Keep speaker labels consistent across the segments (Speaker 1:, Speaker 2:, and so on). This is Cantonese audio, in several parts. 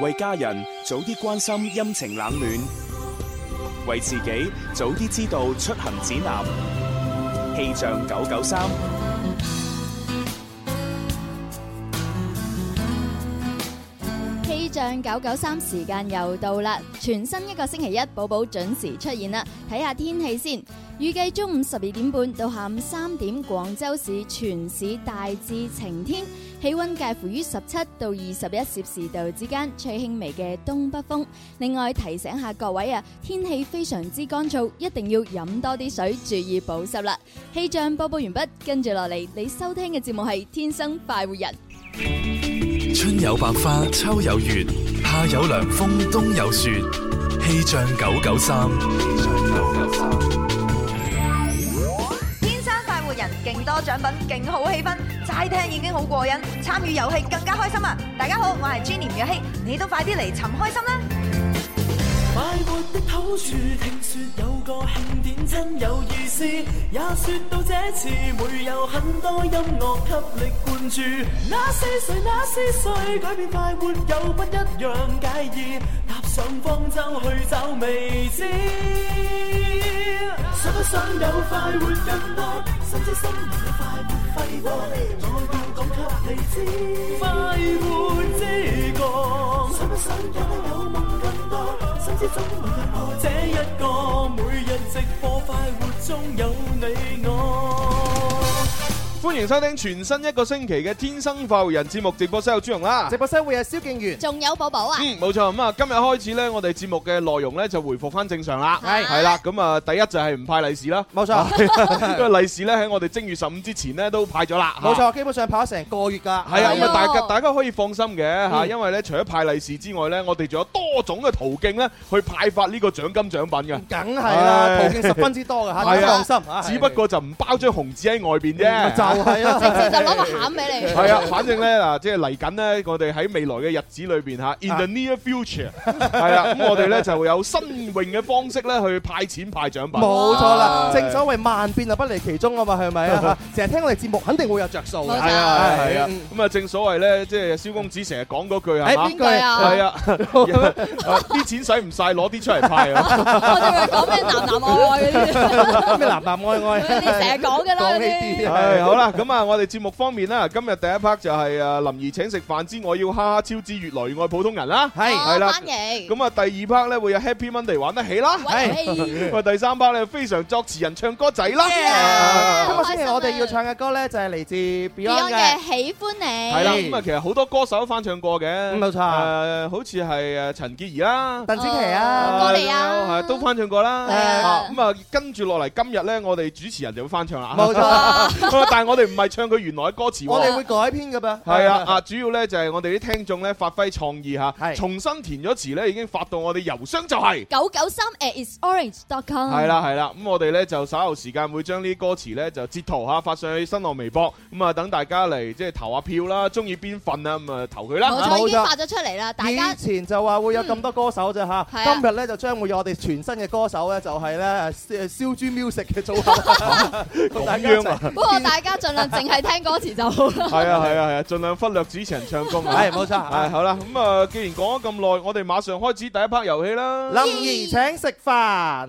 Speaker 1: 為家人早啲關心陰晴冷暖，為自己早啲知道出行指南。氣象九九三，
Speaker 2: 氣象九九三時間又到啦，全新一個星期一，寶寶準時出現啦。睇下天氣先，預計中午十二點半到下午三點，廣州市全市大致晴天，氣温介乎於十七到二十一攝氏度之間，吹輕微嘅東北風。另外提醒下各位啊，天氣非常之乾燥，一定要飲多啲水，注意保濕啦。氣象播報完畢，跟住落嚟你收聽嘅節目係《天生快活人》。
Speaker 3: 春有百花，秋有月，夏有涼風，冬有雪。氣象九九三，
Speaker 4: 天生快活人，勁多獎品，勁好氣氛，齋聽已經好過癮，參與遊戲更加開心啊！大家好，我係 Jenny 吳若希，你都快啲嚟尋開心啦！
Speaker 5: 快活的好處，聽說有個慶典真有意思，也說到這次會有很多音樂給力灌注。那是誰？那是誰？改變快活又不一樣介意，踏上方舟去找未知。想不想有快活更多？心知心明有快活揮霍，我要講給你知，快活之歌。想不想有有夢更多？心知總會有我這一個，每日直播快活中有你我。
Speaker 6: 歡迎收聽全新一個星期嘅《天生快活人》節目直播室有朱容啦，直播室會有蕭敬元。
Speaker 2: 仲有寶寶啊！
Speaker 6: 嗯，冇錯。咁啊，今日開始咧，我哋節目嘅內容咧就回復翻正常啦。
Speaker 2: 係
Speaker 6: 係啦，咁啊，第一就係唔派利是啦。冇
Speaker 7: 啊
Speaker 6: 錯，因為利是咧喺我哋正月十五之前咧都派咗啦。
Speaker 7: 冇
Speaker 6: 嚇
Speaker 7: 錯，。基本上跑咗成個月㗎。
Speaker 6: 係啊，咁啊，大家大
Speaker 7: 家
Speaker 6: 家可以放心嘅嚇，
Speaker 7: 嗯
Speaker 6: 因為咧除咗派利是之外咧，我哋仲有多種嘅途徑咧去派發呢個獎金獎品嘅。
Speaker 7: 梗係啦，
Speaker 6: 唉
Speaker 7: 途徑十分之多㗎嚇，大
Speaker 6: 係
Speaker 7: 家放
Speaker 6: 啊
Speaker 7: 心嚇。
Speaker 6: 只不過就唔包張紅紙喺外邊啫。
Speaker 7: 嗯就係啦直接
Speaker 2: 就攞個餡俾你
Speaker 6: 係啊，反正咧嗱，即係嚟緊咧，我哋喺未來嘅日子裏邊嚇，in the near future，係啊，咁我哋咧就會有新穎嘅方式咧去派錢派獎品。
Speaker 7: 冇錯啦，
Speaker 6: 係
Speaker 7: 正所謂萬變啊不離其宗啊嘛，係咪啊？成日聽我哋節目，肯定會有着數㗎。
Speaker 6: 係啊係啊
Speaker 7: 嗯，
Speaker 6: 咁啊正所謂咧，即係蕭公子成日講嗰句係嘛？
Speaker 7: 誒邊句啊
Speaker 6: 係啊， 啲錢使唔晒，攞啲出嚟派啊！
Speaker 2: 我哋會講咩男男愛愛嗰啲。
Speaker 6: 咩男男愛愛
Speaker 2: 你成日講㗎啦嗰啲
Speaker 6: 係好啦，咁啊，我哋節目方面啦，今日第一 part 就係啊林怡請食飯之我要哈哈超之越來越愛普通人啦，係係啦，
Speaker 2: 歡迎
Speaker 6: 咁啊第二 part 咧會有 Happy Monday 玩得起啦，
Speaker 7: 喂
Speaker 6: 係咁啊第三 part 咧非常作詞人唱歌仔啦，
Speaker 7: 今個星期我哋要唱嘅歌咧就係嚟自 Beyond
Speaker 2: Beyond
Speaker 7: 嘅
Speaker 2: 嘅。喜歡你，
Speaker 6: 係啦，咁啊，其實好多歌手都翻唱過嘅，冇錯，誒，好似係誒陳潔儀啦、
Speaker 7: 鄧紫棋啊
Speaker 6: 誒
Speaker 7: 歌莉啊
Speaker 6: 仲有係都翻唱過啦，啊咁啊，跟住落嚟今日咧，我哋主持人就會翻唱啦，
Speaker 7: 冇錯哇
Speaker 6: 咁啊 但係我哋唔係唱佢原來嘅歌詞喎，
Speaker 7: 我哋會改編㗎噃。
Speaker 6: 係啊，啊主要咧就係我哋啲聽眾咧發揮創意嚇，重新填咗詞咧已經發到我哋郵箱就係。
Speaker 2: 九九三 at
Speaker 7: 嗯
Speaker 2: isorange.com，
Speaker 6: 係啦係啦，咁我哋咧就稍後時間會將呢啲歌詞咧就截圖下發上去新浪微博，咁啊等大家嚟即係投下票啦，中意邊份啊咁啊投佢啦。
Speaker 2: 冇錯，已經發咗出嚟啦，大家
Speaker 7: 以前就話會有咁多歌手啫嚇，
Speaker 2: 係啊
Speaker 7: 今日咧就將會有我哋全新嘅歌手咧，就係咧誒燒豬 music 嘅組 合，同大家一
Speaker 6: 咁樣啊
Speaker 7: 齊。
Speaker 2: 不過 大家盡量淨係聽歌詞就好啦。
Speaker 6: 係啊係啊係啊，盡量忽略主持人唱功啊。
Speaker 7: 係 冇錯
Speaker 6: 係好啦，咁啊，既然講咗咁耐，我哋馬上開始第一 part 遊戲啦。
Speaker 7: 林怡請食飯。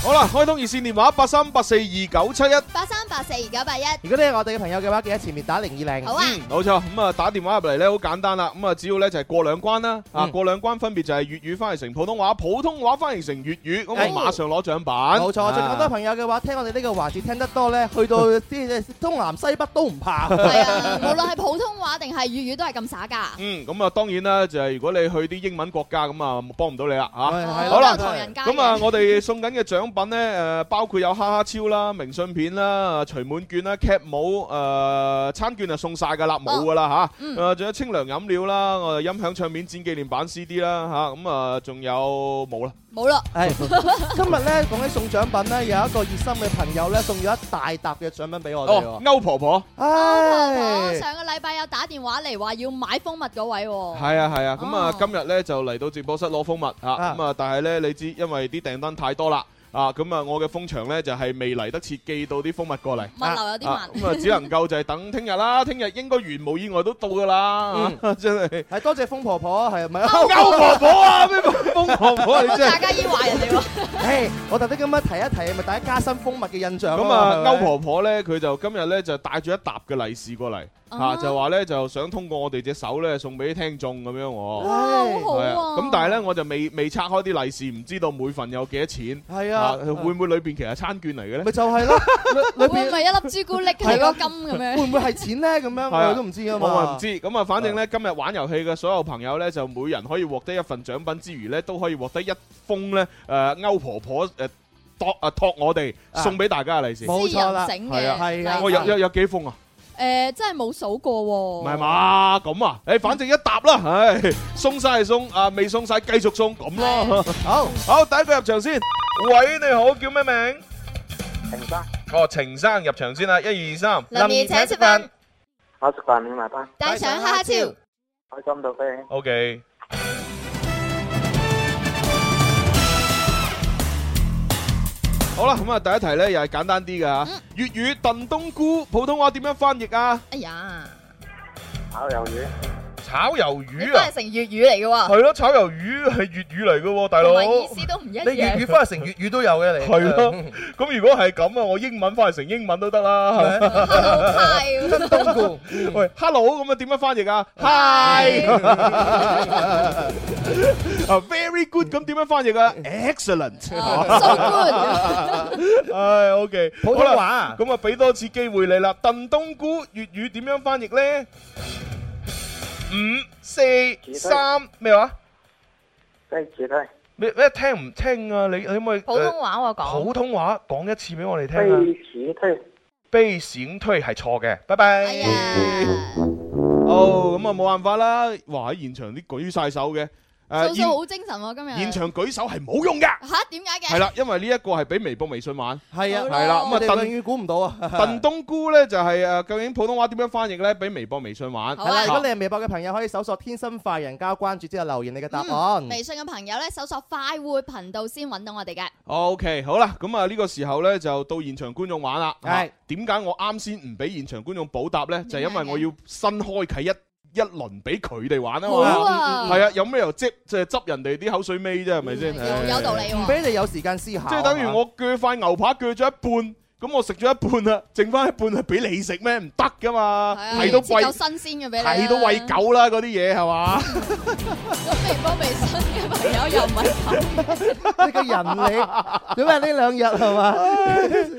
Speaker 6: 好啦，開通熱線電話八三八四二九七一。
Speaker 2: 八三八四二九八一，
Speaker 7: 如果你係我哋嘅朋友嘅話，記得前面打零二零。
Speaker 2: 好啊
Speaker 6: 嗯，冇錯，咁啊打電話入嚟咧好簡單啦，咁啊只要咧就係過兩關啦，啊
Speaker 7: 嗯
Speaker 6: 過兩關分別就係粵語翻譯成普通話，普通話翻譯成粵語，咁
Speaker 7: 哎
Speaker 6: 我馬上攞獎品。
Speaker 7: 冇錯，仲有好多朋友嘅話，聽我哋呢個環節聽得多咧，去到 啲東南西北都唔怕。
Speaker 2: 係啊，無論係普通話定係粵語都係咁耍噶。
Speaker 6: 嗯，咁啊，當然啦，就係如果你去啲英文國家咁 啊，幫唔到你啦嚇。啊
Speaker 2: 係
Speaker 6: 好啦，
Speaker 2: 都有唐人街嘅
Speaker 6: 呃咁啊，我哋送緊嘅獎品呢，誒包括有哈哈超啦、明信片啦、除滿券啦、劇舞誒餐券就啊送晒㗎啦，冇㗎啦嚇。誒仲有清涼飲料啦，我哋音響唱片展紀念版 CD 啦嚇，咁啊仲有冇啦？
Speaker 2: 冇啦，
Speaker 7: 係今日咧講起送獎品咧，有一個熱心嘅朋友咧送咗一大沓嘅獎品俾我哋
Speaker 6: 哦
Speaker 7: 喎，。
Speaker 6: 歐婆婆，
Speaker 2: 我
Speaker 7: 唉，
Speaker 2: 上個禮拜有打電話嚟話要買蜂蜜嗰位
Speaker 7: 哦
Speaker 2: 喎，
Speaker 6: 係啊係啊，咁啊
Speaker 2: 哦
Speaker 6: 今日咧就嚟到直播室攞蜂蜜嚇，
Speaker 7: 啊
Speaker 6: 咁啊但係咧你知因為啲訂單太多啦。啊，咁啊，我嘅蜂場咧就係未嚟得切寄到啲蜂蜜過嚟，
Speaker 2: 物流有啲
Speaker 6: 啊
Speaker 2: 慢。
Speaker 6: 咁啊，只能夠就係等聽日啦，聽日應該如無意外都到㗎啦，啊真 係。
Speaker 7: 係多謝風婆婆，係咪？
Speaker 6: 歐嗯婆婆啊， 咩瘋婆婆啊，你真
Speaker 2: 大
Speaker 6: 係。
Speaker 2: 家要話人哋喎，
Speaker 7: 唉，我特登咁樣提一提，咪大家加深蜂蜜嘅印象咯
Speaker 6: 咁啊，
Speaker 7: 係咪
Speaker 6: 歐婆婆咧，佢就今日咧就帶住一沓嘅利是過嚟，
Speaker 2: 啊
Speaker 6: 嚇就話咧就想通過我哋隻手咧送俾啲聽眾咁樣喎。
Speaker 2: 哇，好好
Speaker 6: 係啊
Speaker 2: 喎。
Speaker 6: 咁但係咧我就未未拆開啲利是，唔知道每份有幾多錢。
Speaker 7: 係
Speaker 6: 啊，
Speaker 7: 啊，
Speaker 6: 會唔會裏邊其實係餐券嚟嘅咧？
Speaker 7: 咪就係咯，裏裏
Speaker 2: 會唔
Speaker 7: 邊
Speaker 2: 會一粒朱古力係個金咁樣？
Speaker 7: 會唔會係錢咧？咁樣
Speaker 6: 係啊
Speaker 7: 我都唔知啊
Speaker 6: 我
Speaker 7: 嘛。
Speaker 6: 咪唔知。咁啊，反正咧今日玩遊戲嘅所有朋友咧，就每人可以獲得一份獎品之餘咧，都可以獲得一封咧誒歐婆婆誒託啊託我哋
Speaker 7: 啊
Speaker 6: 送俾大家嘅利是。
Speaker 7: 冇錯啦
Speaker 2: 私人整
Speaker 6: 係啊
Speaker 2: 嘅
Speaker 7: 係啊
Speaker 2: 禮物，
Speaker 6: 我有有有幾封啊？
Speaker 2: 誒，真係冇數過喎。
Speaker 6: 唔係？嘛，咁啊，誒，反正一沓啦，唉， 送晒係送，啊，未送晒繼續送，咁咯。
Speaker 7: 好，
Speaker 6: 好，第一個入場先，喂，你好，叫咩名？程生。哦，程生入場先啦，一二三。
Speaker 2: 林兒請食飯，
Speaker 8: 我食飯你埋單，
Speaker 2: 帶上蝦超。
Speaker 8: 開心到飛。
Speaker 6: O K。好啦，咁啊，第一題咧又係簡單啲嘅嚇，
Speaker 2: 嗯
Speaker 6: 粵語燉冬菇，普通話點樣翻譯啊？
Speaker 2: 哎呀，
Speaker 8: 炒魷魚，
Speaker 6: 炒魷
Speaker 2: 你
Speaker 6: 魚
Speaker 2: 都
Speaker 6: 啊
Speaker 2: 係，成粵語嚟嘅喎，
Speaker 6: 係咯，炒魷魚係粵語嚟嘅喎，大
Speaker 2: 同
Speaker 6: 佬。
Speaker 2: 埋意思都唔一
Speaker 7: 你粵
Speaker 2: 樣。
Speaker 7: 語翻成粵語都有嘅你。
Speaker 6: 係咯，咁如果係咁啊，我英文翻嚟成英文都得啦。
Speaker 2: 好派喎
Speaker 7: 真冬菇。
Speaker 6: 係咪喂，hello 咁啊，點樣 翻譯啊
Speaker 2: 係
Speaker 6: ？Hi 啊，very good 咁點樣翻譯啊？Excellent。
Speaker 2: 哦 So good，
Speaker 6: 唉，OK，
Speaker 7: 普通
Speaker 6: 好啦
Speaker 7: 話啊
Speaker 6: 咁啊，俾多次機會你啦。燉冬菇粵語點樣翻譯咧？五、四、三咩話？
Speaker 8: 雞翅雞，
Speaker 6: 咩咩聽唔清啊？你你可唔可以
Speaker 2: 普通話我
Speaker 6: 呃
Speaker 2: 講。
Speaker 6: 普通話講一次俾我哋聽啊？
Speaker 8: 飛屎推，
Speaker 6: 悲閃推係錯嘅，拜拜。
Speaker 2: 哎呀，
Speaker 6: 哦，咁啊冇辦法啦，哇喺現場啲舉晒手嘅，誒、呃
Speaker 2: 素素
Speaker 6: 現
Speaker 2: 好啊精神喎今日。
Speaker 6: 現場舉手係冇用嘅，
Speaker 2: 吓點解嘅？
Speaker 6: 係啦，因為呢一個係俾微博、微信玩。
Speaker 7: 係啊，
Speaker 2: 係啦咁啊
Speaker 7: 我哋
Speaker 6: 燉
Speaker 7: 永遠估唔到 啊。
Speaker 6: 燉冬菇呢就係、誒，究竟普通話點樣翻譯呢？俾微博、微信玩。
Speaker 2: 好
Speaker 7: 係啦，
Speaker 2: 啊
Speaker 7: 如果你係微博嘅朋友，可以搜索「天生快人家」，關注之後留言你嘅答
Speaker 2: Ừ.
Speaker 7: 案。
Speaker 2: 微信嘅朋友咧，搜索快活頻道先揾到我哋嘅。
Speaker 6: OK，好啦，咁啊呢個時候呢，就到現場觀眾玩啦。
Speaker 7: 係
Speaker 6: 啊點解我啱先唔俾現場觀眾補答呢？就係因
Speaker 2: 點
Speaker 6: 為
Speaker 2: 解嘅
Speaker 6: 我要新開啟一一輪俾佢哋玩啊
Speaker 2: 好
Speaker 6: 嘛。
Speaker 2: 啊，
Speaker 6: 係啊，有咩由即即係執人哋啲口水尾啫？係咪先？
Speaker 2: 嗯有有道理
Speaker 7: 唔
Speaker 2: 喎。
Speaker 7: 俾你有時間思考。
Speaker 6: 即係等於我鋸塊牛扒鋸咗一半，咁我食咗一半啦，啊剩翻一半係俾你食咩？唔得噶
Speaker 2: 啊
Speaker 6: 嘛，係都
Speaker 2: 喂，
Speaker 6: 啊喂
Speaker 2: 有新鮮嘅俾你啊啦。
Speaker 6: 係都喂狗啦嗰啲嘢係嘛？
Speaker 2: 咁微博、微信嘅朋友又唔係 咁，
Speaker 7: 你個人你點解呢兩日係嘛？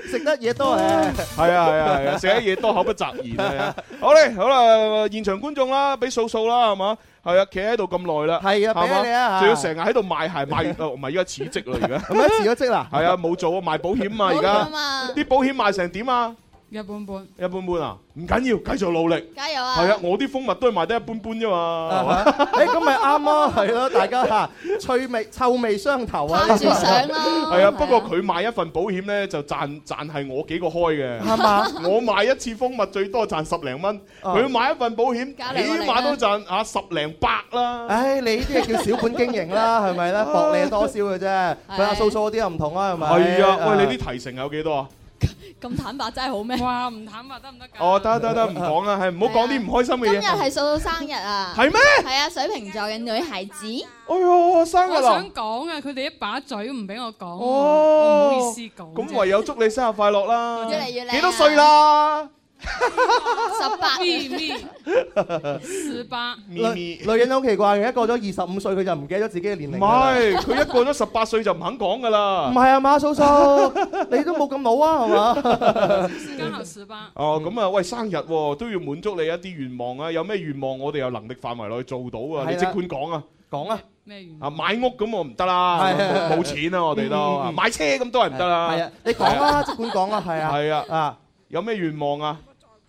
Speaker 7: 食得嘢多誒。
Speaker 6: 係啊係啊係啊，食啲嘢多口不擇言啊！好咧，好啦，現場觀眾啦，俾數數啦係嘛？係啊，企喺度咁耐啦，
Speaker 7: 係啊
Speaker 6: 係嘛
Speaker 7: 俾你啊
Speaker 6: 仲要成日喺度賣鞋賣 完，哦唔係而家辭職啦而家，
Speaker 7: 咁樣辭咗職啦。
Speaker 6: 係啊冇做啊賣保險啊而
Speaker 2: 好
Speaker 6: 家
Speaker 2: 啊，嘛，
Speaker 6: 啲保險賣成點啊？
Speaker 9: 一般般，
Speaker 6: 一般般啊，唔緊要，繼續努力。
Speaker 2: 加油啊！
Speaker 6: 係啊，我啲蜂蜜都係賣得一般般啫嘛，
Speaker 7: 啊
Speaker 6: 係嘛？
Speaker 7: 誒咁咪啱咯，係咯，大家嚇趣味臭味相投啊！
Speaker 2: 拍住相啦。
Speaker 6: 係啊，不過佢買一份保險咧，就賺賺係我幾個開嘅。
Speaker 7: 係嘛？
Speaker 6: 我買一次蜂蜜最多賺十零蚊，
Speaker 7: 哦
Speaker 6: 佢買一份保險
Speaker 2: 加兩個
Speaker 6: 起
Speaker 2: 零
Speaker 6: 碼
Speaker 2: 啦
Speaker 6: 都賺啊十零百啦。
Speaker 7: 唉，你呢啲係叫小本經營啦，係咪咧？薄利多銷嘅啫，佢阿素素嗰啲又唔同啊，係咪？
Speaker 6: 係啊，喂，你啲提成有幾多啊？
Speaker 2: 咁坦白真係好咩？
Speaker 9: 哇唔坦白得唔得㗎？
Speaker 6: 哦，得得得， 唔講啦，係唔好講啲唔開心
Speaker 2: 今
Speaker 6: 嘅
Speaker 2: 日
Speaker 6: 嘢。
Speaker 2: 係數到生日啊！
Speaker 6: 係咩？
Speaker 2: 係啊，水瓶座嘅女孩 子，
Speaker 6: 哎呀，生日
Speaker 9: 我
Speaker 6: 啦
Speaker 9: 想！講啊，佢哋一把嘴唔俾我講，
Speaker 6: 哦
Speaker 9: 我唔好意思講啫。
Speaker 6: 咁唯有祝你生日快樂啦！
Speaker 2: 越嚟越靚啊
Speaker 6: 幾多歲啦？
Speaker 2: 十八，
Speaker 9: 咪
Speaker 6: 哎
Speaker 9: 咪十八，
Speaker 6: 咪咪
Speaker 7: 女女人好奇怪嘅，一過咗二十五歲佢就唔記得咗自己嘅年齡
Speaker 6: 唔
Speaker 7: 㗎啦。
Speaker 6: 係，佢一過咗十八歲就唔肯講噶
Speaker 7: 唔
Speaker 6: 啦。
Speaker 7: 係啊嘛，素 素，你都冇咁老啊，係嘛？
Speaker 9: 剛好十八。
Speaker 6: 哦，咁啊，喂，生日喎都要滿足你一啲願望啊！有咩願望我哋有能力範圍內做到啊？
Speaker 7: 係啦
Speaker 6: 你即管講啊！
Speaker 7: 講啊，
Speaker 9: 咩原因？
Speaker 6: 啊，買屋咁我唔得啦，
Speaker 7: 係係係
Speaker 6: 冇錢啊，我哋都
Speaker 7: 嗯嗯嗯啊
Speaker 6: 買車咁都係唔得啦。
Speaker 7: 係啊，你講啦，即管講啦，係啊，
Speaker 6: 係啊，
Speaker 7: 啊，
Speaker 6: 有咩願望啊？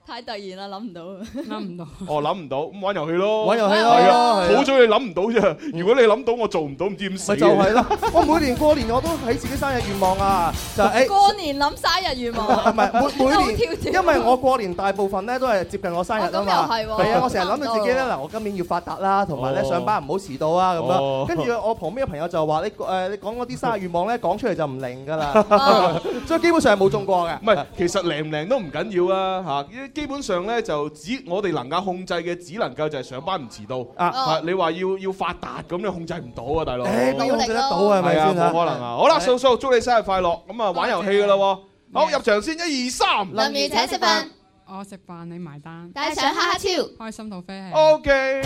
Speaker 2: 太突然啦，諗唔到。
Speaker 9: 啱唔到。
Speaker 6: 哦，諗唔到，咁玩遊戲咯。
Speaker 7: 玩遊戲咯，
Speaker 6: 係
Speaker 7: 係
Speaker 6: 啊，
Speaker 7: 啊
Speaker 6: 好彩你諗唔到啫。如果你諗到，我做唔到，唔知點死。
Speaker 7: 咪就係啦！我每年過年我都喺自己生日願望啊，就
Speaker 6: 哎
Speaker 7: 係誒。
Speaker 2: 過年諗生日 願望
Speaker 7: 唔
Speaker 2: 啊。
Speaker 7: 係每每
Speaker 2: 好挑
Speaker 7: 年，
Speaker 2: 戰
Speaker 7: 因為我過年大部分咧都係接近我生日啊嘛，
Speaker 2: 哦咁又係喎
Speaker 7: 係啊，我成日諗到自己咧
Speaker 2: 差唔多
Speaker 7: 嗱，我今年要發達啦，同埋咧
Speaker 6: 哦
Speaker 7: 上班唔好遲到啊咁
Speaker 6: 哦
Speaker 7: 樣。跟住我旁邊嘅朋友就話：你 誒你講嗰啲生日願望咧，講出嚟就唔靈㗎啦，
Speaker 2: 啊
Speaker 7: 所以基本上係冇中過嘅。
Speaker 6: 唔係，其實靈唔靈都唔緊要啊嚇。基本上咧就只我哋能夠控制嘅，只能夠就係上班唔遲到。
Speaker 7: 啊，
Speaker 6: 啊！你話要要發達咁，你控制唔到啊，大佬。
Speaker 7: 誒邊
Speaker 2: 咁
Speaker 7: 個控制得到啊？係咪
Speaker 6: 係啊，
Speaker 7: 先
Speaker 6: 冇
Speaker 7: 嚇？
Speaker 6: 可能啊！好啦，
Speaker 7: 係
Speaker 6: 素素，祝你生日快樂！咁啊，玩遊戲噶啦喎。好，入場先，一二三。
Speaker 2: 林如請食飯，
Speaker 9: 我食飯你埋單，
Speaker 2: 帶上哈哈超。
Speaker 9: 開心到飛起。
Speaker 6: OK。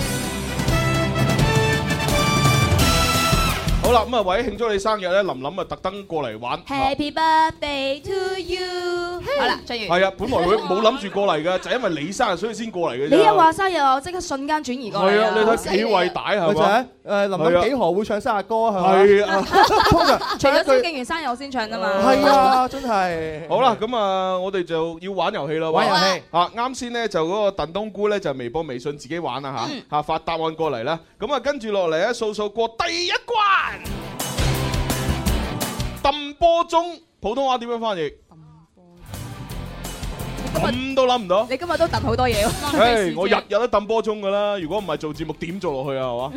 Speaker 6: 好啦，咁啊，為咗慶祝你生日咧，琳琳啊特登過嚟玩。
Speaker 10: Happy birthday to you！好啦，唱完。
Speaker 6: 係啊，本來佢冇諗住過嚟嘅，就係因為你生日所以先過嚟嘅啫。
Speaker 10: 你一話生日，我即刻瞬間轉移過
Speaker 6: 係
Speaker 10: 嚟
Speaker 6: 啊，你睇
Speaker 10: 啦。
Speaker 6: 幾偉大係
Speaker 7: 咪就
Speaker 6: 嘛？
Speaker 7: 係誒林
Speaker 6: 係啊
Speaker 7: 林幾何會唱生日歌係咪？
Speaker 6: 係啊。
Speaker 7: 通常
Speaker 10: 除
Speaker 7: 唱一
Speaker 10: 咗
Speaker 7: 句
Speaker 10: 蕭敬元生日，我先唱啊嘛。
Speaker 7: 係啊，真係
Speaker 6: 好啦，咁啊，我哋就要玩遊戲啦喎。
Speaker 7: 玩遊戲。
Speaker 6: 啊，啱先咧就嗰個燉冬菇咧就微博、微信自己玩啦嚇，嚇發答案過嚟啦。咁啊，跟住落嚟咧，數數過第一關。揼波鐘，普通話點樣翻譯？咁都諗唔到。
Speaker 10: 你今日都揼好多嘢喎。
Speaker 9: 關你咩事
Speaker 6: 唉
Speaker 9: 啫，
Speaker 6: 我日日都揼波鐘噶啦，如果唔係做節目點做落去啊？係嘛？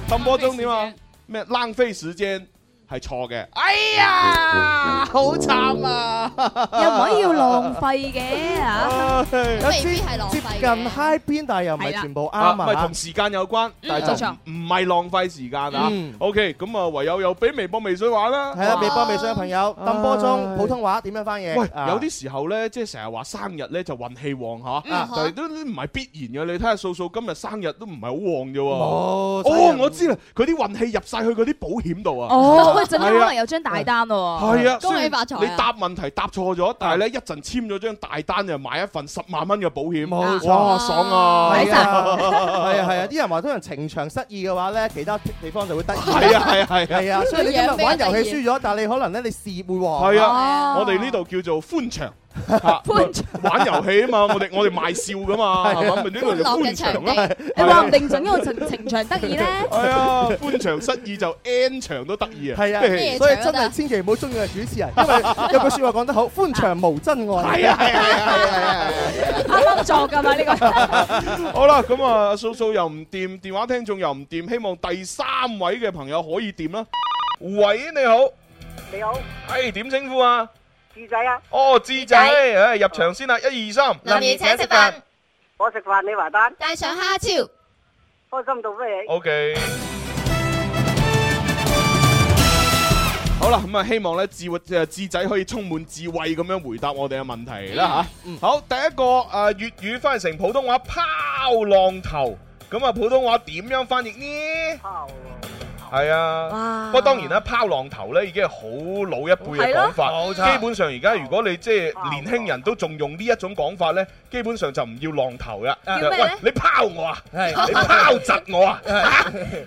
Speaker 6: 揼波鐘點 啊？咩浪費時間係錯嘅。哎呀，好慘啊！
Speaker 10: 又唔可以要浪費嘅嚇。
Speaker 7: 唉
Speaker 2: 都未必係浪費
Speaker 7: 接
Speaker 2: 嘅
Speaker 7: 近 high 邊，但係又唔係
Speaker 10: 係啦
Speaker 7: 全部啱
Speaker 6: 啊，唔係
Speaker 7: 啊
Speaker 6: 同。時間有關，但係
Speaker 10: 冇
Speaker 6: 就
Speaker 10: 錯
Speaker 6: 唔係浪費時間啊
Speaker 7: 嗯。
Speaker 6: OK，咁啊，唯有又俾微博、微信玩啦。
Speaker 7: 係啦，微博、微信嘅朋友，抌波鐘，普通話點樣翻譯？
Speaker 6: 喂，
Speaker 7: 啊
Speaker 6: 有啲時候咧，即係成日話生日咧就運氣旺嚇，
Speaker 2: 嗯
Speaker 6: 但係都都唔係必然嘅。你睇下素素今日生日都唔係好旺啫喎。
Speaker 7: 冇
Speaker 6: 哦，我知啦，佢啲運氣入晒去嗰啲保險度啊。
Speaker 10: 哦，喂，陣間
Speaker 6: 係啊
Speaker 10: 可能有張大單喎。
Speaker 6: 係啊，
Speaker 2: 恭喜
Speaker 6: 雖然
Speaker 2: 發財啊
Speaker 6: 你答問題答錯咗，但係咧一陣簽咗張大單就買一份十萬蚊嘅保險，
Speaker 7: 冇錯
Speaker 6: 哇，爽啊！
Speaker 7: 係啊，係啊，係啊，啲人話通常情場失意嘅話咧，其他地方就會得意。
Speaker 6: 係啊，係啊，係啊。
Speaker 7: 係啊，所以你今日玩遊戲
Speaker 2: 養
Speaker 7: 輸咗，但係你可能咧你事業會旺。
Speaker 6: 係啊
Speaker 10: 哦
Speaker 6: 我哋呢度叫做寬 場。嚇玩遊戲啊嘛，我哋我哋賣笑噶嘛， 係嘛？咪呢度就寬場啊啦。
Speaker 10: 你話唔定準嗰個情情場得意 咧。
Speaker 6: 係啊，寬場失意就 N 場都得 意啊。
Speaker 7: 係
Speaker 2: 咩
Speaker 7: 啊，
Speaker 2: 嘢
Speaker 7: 所以
Speaker 2: 搶
Speaker 7: 真
Speaker 2: 得
Speaker 7: 係千祈唔好中意個主持人，因 為有句説話講得好，寬場無真愛。
Speaker 6: 係啊，係啊，係啊，係啊。
Speaker 10: 啱啱作㗎嘛呢個。
Speaker 6: 好啦，咁啊，素素又唔掂，電話聽眾又唔掂，希望第三位嘅朋友可以掂啦。喂，你好，
Speaker 8: 你好，
Speaker 6: 係點稱呼啊？
Speaker 8: 志仔啊，
Speaker 6: 哦，志仔，唉，入場先啦，一二三，
Speaker 2: 林如請食飯，
Speaker 8: 我食飯你埋單，
Speaker 2: 帶上哈哈超。
Speaker 8: 開心到飛起。
Speaker 6: O K。好啦，咁啊，希望咧智慧誒智仔可以充滿智慧咁樣回答我哋嘅問題啦吓。好，第一個誒粵語翻譯成普通話拋浪頭，咁啊普通話點樣翻譯呢？
Speaker 8: 拋
Speaker 6: 係啊。
Speaker 10: 哇
Speaker 6: 不過當然啦，拋浪頭咧已經係好老一輩嘅講法，基本上而家如果你即
Speaker 10: 哦
Speaker 6: 係年輕人都仲用呢一種講法咧，基本上就唔要浪頭啦。
Speaker 10: 叫咩呢
Speaker 6: 喂，你拋我啊！你拋窒我 啊！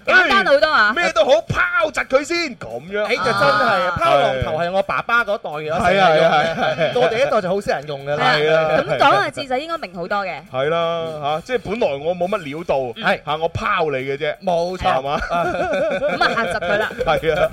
Speaker 10: 簡單好多啊。
Speaker 6: 咩都好，拋窒佢先，咁樣。
Speaker 7: 哎就
Speaker 6: 啊
Speaker 7: 真係拋浪頭係我爸爸嗰代嘅，
Speaker 6: 係啊係啊係啊係啊
Speaker 7: 到我哋一代就好少人用㗎啦。
Speaker 6: 係啊
Speaker 10: 咁講啊，智仔應該明好多嘅。
Speaker 6: 係啦，嚇，即係本來我冇乜料到，
Speaker 7: 嗯係
Speaker 6: 嚇我拋你嘅啫，
Speaker 7: 冇
Speaker 6: 係嘛？
Speaker 10: 咁啊嚇窒佢啦。
Speaker 6: 係啊，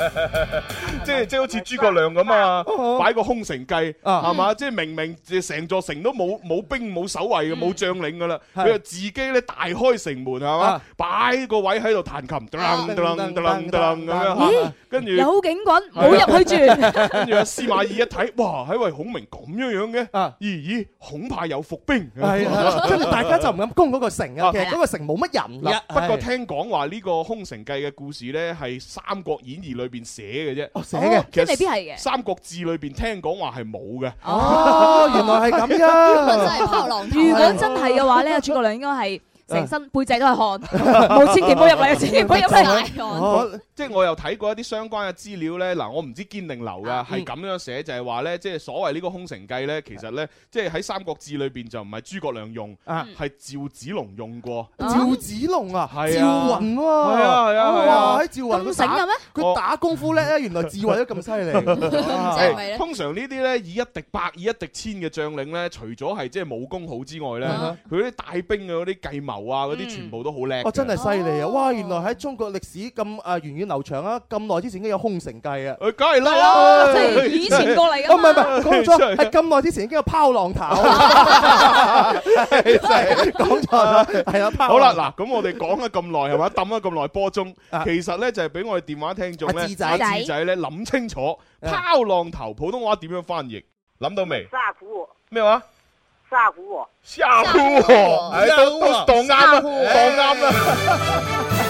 Speaker 6: 即係即係好似諸葛亮咁啊
Speaker 7: 哦，
Speaker 6: 擺個空城計
Speaker 7: 啊
Speaker 6: 係嘛？即係明明成座城都冇冇兵冇守衛嘅，冇將領噶啦，
Speaker 7: 係
Speaker 6: 佢就自己咧大開城門係嘛
Speaker 7: 啊？
Speaker 6: 擺個位喺度彈琴，噔噔噔噔噔咁樣嚇
Speaker 10: 咦，
Speaker 6: 跟住
Speaker 10: 有警棍，冇入去住。
Speaker 6: 跟住阿司馬懿一睇，哇！喺喂孔明咁樣樣嘅，
Speaker 7: 啊
Speaker 6: 咦咦，恐怕有伏兵。
Speaker 7: 係啊， 即係大家就唔敢攻嗰個城啊
Speaker 6: 啊。
Speaker 7: 其實嗰個城冇乜人
Speaker 6: 嗱
Speaker 7: 啦，，
Speaker 6: 不過聽講話呢個《空城計》嘅故事呢，係《三國演義》裏邊寫嘅啫。
Speaker 7: 哦寫嘅
Speaker 10: 哦即係未必係嘅
Speaker 6: 《三國志》裏邊聽講話係冇嘅。
Speaker 7: 哦，原來係咁
Speaker 2: 我真
Speaker 7: 樣。
Speaker 2: 係拋浪頭。
Speaker 10: 如果真係嘅話咧，諸葛亮應該係成身背脊都係 汗，冇千祈唔好入嚟，千祈唔好入嚟。
Speaker 7: 哦
Speaker 6: 我即係我又睇過一啲相關嘅資料咧，嗱，我唔知堅定流
Speaker 10: 啊
Speaker 6: 噶，
Speaker 10: 嗯
Speaker 6: 係咁樣寫就係話咧，即係所謂呢個空城計咧，其實咧，即係喺《三國志》裏邊就唔係諸葛亮用，
Speaker 10: 嗯
Speaker 7: 啊
Speaker 6: 係趙子龍用過。
Speaker 7: 趙子龍啊，趙
Speaker 6: 哦係啊
Speaker 7: 雲喎，
Speaker 10: 哦
Speaker 7: 哦
Speaker 6: 係啊係啊係啊
Speaker 7: 哇！喺趙雲佢
Speaker 10: 咁醒嘅
Speaker 7: 打
Speaker 10: 咩
Speaker 7: 佢打功夫叻咧，啊原來智慧都咁犀利。
Speaker 6: 係
Speaker 10: 咪咧
Speaker 6: 通常呢啲咧以一敵百、以一敵千嘅將領咧，除咗係即係武功好之外咧
Speaker 7: 啊，
Speaker 6: 佢啲帶兵嘅嗰啲計謀啊，嗰啲
Speaker 10: 嗯
Speaker 6: 全部都好叻嘅。
Speaker 7: 哇！真係犀利啊！
Speaker 10: 哦
Speaker 7: 哇！原來喺中國歷史咁啊源遠流長啊，咁耐之前已經有空城計啊！
Speaker 6: 誒，梗係
Speaker 10: 係
Speaker 6: 啦
Speaker 10: 咯，即，係以前過嚟
Speaker 7: 哦，
Speaker 10: 㗎
Speaker 7: 唔
Speaker 10: 嘛。
Speaker 7: 係唔係，講
Speaker 6: 真係
Speaker 7: 錯，係咁耐之前已經有拋浪頭， 真係 講錯咗，係啊啦，拋浪
Speaker 6: 好啦，嗱，咁我哋講咗咁耐 係嘛，抌咗咁耐波鐘
Speaker 7: 啊，
Speaker 6: 其實咧就係俾我哋電話聽眾咧
Speaker 7: 阿，志仔
Speaker 6: 阿志仔咧諗清楚，
Speaker 7: 啊
Speaker 6: 拋浪頭普通話點樣翻譯？諗到未？
Speaker 8: 沙虎我，
Speaker 6: 咩話？
Speaker 8: 沙虎我，
Speaker 6: 吓唬我，唉都都當啱啦，當啱啦。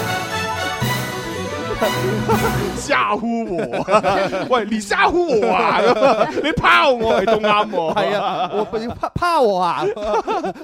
Speaker 6: 吓唬我，喂，你吓唬我 啊！咁你拋我係都啱喎。
Speaker 7: 係啊，我要拋拋我啊！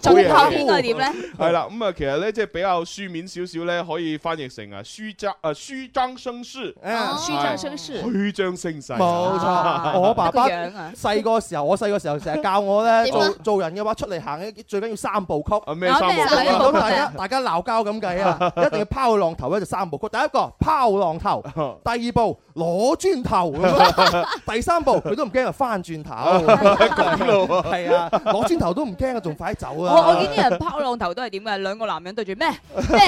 Speaker 10: 仲
Speaker 6: 冇嘢
Speaker 10: 後邊嗰點咧？
Speaker 6: 係啦，咁啊，其實咧即係比較書面少少咧，可以翻譯成啊虛張啊虛張聲勢，
Speaker 7: 啊
Speaker 10: 書張相書。
Speaker 6: 虛張聲勢。
Speaker 7: 冇錯，我爸爸
Speaker 10: 得個樣啊
Speaker 7: 細個時候，我細個時候成日教我咧
Speaker 2: 點啊
Speaker 7: 做做人嘅話，出嚟行咧最緊要三部曲。
Speaker 6: 啊咩三
Speaker 10: 我哋
Speaker 6: 個
Speaker 10: 係
Speaker 7: 咁
Speaker 10: 步
Speaker 7: 大家大家鬧交咁計啊，一定要拋浪頭咧就三部曲。第一個拋浪頭，第二步攞磚頭咁樣，第三步佢都唔驚人翻轉頭。
Speaker 6: 咁咯喎
Speaker 7: 係啊，攞磚頭都唔驚啊，仲快走
Speaker 10: 我
Speaker 7: 啊！
Speaker 10: 我見啲人拋浪頭都係點嘅，兩個男人對 住咩咩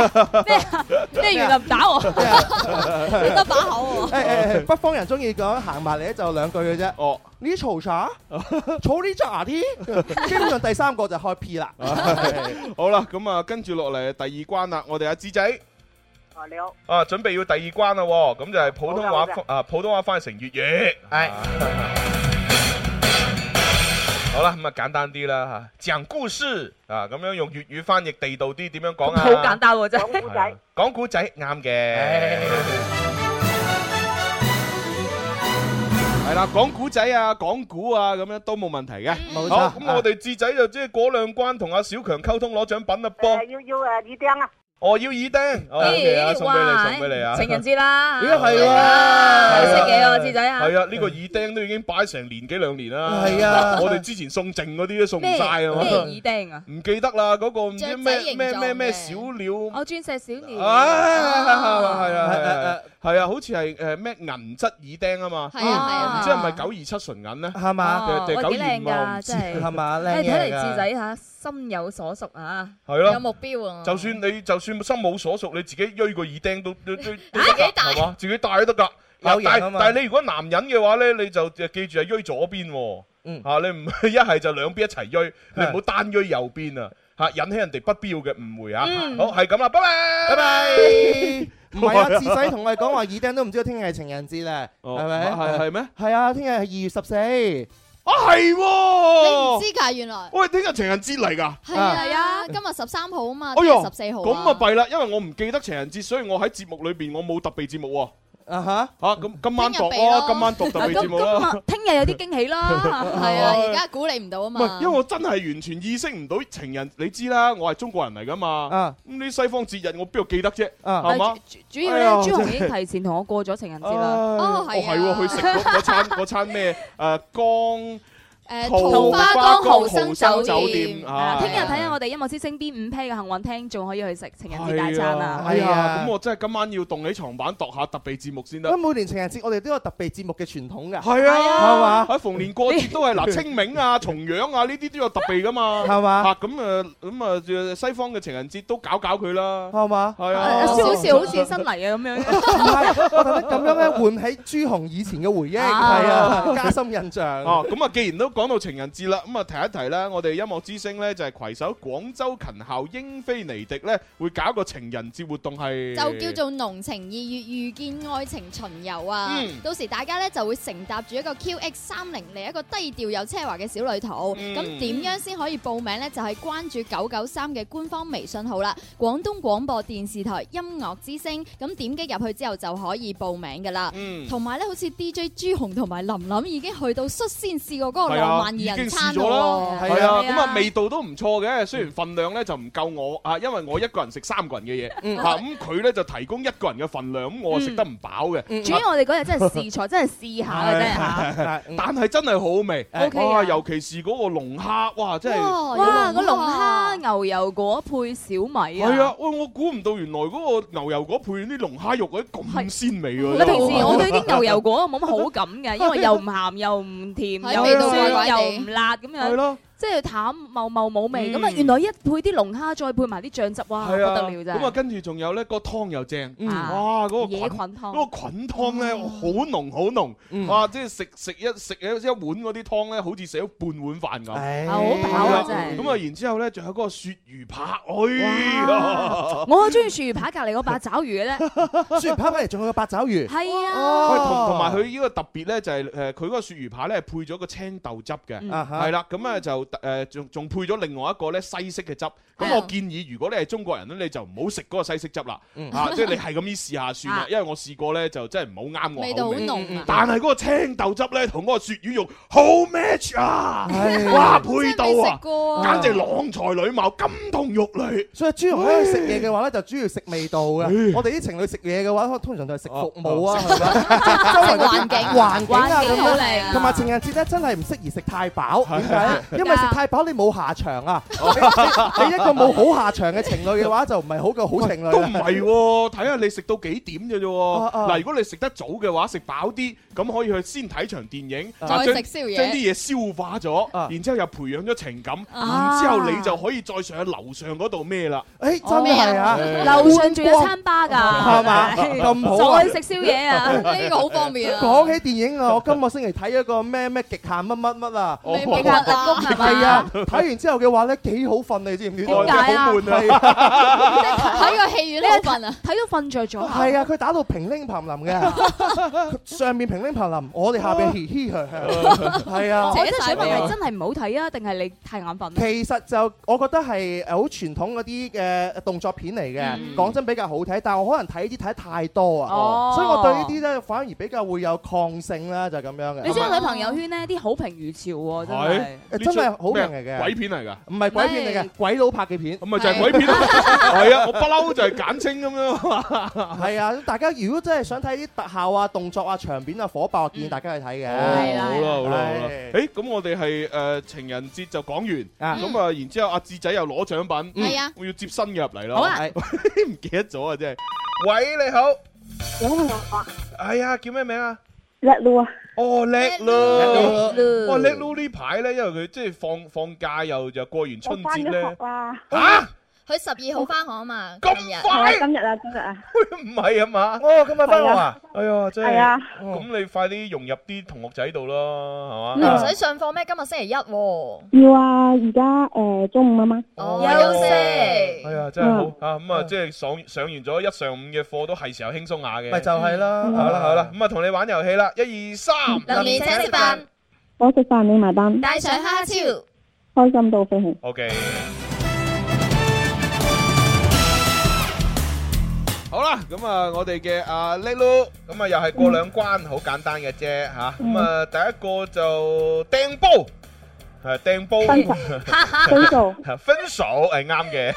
Speaker 10: 咩啊咩原來唔打我， 你得把口喎。
Speaker 7: 誒誒誒，北方人中意講行埋嚟咧就兩句嘅啫。
Speaker 6: 哦，
Speaker 7: 你嘈啥？嘈呢咋啲？基本上第三個就開 P 啦。
Speaker 6: 好啦，咁啊，跟住落嚟第二關啦，我哋阿志仔。
Speaker 8: 啊你 好，
Speaker 6: 啊，準備要第二關啦喎，咁就係普通話
Speaker 8: 好嘅好
Speaker 6: 啊，普通話翻成粵語。
Speaker 7: 係
Speaker 6: 啊 好啦，咁啊簡單啲啦嚇，講故事啊，咁樣用粵語翻譯地道啲，點樣講啊？啊
Speaker 10: 好簡單喎，真係。
Speaker 8: 講古仔，
Speaker 6: 講古仔啱嘅
Speaker 7: 唉。
Speaker 6: 係啦，講古仔啊，講古啊，咁樣都冇問題
Speaker 10: 嗯
Speaker 6: 嘅。
Speaker 7: 冇
Speaker 6: 好，
Speaker 7: 錯。
Speaker 6: 咁我哋智仔就即係嗰兩關同阿小強溝通攞獎品啦
Speaker 8: 誒
Speaker 6: 噃。
Speaker 8: 呃要要誒耳釘啊，
Speaker 6: 我要耳釘。好，OK 啊，送俾你，送俾你啊。
Speaker 10: 情人節 啦，
Speaker 7: 咦係
Speaker 10: 係啊
Speaker 7: 喎，
Speaker 10: 識嘢喎，智仔啊，
Speaker 6: 係啊，呢個耳釘都已經擺成年幾兩年啦。
Speaker 7: 係啊
Speaker 6: 我哋之前送剩嗰啲都送唔
Speaker 10: 咩
Speaker 6: 晒啊
Speaker 10: 咩
Speaker 6: 嘛
Speaker 10: 耳。釘啊？
Speaker 6: 唔記得啦，嗰個唔知
Speaker 2: 雀仔
Speaker 6: 咩
Speaker 2: 形
Speaker 6: 咩
Speaker 2: 狀
Speaker 6: 咩咩
Speaker 2: 嘅
Speaker 6: 小鳥。
Speaker 10: 我鑽石小鳥，
Speaker 6: 啊，係啊係
Speaker 7: 誒誒
Speaker 6: 啊係啊，好似係誒咩銀質耳釘啊嘛，
Speaker 2: 係啊
Speaker 6: 唔知係咪九二七純銀咧？
Speaker 7: 係嘛？
Speaker 10: 哦
Speaker 6: 定係
Speaker 10: 喂幾靚
Speaker 6: 九二五啊
Speaker 10: 㗎， 真係
Speaker 7: 係。嘛？靚
Speaker 10: 誒，睇
Speaker 7: 嘢
Speaker 10: 嚟
Speaker 7: 㗎
Speaker 10: 智仔嚇心有所屬啊！
Speaker 6: 係咯。
Speaker 2: 目標啊
Speaker 6: 就算你就算心冇所屬，你自己攏個耳釘都都都都得
Speaker 2: 啊自己
Speaker 6: 㗎，
Speaker 2: 戴
Speaker 6: 係嘛？自己戴都得㗎。嗱
Speaker 7: 有型
Speaker 6: 但
Speaker 7: 啊
Speaker 6: 係
Speaker 7: 嘛
Speaker 6: 但係你如果男人嘅話咧，你就呃記住係攏左邊喎。
Speaker 7: 嗯
Speaker 6: 嚇你唔 一係就兩邊一齊
Speaker 2: 啊
Speaker 6: 攏，你唔
Speaker 7: 係
Speaker 6: 好單攏右邊啊！嚇引起人哋不必要嘅誤會啊！
Speaker 10: 嗯
Speaker 6: 好係咁啦，拜拜拜拜。
Speaker 7: 唔係啊，智仔同我哋講話耳釘都唔知道聽日係情人節咧，係咪？
Speaker 6: 哦係係咩？
Speaker 7: 係啊，聽日係二月十四。
Speaker 6: 啊係
Speaker 2: 你唔
Speaker 6: 喎！
Speaker 2: 知㗎，原來
Speaker 6: 喂，聽日情人節嚟㗎。
Speaker 2: 係
Speaker 10: 係
Speaker 2: 啊，
Speaker 10: 啊
Speaker 2: 今日十三號啊嘛，
Speaker 6: 哎
Speaker 2: 聽
Speaker 6: 呦
Speaker 2: 日十四號
Speaker 6: 咁啊弊啦，因為我唔記得情人節，所以我喺節目裏邊我冇特備節目喎。
Speaker 7: 啊哈！
Speaker 6: 嚇咁今晚
Speaker 2: 聽
Speaker 6: 度
Speaker 2: 日備
Speaker 6: 咯，
Speaker 2: 咯
Speaker 6: 今晚度特
Speaker 10: 嗱
Speaker 6: 備節
Speaker 10: 咁
Speaker 6: 目啦。
Speaker 10: 咁啊，聽日有啲驚 喜啦，
Speaker 2: 係啊，而家估你唔到啊
Speaker 6: 哦唔
Speaker 2: 嘛，
Speaker 6: 係，因為我真係完全意識唔到情人，你知啦，我係中國人嚟噶嘛。
Speaker 7: 啊
Speaker 6: 咁啲西方節日我邊度記得啫？
Speaker 7: 啊！
Speaker 6: 係嘛
Speaker 10: 但係主主要
Speaker 6: 哎呀
Speaker 10: 咧，朱紅已經提前同我過咗情人節啦。
Speaker 2: 哦
Speaker 6: 哦
Speaker 2: 係啊
Speaker 6: 係喎，去食嗰嗰餐嗰餐咩誒江
Speaker 2: 誒呃桃花江豪生酒店
Speaker 10: 係啦，
Speaker 6: 啊！
Speaker 10: 聽日睇下我哋音樂之星邊五批嘅幸運聽眾可以去食情人節大餐啊！
Speaker 6: 係
Speaker 7: 係
Speaker 6: 啊，
Speaker 7: 啊
Speaker 6: 咁我真係今晚要動起床板度下特備節目先得
Speaker 7: 咁。每年情人節我哋都有特別節目嘅傳統㗎，
Speaker 6: 係 啊，
Speaker 7: 係嘛
Speaker 6: 喺逢年過節都係嗱，清明啊、重陽啊呢啲都有特備噶嘛。
Speaker 7: 係嘛
Speaker 6: 嚇咁誒咁誒，西方嘅情人節都搞搞佢啦。
Speaker 7: 係嘛？
Speaker 6: 係
Speaker 10: 啊
Speaker 6: 啊
Speaker 10: 有，少少好似新嚟嘅咁 樣。
Speaker 7: 唔係，我覺得咁樣咧喚起朱紅以前嘅回憶，
Speaker 10: 啊
Speaker 7: 係啊，加深印象。
Speaker 6: 哦，咁啊，既然都講到情人節啦，咁啊提一提啦，我哋音樂之星呢，就係攜手廣州勤校英菲尼迪呢，會搞一個情人節活動係，
Speaker 2: 就叫做濃情二月遇見愛情巡遊啊！
Speaker 6: 嗯
Speaker 2: 到時大家咧就會乘搭住一個 QX 三零嚟一個低調有奢華嘅小旅途。
Speaker 6: 嗯
Speaker 2: 咁點、樣先可以報名呢？就係、關注九九三嘅官方微信號啦，廣東廣播電視台音樂之聲。咁點擊入去之後就可以報名噶啦。
Speaker 6: 嗯，
Speaker 2: 同埋咧，好似 DJ 朱紅同埋林琳已經去到率先試過嗰個
Speaker 6: 係啊，
Speaker 2: 萬二
Speaker 6: 已
Speaker 2: 人
Speaker 6: 經試
Speaker 2: 餐
Speaker 6: 咗啦，
Speaker 2: 喎
Speaker 6: 係啊，
Speaker 2: 係啊
Speaker 6: 咁啊味道都唔錯嘅，雖然份量咧就唔夠我啊，因為我一個人食三個人嘅嘢，
Speaker 10: 嗯
Speaker 6: 嚇咁佢咧就提供一個人嘅份量，咁我食得唔飽嘅。
Speaker 10: 嗯
Speaker 6: 啊
Speaker 10: 主要我哋嗰日真係試菜，真係試下嘅啫嚇。
Speaker 6: 係但係真係好好味，
Speaker 10: OK
Speaker 6: 哇！
Speaker 10: 啊
Speaker 6: 尤其是嗰個龍蝦，哇！真係。
Speaker 2: Ờ,
Speaker 10: 哇！個龍蝦牛油果配小米啊！
Speaker 6: 係啊，喂！我估唔到原來嗰個牛油果配啲龍蝦肉嗰啲咁鮮味喎。
Speaker 10: 嗱，平時我對啲牛油果冇乜好感嘅，因為又唔鹹又唔甜，
Speaker 2: 係
Speaker 10: 又
Speaker 2: 味
Speaker 10: 唔
Speaker 2: 道怪
Speaker 10: 酸
Speaker 2: 怪地
Speaker 10: 又唔辣咁
Speaker 6: 係
Speaker 10: 樣，
Speaker 6: 咯，
Speaker 10: 即係淡茂茂冇味。咁啊，
Speaker 6: 嗯
Speaker 10: 原來一配啲龍蝦，再配埋啲醬汁，哇，不
Speaker 6: 係啊。
Speaker 10: 哦得了真
Speaker 6: 咁啊，
Speaker 10: 係！
Speaker 6: 跟住仲有咧個湯又正，嗯
Speaker 10: 啊
Speaker 6: 哇！嗰個
Speaker 10: 野
Speaker 6: 菌
Speaker 10: 菌嗯湯
Speaker 6: 嗰個菌湯咧好濃好
Speaker 7: Ừ.
Speaker 6: 濃，哇！即係食食一食一一碗嗰啲湯咧，好似食咗半碗飯咁。
Speaker 7: 唉，
Speaker 10: 好飽啊真係
Speaker 6: 咁啊，然之後咧，仲有嗰個鱈魚扒，哎呀！
Speaker 10: 我好中意鱈魚排隔離嗰把爪魚嘅咧，
Speaker 7: 雖然拍返嚟仲有個八爪魚。
Speaker 10: 係啊，
Speaker 6: 喂，
Speaker 7: 哦。
Speaker 6: 同同埋佢呢個特別咧，就係誒呃佢嗰個鱈魚排咧，係配咗個青豆汁嘅。
Speaker 2: 嗯
Speaker 7: 啊哈。
Speaker 6: 係啦，咁啊就誒仲仲配咗另外一個咧西式嘅汁，咁
Speaker 10: 嗯
Speaker 2: 哦
Speaker 6: 我建議如果你係中國人咧，你就唔好食嗰個西式汁啦，
Speaker 7: 嗯
Speaker 6: 啊，即係你係咁意試下算啦
Speaker 10: 啊，
Speaker 6: 因為我試過咧就真係唔好啱
Speaker 2: 味
Speaker 6: 我
Speaker 2: 道
Speaker 6: 口
Speaker 2: 好
Speaker 6: 味。
Speaker 2: 濃啊！
Speaker 6: 但係嗰個青豆汁咧同嗰個鱈魚肉好 match 啊！
Speaker 7: 唉
Speaker 6: 哇，配到
Speaker 2: 真係未食
Speaker 6: 啊，
Speaker 2: 過啊！
Speaker 6: 簡直郎才女貌，金童玉女。
Speaker 7: 所以豬肉喺度食嘢嘅話呢，就主要食味道嘅。我哋啲情侶食嘢嘅話，通常就係食服務啊，
Speaker 6: 哦
Speaker 7: 係咪？
Speaker 2: 食環境。
Speaker 7: 環境啊，
Speaker 10: 環境
Speaker 7: 咁樣。
Speaker 10: 好靚啊，
Speaker 7: 同埋情人節呢，真係唔適宜食太飽，點解呢？因為食太飽你冇下場啊。
Speaker 6: 哦
Speaker 7: 你-你一個冇好下場嘅情侶嘅話，就唔係好嘅好情侶啊。
Speaker 6: 都唔係喎，睇下你食到幾點嘅啫喎。
Speaker 7: 啊啊
Speaker 6: 嗱，如果你食得早嘅話，食飽啲，咁可以去先睇場電影，
Speaker 2: 再
Speaker 6: 啊
Speaker 2: 食
Speaker 6: 將
Speaker 2: 宵夜
Speaker 6: 將啲嘢消化咗，
Speaker 7: 啊
Speaker 6: 然之後又培養咗情感，
Speaker 10: 啊
Speaker 6: 然之後你就可以再上去樓上嗰度咩啦。
Speaker 7: 誒，真係啊。
Speaker 6: 哦
Speaker 10: 樓上仲有餐吧㗎，
Speaker 7: 係嘛咁好啊
Speaker 10: 再食宵夜啊！
Speaker 2: 呢個好方便啊！
Speaker 7: 講起電影啊，我今個星期睇咗個咩咩極限乜乜乜啊，
Speaker 6: 哦
Speaker 2: 你
Speaker 10: 極 限特工係嘛？
Speaker 7: 係啊，睇完之後嘅話咧幾好瞓，你知唔知道？
Speaker 10: 點解啊
Speaker 6: 好悶啊！
Speaker 7: 係
Speaker 2: 喺個戲院呢份啊！
Speaker 10: 睇到瞓着咗啊，
Speaker 7: 係啊，佢打到平拎掤冧嘅，上面平拎掤冧，我哋下邊嘻嘻呵呵，係啊
Speaker 10: 我。真係想問
Speaker 2: 扯晒
Speaker 10: 係真係唔好睇啊，定係你太眼瞓啊？
Speaker 7: 其實就我覺得係誒好傳統嗰啲嘅動作片嚟嘅，講真比較好睇，但我可能睇啲睇太
Speaker 10: 哦
Speaker 7: 多啊，所以我對呢啲咧反而比較會有抗性啦，就係咁樣
Speaker 10: 你知
Speaker 7: 嘅。
Speaker 10: 我睇朋友圈呢啲好評如潮喎，真係。
Speaker 7: 真
Speaker 6: 呢出
Speaker 7: 係好
Speaker 6: 咩啊
Speaker 7: 明嚟嘅
Speaker 6: 鬼片嚟㗎。
Speaker 7: 唔係鬼片嚟
Speaker 10: 唔係
Speaker 7: 嘅，鬼佬拍嘅 片。
Speaker 6: 咁咪就係鬼片咯，係啊！我不嬲就係簡稱咁樣。
Speaker 7: 係啊，大家如果真係想睇啲特效啊、動作啊、場面啊、火爆，啊，建議大家去睇
Speaker 10: 係
Speaker 7: 嘅。
Speaker 10: 啦
Speaker 6: 好啦好啦好啦
Speaker 7: 係。
Speaker 6: 誒，咁我哋係誒情人節就講完，
Speaker 7: 啊
Speaker 6: 咁啊，然之後阿志仔又攞獎品，
Speaker 2: 嗯係啊
Speaker 6: 我要接新嘅入嚟啦。
Speaker 10: 好啊
Speaker 7: 係
Speaker 6: 唔記得咗啊！真係。喂，你好。哎呀，叫咩名啊？
Speaker 8: 叻咯啊！
Speaker 6: 哦，叻
Speaker 2: 叻
Speaker 6: 咯。哦，叻咯呢排咧，因為佢即係放放假又又過完
Speaker 8: 我
Speaker 6: 春
Speaker 8: 翻
Speaker 6: 節
Speaker 8: 咗
Speaker 6: 咧。
Speaker 8: 學啊！
Speaker 6: 嚇
Speaker 2: 佢十二號翻學啊嘛，今日
Speaker 6: 咁快？
Speaker 8: 今日啊，今日啊，
Speaker 6: 唔係啊嘛？
Speaker 7: 哦，今日翻學
Speaker 8: 係
Speaker 7: 啊！
Speaker 6: 哎呀，真
Speaker 8: 係
Speaker 6: 係。
Speaker 8: 啊，
Speaker 6: 咁你快啲融入啲同學仔度啦，係
Speaker 2: 你
Speaker 6: 嘛？
Speaker 2: 唔使上課咩？今日星期一喎，
Speaker 8: 要啊，而家誒中午啊嘛，
Speaker 2: 哦
Speaker 10: 休息
Speaker 6: 哎呀，真係好啊！咁啊，即係上上完咗一上午嘅課，都係時候輕鬆下嘅。
Speaker 7: 咪就嗯係啦。
Speaker 6: 好啦好啦，，咁啊，同你玩遊戲啦，一二三，
Speaker 2: 林兒請食飯，
Speaker 8: 我食飯你埋單，
Speaker 2: 帶上蝦超。
Speaker 8: 開心到飛 起。
Speaker 6: OK。好啦，咁啊，我哋嘅啊叻嚕，咁啊又係過兩關，好簡單嘅啫吓。咁啊，第一個就掟煲，係掟煲，
Speaker 8: 分數
Speaker 6: 分手係啱嘅。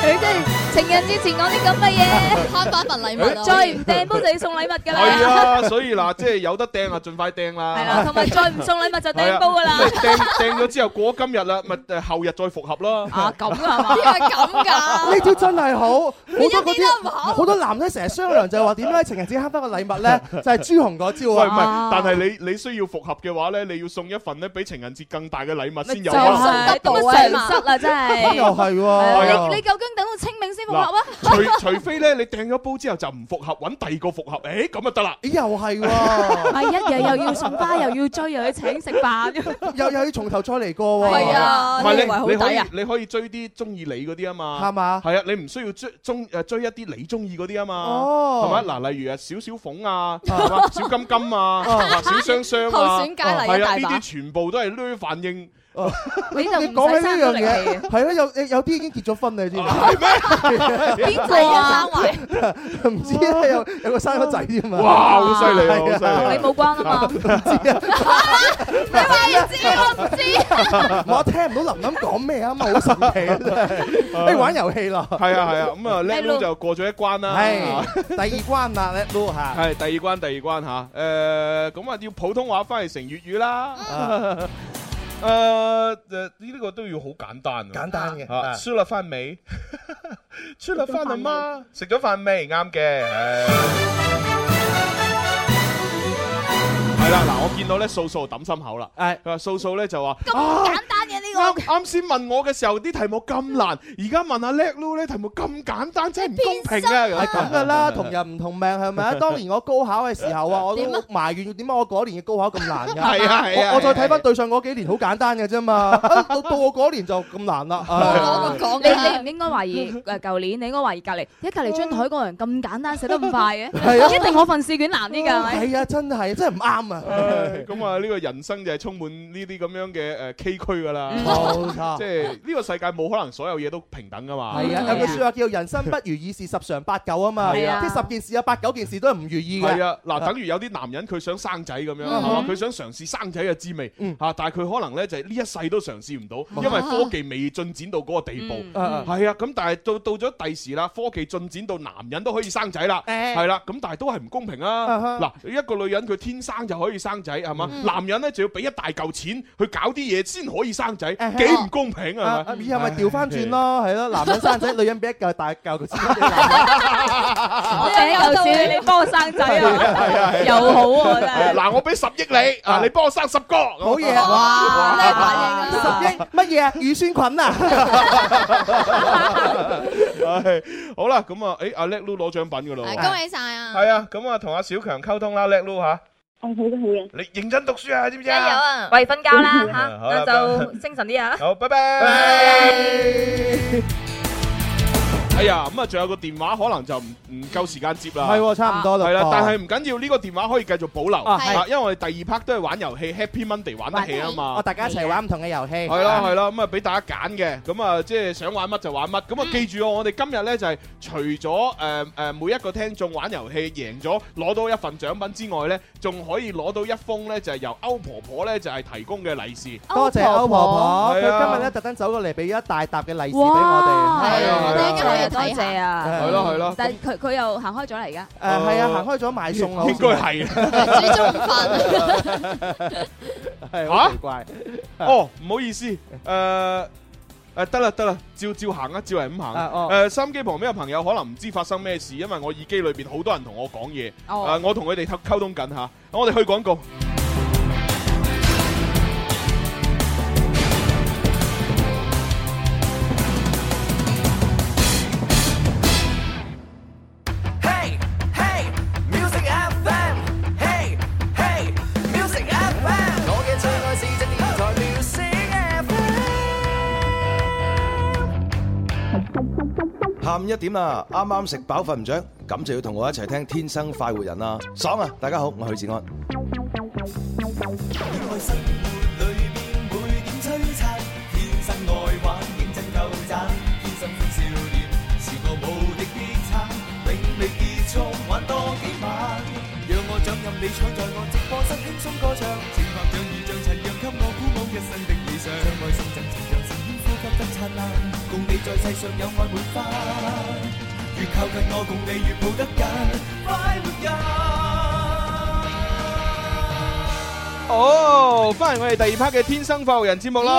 Speaker 10: 佢真係情人節前講啲咁嘅 嘢，
Speaker 2: 慳翻份禮物啊！
Speaker 10: 再唔掟煲就要送禮物㗎
Speaker 6: 係
Speaker 10: 啦。
Speaker 6: 啊，所以嗱，即係有得掟啊，盡快掟啦。
Speaker 10: 係啦，同埋再唔送禮物就
Speaker 6: 係啊
Speaker 10: 掟煲㗎
Speaker 6: 即
Speaker 10: 啦。
Speaker 6: 係掟掟咗之後，過咗今日啦，咪誒後日再復合咯。
Speaker 10: 啊咁㗎 係嘛？
Speaker 2: 邊係咁㗎？
Speaker 7: 呢招真係好，好
Speaker 2: 一啲
Speaker 7: 多嗰
Speaker 2: 都唔
Speaker 7: 啲
Speaker 2: 好
Speaker 7: 好多男仔成日商量就係話點解情人節慳翻個禮物咧，就係朱紅嗰
Speaker 6: 喂，
Speaker 7: 招
Speaker 6: 唔
Speaker 7: 啊！
Speaker 6: 係，但係你你需要復合嘅話咧，你要送一份咧比情人節更大嘅禮物先有
Speaker 10: 就
Speaker 6: 可能。
Speaker 10: 係咁嘅常識啦，真係。
Speaker 7: 又係
Speaker 10: 係你
Speaker 7: 喎
Speaker 10: 你，究竟等到清明先復合啊？
Speaker 6: 嗱，除除非咧你掟咗煲之後就唔復合，揾第二個復合，誒咁就得啦。
Speaker 7: 咦又係喎，
Speaker 10: 係一日又要送花，又要追，又要請食飯。
Speaker 7: 又又要從頭再嚟過喎。
Speaker 2: 係啊，
Speaker 6: 唔係
Speaker 2: 你以為好
Speaker 6: 你你可
Speaker 2: 抵
Speaker 6: 以
Speaker 2: 啊？
Speaker 6: 你可以追啲中意你嗰啲啊嘛，
Speaker 7: 係嘛
Speaker 6: 係啊，你唔需要追中誒追一啲你中意嗰啲啊嘛，
Speaker 7: 哦
Speaker 6: 係咪？嗱，例如啊，小小 鳳啊，係嘛小金金啊，小雙雙
Speaker 2: 哦候
Speaker 6: 啊
Speaker 2: 選佳麗一
Speaker 6: 係啊，
Speaker 2: 大
Speaker 6: 呢
Speaker 2: 把
Speaker 6: 啲全部都係攣反應，
Speaker 10: 你就唔
Speaker 7: 講
Speaker 10: 使
Speaker 7: 起
Speaker 10: 生
Speaker 7: 呢
Speaker 10: 到
Speaker 7: 樣
Speaker 10: 力氣
Speaker 7: 嘢，係啦，有有啲已經結咗婚啦，你知唔知？
Speaker 10: 邊個啊？
Speaker 7: 唔知啊，有有個生咗仔添啊！
Speaker 6: 哇好犀利啊好犀利啊
Speaker 10: 同你冇關啊嘛。
Speaker 7: 你話知我唔知，我聽唔到琳琳講咩啊嘛，好神奇啊真係！不如玩遊戲啦，
Speaker 6: 係啊係啊，咁啊叻
Speaker 7: 叻
Speaker 6: 佬
Speaker 7: 佬
Speaker 6: 就過咗一關啦。
Speaker 7: 係第二關啦，叻佬嚇。
Speaker 6: 係第二關，第二關吓，诶，咁啊要普通話翻譯成粵語啦。诶，誒呢個都要好簡單啊。
Speaker 7: 簡單嘅
Speaker 6: 啊，
Speaker 7: 啊
Speaker 6: 輸啦 翻尾，輸啦翻阿媽，食咗飯未？啱嘅。唉係啦，嗱，我見到咧素素抌心口啦。
Speaker 7: 係
Speaker 6: 佢話素素咧就話
Speaker 2: 咁
Speaker 6: 啊
Speaker 2: 簡單嘅呢
Speaker 6: 啱啱先問我嘅時候啲題目咁難，而家問阿叻佬咧題目咁簡單，真係唔公平啊！
Speaker 7: 係咁噶啦，同人唔同命係咪啊？當年我高考嘅時候啊，我
Speaker 2: 點
Speaker 7: 都
Speaker 2: 啊
Speaker 7: 埋怨點解我嗰年嘅高考咁難㗎。
Speaker 6: 係啊係啊
Speaker 7: 我我再
Speaker 6: 係啊
Speaker 7: 睇翻對上嗰幾年好簡單嘅啫嘛，啊到到我嗰年就咁難啦。唉
Speaker 2: 我咁講
Speaker 10: 你
Speaker 2: 嘅
Speaker 10: 你唔應該懷疑誒舊年，你應該懷疑隔離，一隔離張台嗰個人咁簡單寫得咁快嘅，
Speaker 7: 係啊
Speaker 10: 一定我份試卷難啲㗎，係咪？
Speaker 7: 係啊，真係真係唔啱啊！
Speaker 6: 唉咁啊，呢個人生就係充滿呢啲咁樣嘅誒崎嶇噶
Speaker 7: 嗯
Speaker 6: 啦，
Speaker 7: 冇錯
Speaker 6: 即。係呢個世界冇可能所有嘢都平等噶嘛。
Speaker 7: 係啊，有句説話叫人生不如意事十常八九啊嘛，即
Speaker 10: 係啊
Speaker 7: 係十件事有八九件事都係唔如意
Speaker 6: 係
Speaker 7: 嘅。
Speaker 6: 啊，嗱，等於有啲男人佢想生仔咁樣，係嘛佢想嘗試生仔嘅滋味
Speaker 7: 嗯
Speaker 6: 嚇，但係佢可能咧就係呢一世都嘗試唔到，因為科技未進展到嗰個地步。
Speaker 10: 嗯
Speaker 7: 啊
Speaker 6: 係啊，咁但係到到咗第時啦，科技進展到男人都可以生仔啦，
Speaker 7: 誒
Speaker 6: 係啦，咁但係都係唔公平
Speaker 7: 啊
Speaker 6: 啊！嗱
Speaker 7: 哈，嗯
Speaker 6: 一個女人佢天生就可以生仔係嘛，男人咧就要俾一大嚿錢去搞啲嘢先可以生仔，
Speaker 7: 啊哈
Speaker 6: 幾唔公平啊！
Speaker 7: 啊
Speaker 6: 係咪
Speaker 7: 以後咪調翻轉咯，係咯，男人生仔，女人俾一嚿大嚿嘅錢。
Speaker 10: 我請舊主，你幫我生仔啊，又好喎真係。
Speaker 6: 嗱，我俾十億你啊，
Speaker 7: 啊
Speaker 6: 你幫我生十個，啊
Speaker 7: 好嘢！
Speaker 10: 哇咩反應啊
Speaker 7: 十億乜嘢啊？乳酸菌啊！
Speaker 6: 唉好啦，咁啊，誒阿叻 Lu 攞獎品噶咯
Speaker 2: 係
Speaker 6: 喎，
Speaker 2: 恭喜晒啊！
Speaker 6: 係啊，咁啊同阿小強溝通啦，叻 Lu 吓，
Speaker 8: 我哎好嘅好嘅，
Speaker 6: 你認真讀書啊，知唔知
Speaker 4: 加油
Speaker 6: 啊？
Speaker 4: 啊！
Speaker 10: 喂，瞓覺啦
Speaker 6: 嗯好
Speaker 10: 嚇，
Speaker 6: 啦
Speaker 10: 晏晝精神啲啊！
Speaker 6: 好，拜拜。哎呀，咁啊，仲有個電話可能就唔唔夠時間接啦。
Speaker 7: 係喎，差唔多啦。
Speaker 6: 係啦，但係唔緊要，呢個電話可以繼續保留
Speaker 7: 啊係
Speaker 6: 啊，因為我哋第二 part 都係玩遊戲 Happy Monday 玩得起啊嘛
Speaker 7: 我。大家一齊玩唔同嘅遊戲。
Speaker 6: 係啦係啦，咁啊俾大家揀嘅，咁啊即係想玩乜就玩乜，咁啊記住哦，我哋今日呢就係除咗誒誒每一個聽眾玩遊戲贏咗攞到一份獎品之外呢，仲可以攞到一封呢就係由歐婆婆呢就係提供嘅利是。
Speaker 7: 多謝歐婆婆，
Speaker 6: 係啊
Speaker 7: 佢今日咧特登走過嚟俾一大沓嘅利是俾
Speaker 10: 哇！
Speaker 7: 我哋。
Speaker 6: 係啊
Speaker 2: 我哋
Speaker 10: 多
Speaker 2: 今日
Speaker 10: 謝多
Speaker 2: 要睇
Speaker 10: 謝
Speaker 2: 下
Speaker 10: 啊！
Speaker 6: 係咯係咯
Speaker 10: 但係佢佢又行開咗嚟㗎。
Speaker 7: 誒係啊，行開咗買餸啊，
Speaker 6: 應該係啊
Speaker 2: 煮中午飯，
Speaker 7: 係好奇怪。
Speaker 6: 哦，唔好意思，誒、誒得啦得啦，照照行啊，照係咁行。誒、
Speaker 7: 啊哦
Speaker 6: 收音機旁邊嘅朋友可能唔知發生咩事，因為我耳機裏邊好多人同我講嘢。
Speaker 10: 哦
Speaker 6: 誒我同佢哋溝溝通緊嚇，我哋去廣告。
Speaker 5: Hey, hey, music FM. Hey, hey, music FM. 我嘅最愛是只電台 music FM。
Speaker 11: 下午一點啦，啱啱食飽瞓唔着，咁就要同我一齊聽《天生快活人》啦，爽啊！大家好，我係許志安。
Speaker 5: 熱愛生活裏面每點璀璨，天生愛玩，認真夠盞，天生歡笑臉，是個無敵的撐，永未結束，玩多幾晚。讓我掌任理想，在我直播室輕鬆歌唱，前拍掌與像塵揚，給我鼓舞一生的理想。將愛心贈情，讓聲音呼吸得燦爛，共你在世上有愛滿花。越靠近我，共你越抱得緊，快活人。
Speaker 6: 哦，翻嚟我哋第二 part 嘅《天生快活人》節目啦。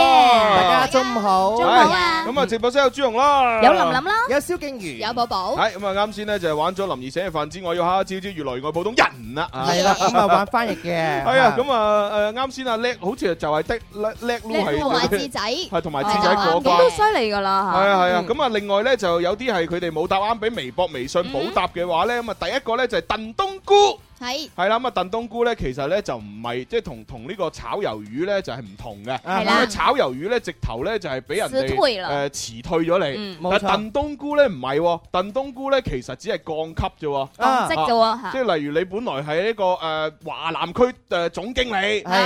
Speaker 7: 大家中午好，
Speaker 10: 中午好啊
Speaker 6: 咁啊，直播室有朱紅啦，
Speaker 10: 有林林。啦，
Speaker 7: 有蕭敬如，
Speaker 2: 有寶寶，
Speaker 6: 係咁啊！啱先呢就係玩咗林兒請嘅飯之外，要下朝朝越來越愛普通人啦。啊
Speaker 7: 係啦，咁啊玩翻譯嘅。
Speaker 6: 係啊，咁啊誒啱先啊叻，好似就係的叻叻
Speaker 2: 叻
Speaker 6: 佬係
Speaker 2: 同埋智仔，係
Speaker 6: 係同埋智仔過
Speaker 10: 咁都
Speaker 6: 關。
Speaker 10: 犀利㗎啦
Speaker 6: 係
Speaker 10: 嚇。
Speaker 6: 啊係啊，
Speaker 7: 嗯
Speaker 6: 咁啊另外咧
Speaker 2: 嗯
Speaker 6: 就有啲係佢哋冇答啱，俾微博、微信補答嘅話咧，咁啊第一個咧就係燉冬菇，
Speaker 2: 係
Speaker 6: 係啦，咁啊燉冬菇咧，其實咧就唔係即係同同呢個炒魷魚咧就係唔同嘅。
Speaker 2: 係啦
Speaker 6: 因為炒魷魚咧直頭咧就係俾人
Speaker 2: 辭退啦
Speaker 6: 哋誒辭退咗你
Speaker 2: 嗯，
Speaker 6: 但
Speaker 2: 冇錯
Speaker 6: 係燉冬菇咧唔係喎，燉冬菇咧其實只係降級啫喎，
Speaker 2: 降職啫喎
Speaker 6: 啊
Speaker 2: 嚇
Speaker 6: 即係例如你本來係一個誒華南區誒總經理，誒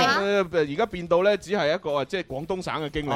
Speaker 6: 而家變到咧只係一個誒即係廣東省嘅經理，
Speaker 5: 哦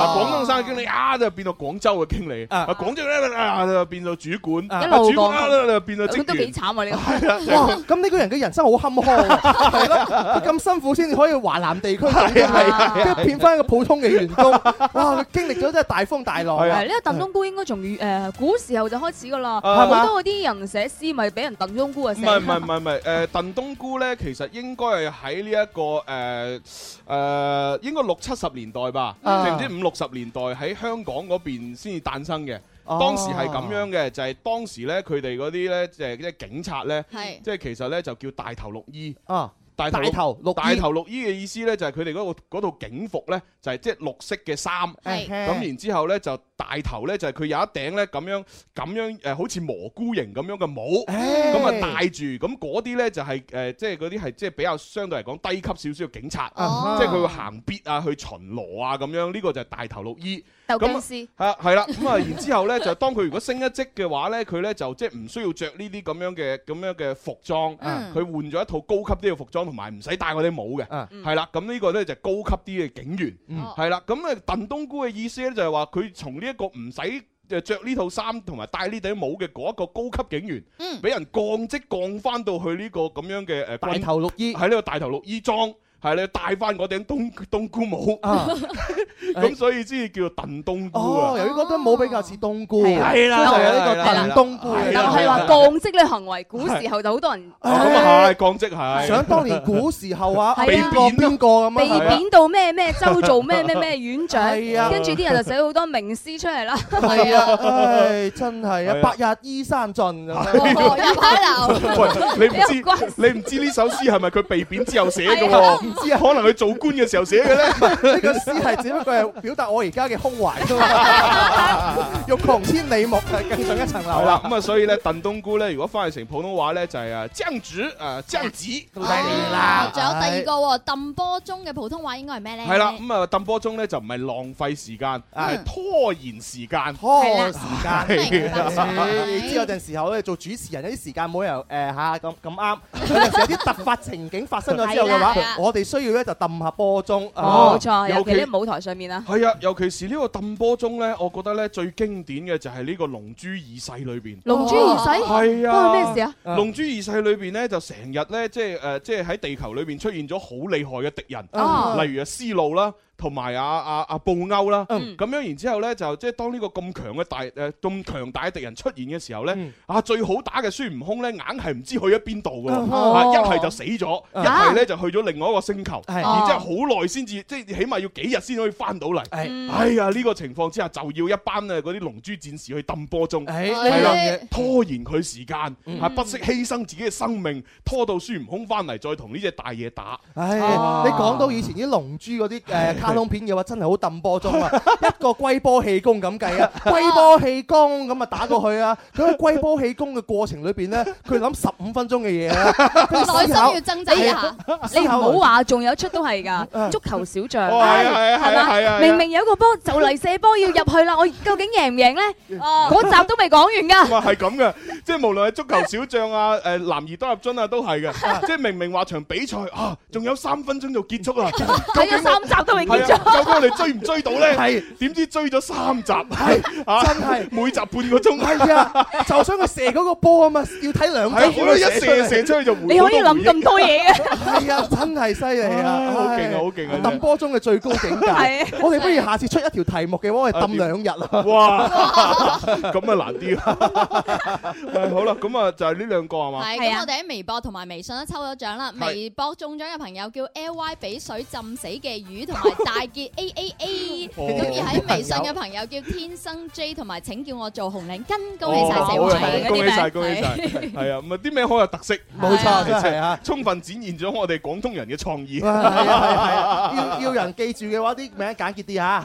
Speaker 6: 啊廣東省嘅經理啊就變到廣州嘅經理，啊廣州咧啊就變到主管，
Speaker 7: 啊
Speaker 6: 啊
Speaker 7: 一路
Speaker 6: 主管
Speaker 7: 降
Speaker 6: 啊就變到職員，
Speaker 10: 都幾慘啊！呢個
Speaker 6: 係啦就係
Speaker 7: 哇！咁呢個人嘅人生好坎坷啊，係咯，佢咁辛苦先至可以華南地區總經
Speaker 10: 係啊係
Speaker 7: 理，
Speaker 10: 啊
Speaker 7: 跟住變翻一個普通嘅員工，哇！佢經歷咗真係大風大浪。
Speaker 10: 係呢個燉冬菇應該仲誒古時候就開始噶啦，好
Speaker 6: 係嘛
Speaker 10: 多嗰啲人寫詩咪俾人燉冬菇啊
Speaker 6: 唔
Speaker 10: 寫。
Speaker 6: 係唔係唔係唔係，誒燉冬菇咧，其實應該係喺呢一個誒誒，應該六七十年代吧，
Speaker 11: 啊
Speaker 6: 定唔知五六十年代喺香港嗰邊先至誕生嘅。
Speaker 11: 哦
Speaker 6: 當時係咁樣嘅，就係當時咧，佢哋嗰啲咧，即係即係警察咧
Speaker 11: 係，
Speaker 6: 即係其實咧就叫大頭綠衣。
Speaker 7: 啊！
Speaker 6: 大
Speaker 7: 大頭綠衣
Speaker 6: 大頭綠衣嘅意思咧，就係佢哋嗰個嗰套警服咧，就係即係綠色嘅衫，
Speaker 7: 係
Speaker 6: 咁然之後咧就大頭咧就係佢有一頂咧咁樣咁樣誒，好似蘑菇型咁樣嘅帽，咁啊戴住，咁嗰啲咧就係誒，即係嗰啲係即係比較相對嚟講低級少少嘅警察，
Speaker 11: 哦
Speaker 6: 即係佢會行必啊，去巡邏啊咁樣，呢個就係大頭綠衣。
Speaker 10: 鬥
Speaker 6: 咁
Speaker 10: 僵屍
Speaker 6: 啊，係啦，咁啊，然之後咧，就當佢如果升一職嘅話咧，佢咧就即係唔需要着呢啲咁樣嘅咁樣嘅服裝，
Speaker 11: 嗯
Speaker 6: 佢換咗一套高級啲嘅服裝，同埋唔使戴嗰啲帽嘅，
Speaker 11: 嗯
Speaker 6: 係啦，咁呢個咧就高級啲嘅警員，係啦，咁啊，燉冬菇嘅意思咧就係話佢從呢一個唔使。誒著呢套衫同埋戴呢頂帽嘅嗰一個高級警員，
Speaker 11: 嗯
Speaker 6: 俾人降職降翻到去呢個咁樣嘅誒
Speaker 7: 大頭綠衣，
Speaker 6: 喺呢個大頭綠衣裝，係你戴翻嗰頂冬冬菇帽，
Speaker 7: Ờ.
Speaker 6: 咁所以先至叫做燉冬菇啊
Speaker 7: 啊哦，。由於嗰堆冇比較似冬菇，
Speaker 6: 係啦
Speaker 7: 所以就有
Speaker 6: 係啦係
Speaker 7: 呢
Speaker 6: 啦
Speaker 7: 個燉冬菇嘅。
Speaker 10: 但係話降職呢行為，古時候就好多人
Speaker 6: 咁啊係降職係。
Speaker 7: 想當年古時候啊，
Speaker 10: 係
Speaker 7: 邊
Speaker 10: 啊
Speaker 7: 個邊個咁
Speaker 10: 被
Speaker 7: 啊？係啊
Speaker 10: 貶到咩咩州做咩咩咩院長，
Speaker 7: 係啊
Speaker 10: 跟住啲人就寫好多名詩出嚟啦。
Speaker 7: 係啊，唉，真係
Speaker 6: 係啊
Speaker 7: 啊，白日依山盡啊！
Speaker 6: 喂，你唔知你唔知呢首詩係咪佢被貶之後寫嘅
Speaker 7: 係啊
Speaker 6: 喎？可能佢做官嘅時候寫 嘅咧。
Speaker 7: 呢個詩係只不過係表達我而家嘅胸懷啫嘛，欲窮千里目，更上一層
Speaker 6: 係
Speaker 7: 樓
Speaker 6: 啦
Speaker 7: 啦，。
Speaker 6: 咁啊，所以咧，燉冬菇咧，如果翻譯成普通話咧，就係啊，姜子啊，姜子
Speaker 2: 哦
Speaker 6: 啊
Speaker 2: 仲有第二個喎，揼波鐘嘅普通話應該係咩咧？
Speaker 6: 係啦，咁啊，鄧波鐘咧就唔係浪費時間，係拖延時間。
Speaker 7: 拖
Speaker 6: 係
Speaker 7: 時
Speaker 6: 啦
Speaker 7: 間
Speaker 6: 係啦，
Speaker 7: 你知有陣時候咧做主持人有啲時間冇理由誒嚇咁咁 啱，有陣時有啲突發情景發生咗之後嘅
Speaker 10: 係啦係啦
Speaker 7: 話，我哋需要咧就揼下波鐘。
Speaker 6: 哦
Speaker 10: 冇錯，尤其
Speaker 6: 尤其
Speaker 10: 啲舞台上面啦。
Speaker 6: 係啊，尤其是呢個揼波鐘咧，我覺得咧最經典嘅就係呢個《龍珠二世》裏邊。
Speaker 10: 龍珠二世
Speaker 6: 係
Speaker 10: 哎
Speaker 6: 啊，
Speaker 10: 關佢咩事啊
Speaker 6: 《龍珠二世》裏邊咧就成日咧即係呃誒，即係喺地球裏邊出現咗好厲害嘅敵
Speaker 11: 哦
Speaker 6: 人，例如啊思路啦。同埋啊啊啊布歐啦，
Speaker 11: 嗯
Speaker 6: 咁樣然之後咧就即係當呢個咁強嘅大誒咁強大嘅敵人出現嘅時候咧，啊最好打嘅孫悟空咧硬係唔知去咗邊度㗎喎，
Speaker 11: 哦
Speaker 6: 啊一係就死咗，
Speaker 11: 啊
Speaker 6: 一係咧就去咗另外一個星球，然
Speaker 11: 係
Speaker 6: 之後好耐先至即係起碼要幾日先可以翻到嚟。
Speaker 7: 嗯
Speaker 6: 哎呀呢個情況之下就要一班啊嗰啲龍珠戰士去揼波鐘，
Speaker 7: 呢
Speaker 6: 係
Speaker 7: 樣
Speaker 6: 啦
Speaker 7: 哎嘢
Speaker 6: 拖延佢時間，係不惜犧牲自己嘅生命，拖到孫悟空翻嚟再同呢只大嘢打。
Speaker 7: 唉，哎你講到以前啲龍珠嗰啲 誒卡通片嘅話，真係好揼波鐘啊！一個龜波氣功咁計啊，龜波氣功咁啊打過去啊！佢喺龜波氣功嘅過程裏邊咧，佢諗十五分鐘嘅嘢啊，跟住思考
Speaker 2: à?
Speaker 10: 你唔好話，仲有一出都 係㗎，足球小將
Speaker 5: 哦係啊係啊係啊係啊
Speaker 10: 嘛？明明有個波就嚟射波要入去啦，我 究竟贏唔贏咧？嗰集都未講完
Speaker 6: 哇，
Speaker 10: 㗎。
Speaker 6: 係咁嘅， 即係無論係足球小將啊、 誒男兒多入樽啊，都係嘅。即係明明話場比賽啊，仲有三分鐘就結束啦，睇
Speaker 10: 咗三集都未結束
Speaker 6: 究竟我哋追唔追到咧？
Speaker 7: 係
Speaker 6: 點知追咗三集，係
Speaker 7: 真係
Speaker 6: 每集半個鐘，
Speaker 7: 係啊，就想佢射嗰個波啊嘛，要睇兩
Speaker 6: 係
Speaker 7: 集
Speaker 6: 好啦，一射射出去就回
Speaker 7: 你可以諗
Speaker 10: 咁多嘢 嘅
Speaker 7: 係啊，真係犀利啊！
Speaker 6: 好勁啊好勁啊真係
Speaker 7: 揼波鐘嘅最高境
Speaker 10: 係
Speaker 7: 界。我哋不如下次出一條題目嘅話，我哋揼兩日啊！
Speaker 6: 哇，咁啊難啲啦。好啦，咁啊就係呢兩個係嘛？
Speaker 2: 係咁，我哋喺微博同埋微信都抽咗獎啦。
Speaker 6: 係
Speaker 2: 微博中獎嘅朋友叫 L Y 俾水浸死嘅魚同埋大傑 A A A，
Speaker 6: 哦
Speaker 2: 咁而喺微信嘅朋友叫天生 J 同埋請叫我做紅領巾，恭喜晒
Speaker 6: 哦
Speaker 2: 四
Speaker 6: 好啊
Speaker 2: 位，
Speaker 6: 恭喜晒，恭喜晒，係啊，咁啊啲名好有特色，
Speaker 7: 冇錯真係
Speaker 6: 啊，充分展現咗我哋廣東人嘅 創意。
Speaker 7: 係啊係啊係啊，要要人記住嘅話，啲名簡潔啲嚇。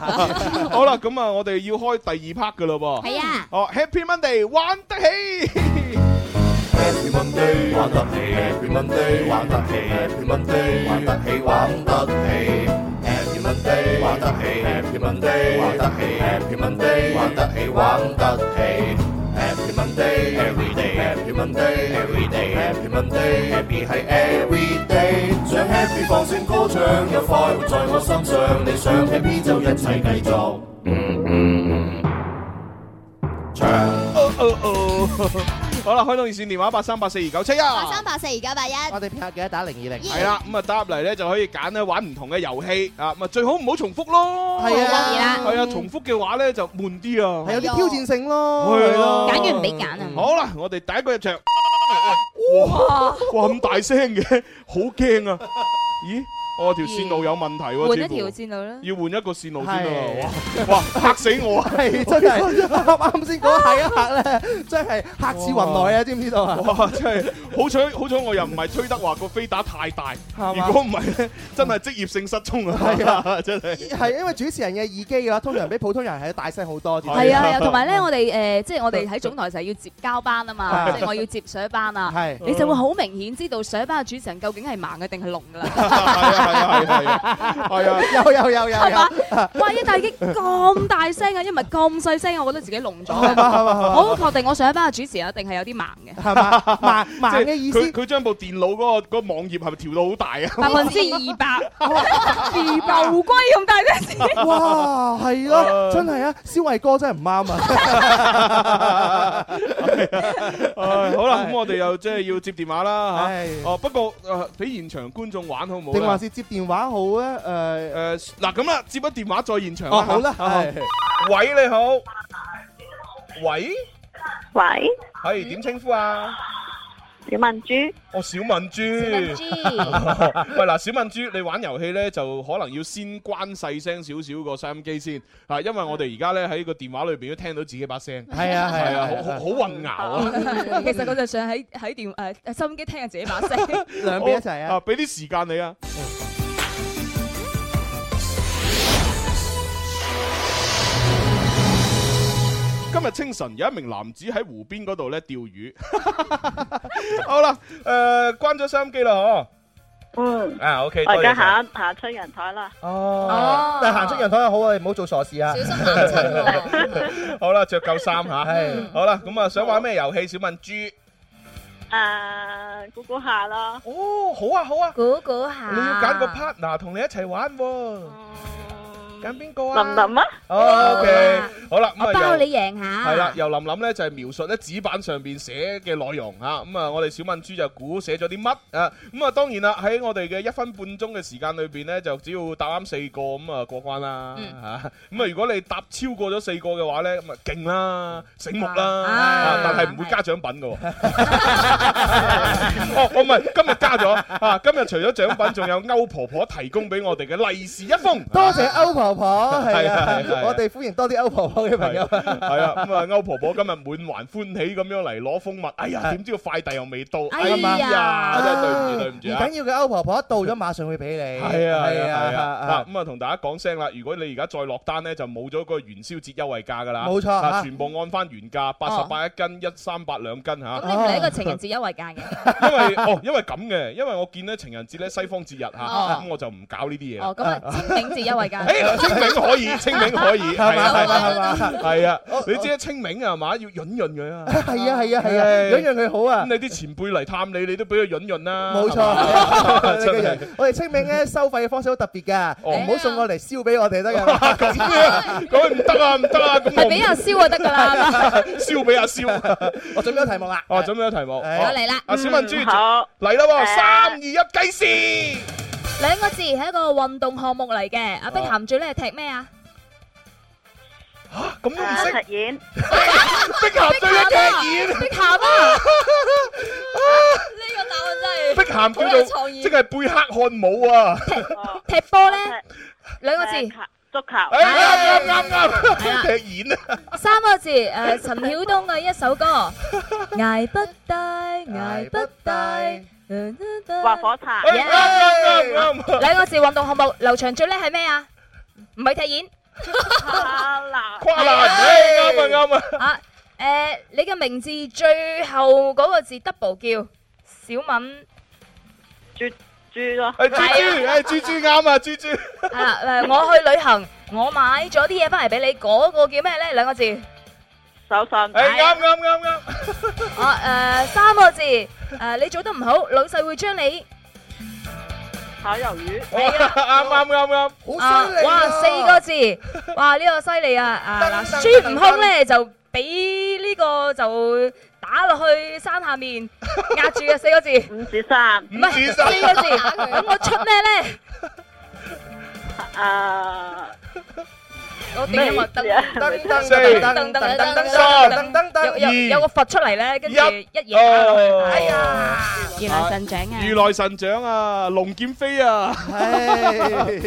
Speaker 6: 好啦，咁啊，我哋要開第二 part 噶啦噃。
Speaker 7: 係啊。
Speaker 6: 哦，Happy Monday，玩得起。
Speaker 12: Happy Monday，玩得起；Happy Monday，玩得起；Happy Monday，玩得起，玩得起。Happy Monday，玩得起；Happy Monday，玩得起；Happy Monday，玩得起，玩得起。Happy Monday, every day. Happy Monday, every day. Happy Monday, happy 係 every day。想 happy 放聲歌唱，有快活在我心上。你想 happy 就一切繼續。嗯嗯嗯。唱。
Speaker 6: 哦哦哦，好啦，開通熱線電話八三八四二九七一。
Speaker 2: 八三八四而家八一，
Speaker 7: 我哋拍嘅打零二零，
Speaker 6: 系啦，咁啊打入嚟咧就可以揀咧玩唔同嘅遊戲啊，咁啊最好唔好重複咯。
Speaker 7: 係啊當然啦
Speaker 6: 係啊，重複嘅話咧就悶啲啊。
Speaker 7: 係有啲挑戰性咯，
Speaker 6: 係咯，
Speaker 7: 完
Speaker 6: 好啦，我哋第一個入場。哇！哇咁大聲嘅，好驚啊！咦，我條線路有問題喎，
Speaker 10: 換
Speaker 6: 似
Speaker 10: 一
Speaker 6: 乎
Speaker 10: 條線路啦。
Speaker 6: 要換一個線路先
Speaker 7: 係
Speaker 6: 啊！哇哇，嚇死我啊！
Speaker 7: 係真係啱啱先嗰下一刻咧，真係嚇似雲來啊！知唔知道啊？
Speaker 6: 哇！真係好彩，好彩我又唔係吹得話個飛打太大，
Speaker 7: 係嘛
Speaker 6: 如果唔係咧，真係職業性失聰啊！
Speaker 7: 係啊，
Speaker 6: 真係。
Speaker 7: 係因為主持人嘅耳機嘅話，通常比普通人係大聲好多啲。
Speaker 10: 係啊，係啊，同埋咧，我哋誒，即係我哋喺總台就係要接交班啊嘛，
Speaker 7: 係
Speaker 10: 即係我要接水班啊，
Speaker 7: 係
Speaker 10: 你就會好明顯知道水班嘅主持人究竟係盲嘅定係聾噶啦。
Speaker 6: 啊係啊，
Speaker 7: 有有有有
Speaker 10: 係嘛
Speaker 7: 有。？
Speaker 10: 哇！一大已經咁大聲啊，因為咁細聲，我覺得自己聾 咗
Speaker 7: 係嘛係嘛係嘛
Speaker 10: 啊。我好確定我上一班嘅主持人一定係有啲盲嘅，
Speaker 7: 係嘛？盲盲嘅意思
Speaker 6: 即係佢佢將部電腦嗰個嗰個網頁係咪調到好大啊？
Speaker 10: 百分之二百，二百烏龜咁大隻字。
Speaker 7: 哇，係咯，真係啊！肖偉哥真係唔啱啊！
Speaker 6: 唉啊好啦，咁我哋又即係要接電話啦嚇。哦，不過誒，俾現場觀眾玩好唔好
Speaker 7: 定
Speaker 6: 咧
Speaker 7: 還？是接電話好咧？
Speaker 6: 誒嗱咁啦，接一電話再現場
Speaker 7: 哦好啦
Speaker 6: 嚇
Speaker 7: 係
Speaker 6: 喂，你好。喂。
Speaker 8: 喂。嗯
Speaker 6: 係點稱呼啊？
Speaker 8: 小敏珠。
Speaker 6: 哦，小敏珠。
Speaker 8: 敏珠
Speaker 6: 喂嗱，小敏珠，你玩遊戲咧就可能要先關細聲少少個收音機先啊，因為我哋而家咧喺個電話裏邊都聽到自己把聲。
Speaker 7: 係啊係啊
Speaker 6: 係啊，
Speaker 7: 係啊
Speaker 6: 好好好混淆啊。
Speaker 10: 其實我就想喺喺電誒誒收音機聽下自己把聲。
Speaker 7: 係兩邊一齊
Speaker 6: 好
Speaker 7: 啊！
Speaker 6: 啊！俾啲時間你啊。今日清晨有一名男子喺湖邊嗰度咧釣 魚。好啦，誒、關咗收音機啦，嗬。
Speaker 8: 嗯。
Speaker 6: 啊，OK，
Speaker 8: 我而家
Speaker 6: 多謝晒
Speaker 8: 行行出陽台啦。
Speaker 7: 哦但係行出陽台就好啊，你唔好做傻事啊！小心
Speaker 6: 好啦，着夠衫 吓。
Speaker 7: 係
Speaker 6: 好啦，咁啊，想玩咩遊戲？小敏珠。
Speaker 8: 誒，估估下啦。
Speaker 6: 哦，好啊，好啊。
Speaker 8: 估估下
Speaker 6: 你要揀個 partner 同你一齊玩喎。揀邊個啊？
Speaker 8: 林林啊
Speaker 6: 哦，OK，好啦，咁啊
Speaker 13: 我包
Speaker 6: 又
Speaker 13: 你贏下。
Speaker 6: 係啦，由林林咧就係描述咧紙板上邊寫嘅內容嚇，咁啊我哋小敏珠就估寫咗啲乜啊，咁啊當然啦，喺我哋嘅一分半鐘嘅時間裏邊咧，就只要答啱四個咁啊過關啦嚇，咁啊如果你答超過咗四個嘅話咧，咁啊勁啦，醒目啦，啊但係唔會加獎品嘅喎。 哦，我唔係今日加咗啊，今日除咗獎品，仲有歐婆婆提供俾我哋嘅利是一封。
Speaker 7: 多謝歐婆婆，係啊
Speaker 6: 係係係，
Speaker 7: 我哋歡迎多啲歐婆 婆嘅朋友。
Speaker 6: 係啊，咁啊，歐婆婆今日滿懷歡喜咁樣嚟攞蜂蜜，哎呀，點知個快遞又未到，哎呀，真係對唔住對唔
Speaker 7: 唔
Speaker 6: 住啊
Speaker 7: 緊！要嘅，歐婆婆到咗馬上會俾你。
Speaker 6: 係啊係啊係
Speaker 7: 係
Speaker 6: 啊！嗱咁啊，同大家講聲啦，如果你而家再落單咧，就冇咗個元宵節優惠價㗎啦。
Speaker 7: 冇錯
Speaker 6: 啊
Speaker 7: 啊
Speaker 6: 全部按翻原價，八十八一斤，一三八兩斤嚇。
Speaker 10: 咁你唔係一個情人節優惠價嘅。
Speaker 6: 因為哦，因為咁嘅，因為我見咧情人節咧西方節日嚇，
Speaker 10: 哦
Speaker 6: 咁我就唔搞呢啲嘢啦。
Speaker 10: 哦，咁 啊，清明節優惠價。
Speaker 6: 誒清明可以，清明可 以，係啊係啊係啊係啊！你知啊，清明啊係嘛，要潤潤佢啊。
Speaker 7: 係啊係啊係啊，
Speaker 6: 唉
Speaker 7: 樣樣佢好啊
Speaker 6: 咁！你啲前輩嚟探你，你都俾佢潤潤啦。
Speaker 7: 冇錯
Speaker 6: 係 嘛
Speaker 7: 你
Speaker 6: 真
Speaker 7: 嘅
Speaker 6: 係
Speaker 7: 人。我哋清明咧收費嘅方式好特別㗎，唔好送過嚟燒俾我哋得㗎。
Speaker 6: 咁樣咁 唔得啊，唔 得啊，咁我唔
Speaker 10: 係俾阿蕭就得 㗎啦。
Speaker 6: 燒俾 阿蕭。
Speaker 7: 我準備咗題目啦。
Speaker 6: 哦，準備咗題目。
Speaker 13: 我嚟啦
Speaker 6: 阿小敏珠
Speaker 13: 嗯好
Speaker 6: 嚟啦喎，
Speaker 13: 誒
Speaker 6: 三二一，計時。
Speaker 10: 兩個字係一個運動項目嚟嘅。阿碧咸最叻係踢咩啊？
Speaker 6: 咁都唔識
Speaker 8: 踢毽。
Speaker 6: 碧咸最叻 踢毽。
Speaker 10: 碧咸啊！呢個
Speaker 6: 碧咸
Speaker 10: 答案
Speaker 6: 叫
Speaker 10: 真係好有
Speaker 6: 做
Speaker 10: 創
Speaker 6: 即
Speaker 10: 意。
Speaker 6: 係貝克漢姆啊。
Speaker 10: 踢 波咧，兩個字。
Speaker 8: 足球。
Speaker 6: 哎啱啱啱啱，踢毽啊！
Speaker 10: 三個字，誒陳曉東嘅一首歌，捱不低，捱不低。劃火
Speaker 8: 柴
Speaker 6: 哎啱啱啱啱
Speaker 10: 兩個字運動項目，劉翔最叻係咩啊？唔係踢毽。
Speaker 8: 跨欄。
Speaker 6: 跨欄，哎啱啊啱啊！
Speaker 10: 啊！诶，你嘅名字最後嗰個字 double 叫小敏豬豬咯，
Speaker 6: 诶，豬豬，诶，豬豬啱啊，豬豬。
Speaker 10: 係啦，诶，我去旅行，我買咗啲嘢翻嚟俾你，嗰個叫咩咧？兩個字，手信。
Speaker 6: 诶，啱啱啱啱。
Speaker 10: 啊誒三個字誒，你做得唔好，老細會將你炒魷魚。係啊，
Speaker 6: 啱啱啱
Speaker 10: 啱，
Speaker 6: 好犀利啊
Speaker 10: 哇，四個字，哇，呢個犀利啊！啊，嗱，孫悟空咧就俾呢個就打落去山下面壓住嘅啊四個字。五指山，唔係
Speaker 14: 指
Speaker 10: 四
Speaker 14: 山
Speaker 10: 個字。咁我出咩咧？啊！我點音樂噔噔噔噔噔噔噔噔噔噔噔，有有有個佛出嚟咧，跟住一嘢打落
Speaker 6: 哦
Speaker 10: 去，哎呀！原來神掌啊！
Speaker 6: 如來神掌啊，龍劍飛啊，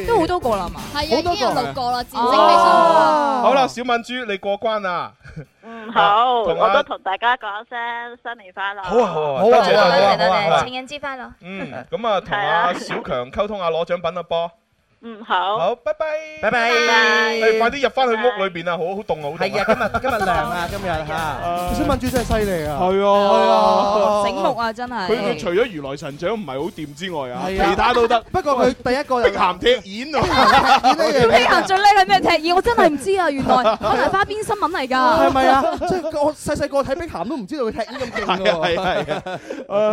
Speaker 15: 都好多個啦嘛，
Speaker 2: 係啊，已經有六個啦，戰績非常好。
Speaker 6: 好啦，小敏珠，你啊過關啦。
Speaker 8: 嗯，好，
Speaker 6: 同
Speaker 8: 我
Speaker 6: 啊
Speaker 8: 都同大家講聲新年快樂。
Speaker 6: 好啊好啊
Speaker 8: 好
Speaker 6: 多
Speaker 8: 多
Speaker 6: 謝
Speaker 8: 謝
Speaker 6: 多謝
Speaker 8: 多
Speaker 6: 多謝
Speaker 8: 謝，情人節快樂。
Speaker 6: 嗯，咁啊，同阿小強溝通下攞獎品啦，噃。
Speaker 8: 嗯，好。
Speaker 6: 好，拜拜。
Speaker 7: 拜拜
Speaker 6: 誒快啲入翻去屋裏邊啊，好好凍啊，好凍。
Speaker 7: 係啊，今日今日涼啊，今日嚇。小敏珠真係犀利啊！
Speaker 6: 係
Speaker 7: 係
Speaker 6: 啊，
Speaker 7: 啊
Speaker 15: 醒目啊真係
Speaker 6: 佢佢除咗如來神掌唔係好掂之外啊，
Speaker 7: 係啊
Speaker 6: 其他都得。不
Speaker 7: 過佢第一個
Speaker 6: 碧鹹踢毽啊，
Speaker 15: 廖碧行最叻係咩踢毽？我真係唔知啊！原來可能係花邊新聞嚟㗎，
Speaker 7: 係咪啊？即係我細細個睇碧咸都唔知道佢踢呢咁勁㗎喎
Speaker 6: 係啊係啊係啊，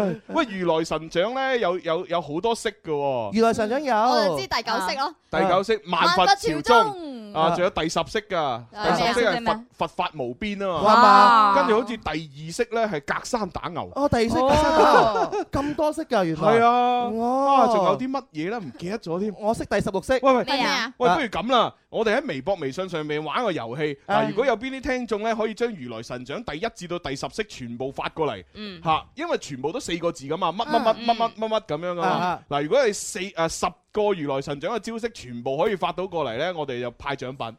Speaker 6: 唉喂，如來神掌咧有有有好多式嘅喎。
Speaker 7: 原來神掌有。
Speaker 2: 我就知第九式咯。
Speaker 6: 第九式萬佛朝宗啊，仲有第十式噶，
Speaker 2: 係
Speaker 6: 第十式係
Speaker 2: 咩啊
Speaker 6: 佛佛法無邊啊
Speaker 7: 哇
Speaker 6: 嘛，
Speaker 7: 嘛
Speaker 6: 跟住好似第二式咧係隔山打牛，
Speaker 7: 哦，第二式第三式咁多式㗎，原來。
Speaker 6: 係啊，
Speaker 7: 哦
Speaker 6: 啊仲有啲乜嘢咧？唔記得咗添。
Speaker 7: 我識第十六式。
Speaker 6: 喂喂，
Speaker 7: 咩啊
Speaker 6: 喂，不如咁啦，我哋喺微博、微信上面玩個遊戲。嗱，如果有邊啲聽眾咧，可以將如來神掌第一至到第十式全部發過嚟
Speaker 14: 嗯，
Speaker 6: 嚇，因為全部都四個字噶嘛，乜乜乜乜乜乜乜咁樣噶嘛
Speaker 14: 啊。
Speaker 6: 嗱，如果係四誒十個如來神掌嘅招式全部可以發到過嚟咧，我哋就派獎品。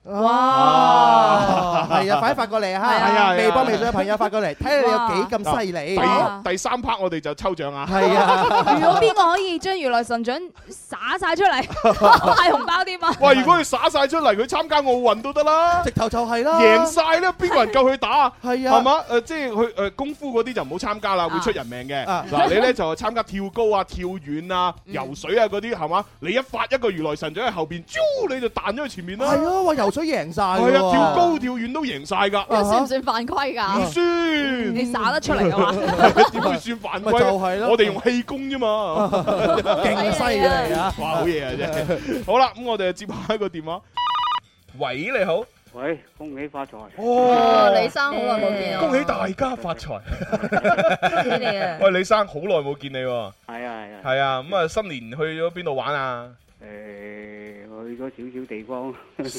Speaker 7: 哇！係啊，快啲發過嚟
Speaker 6: 係啊係啊
Speaker 7: 嚇！微博、微信嘅朋友發過嚟，睇下你有幾咁犀利。
Speaker 6: 嗱第第三 part 我哋就抽獎啊！
Speaker 7: 係 啊
Speaker 15: 如果邊個可以將如來神掌灑晒出嚟，派紅包添啊！
Speaker 6: 喂，如果佢耍晒出嚟，佢參加奧運都得啦，
Speaker 7: 直頭就係啦
Speaker 6: 贏晒咧，邊個人夠佢打啊？
Speaker 7: 係啊
Speaker 6: 係嘛？誒，即係佢誒功夫嗰啲就唔好參加啦，會出人命嘅。
Speaker 7: 啊嗯
Speaker 6: 嗱，你咧就參加跳高啊、跳遠啊、游水啊嗰啲係嘛？你一發一個如來神掌喺後邊，啾你就彈咗去前面啦。
Speaker 7: 係啊，哇！游水贏晒
Speaker 6: 係
Speaker 7: 喎。啊
Speaker 6: 啊，跳高 跳遠都贏晒㗎。
Speaker 2: 呢個算唔算犯規㗎？
Speaker 6: 唔算。
Speaker 2: 你耍得出嚟嘅 話，
Speaker 6: 點會算犯
Speaker 7: 嗯
Speaker 6: 規？
Speaker 7: 咪就係咯
Speaker 6: 我哋用氣功啫嘛，
Speaker 7: 勁犀利啊
Speaker 6: 哇，好嘢啊，真係！好啦，咁我哋接下一個電話。喂，你好。
Speaker 16: 喂，恭喜 發財！
Speaker 6: 哦，
Speaker 2: 李生好耐冇見啊
Speaker 6: 恭喜大家發財！
Speaker 2: 你啊
Speaker 6: 喂，李生好耐冇見你喎。
Speaker 16: 係啊係啊，
Speaker 6: 係啊，咁啊，新年去咗邊度玩啊？
Speaker 16: 誒、去咗少少地方，
Speaker 6: 咩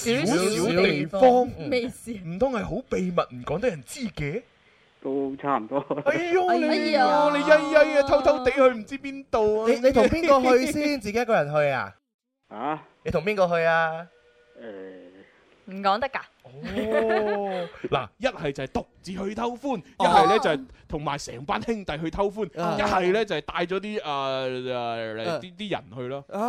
Speaker 6: 事？唔通係好秘密，唔講得人知嘅？
Speaker 16: 都差唔多。
Speaker 6: 哎呦，你
Speaker 7: 哎
Speaker 6: 你
Speaker 7: 呀
Speaker 6: 曳曳啊，偷偷地去唔知邊度 啊？
Speaker 7: 你你同邊個去先？ 自己一個人去啊？
Speaker 16: 啊？
Speaker 7: 你同邊個去啊？
Speaker 10: 唔講得㗎。
Speaker 6: 哦，嗱，一係就係獨自去偷歡，
Speaker 7: 哦
Speaker 6: 一係咧就係同埋成班兄弟去偷歡，
Speaker 14: 啊
Speaker 6: 一係咧就係帶咗啲誒
Speaker 7: 啊
Speaker 6: 誒啲啲人去咯。
Speaker 7: 哦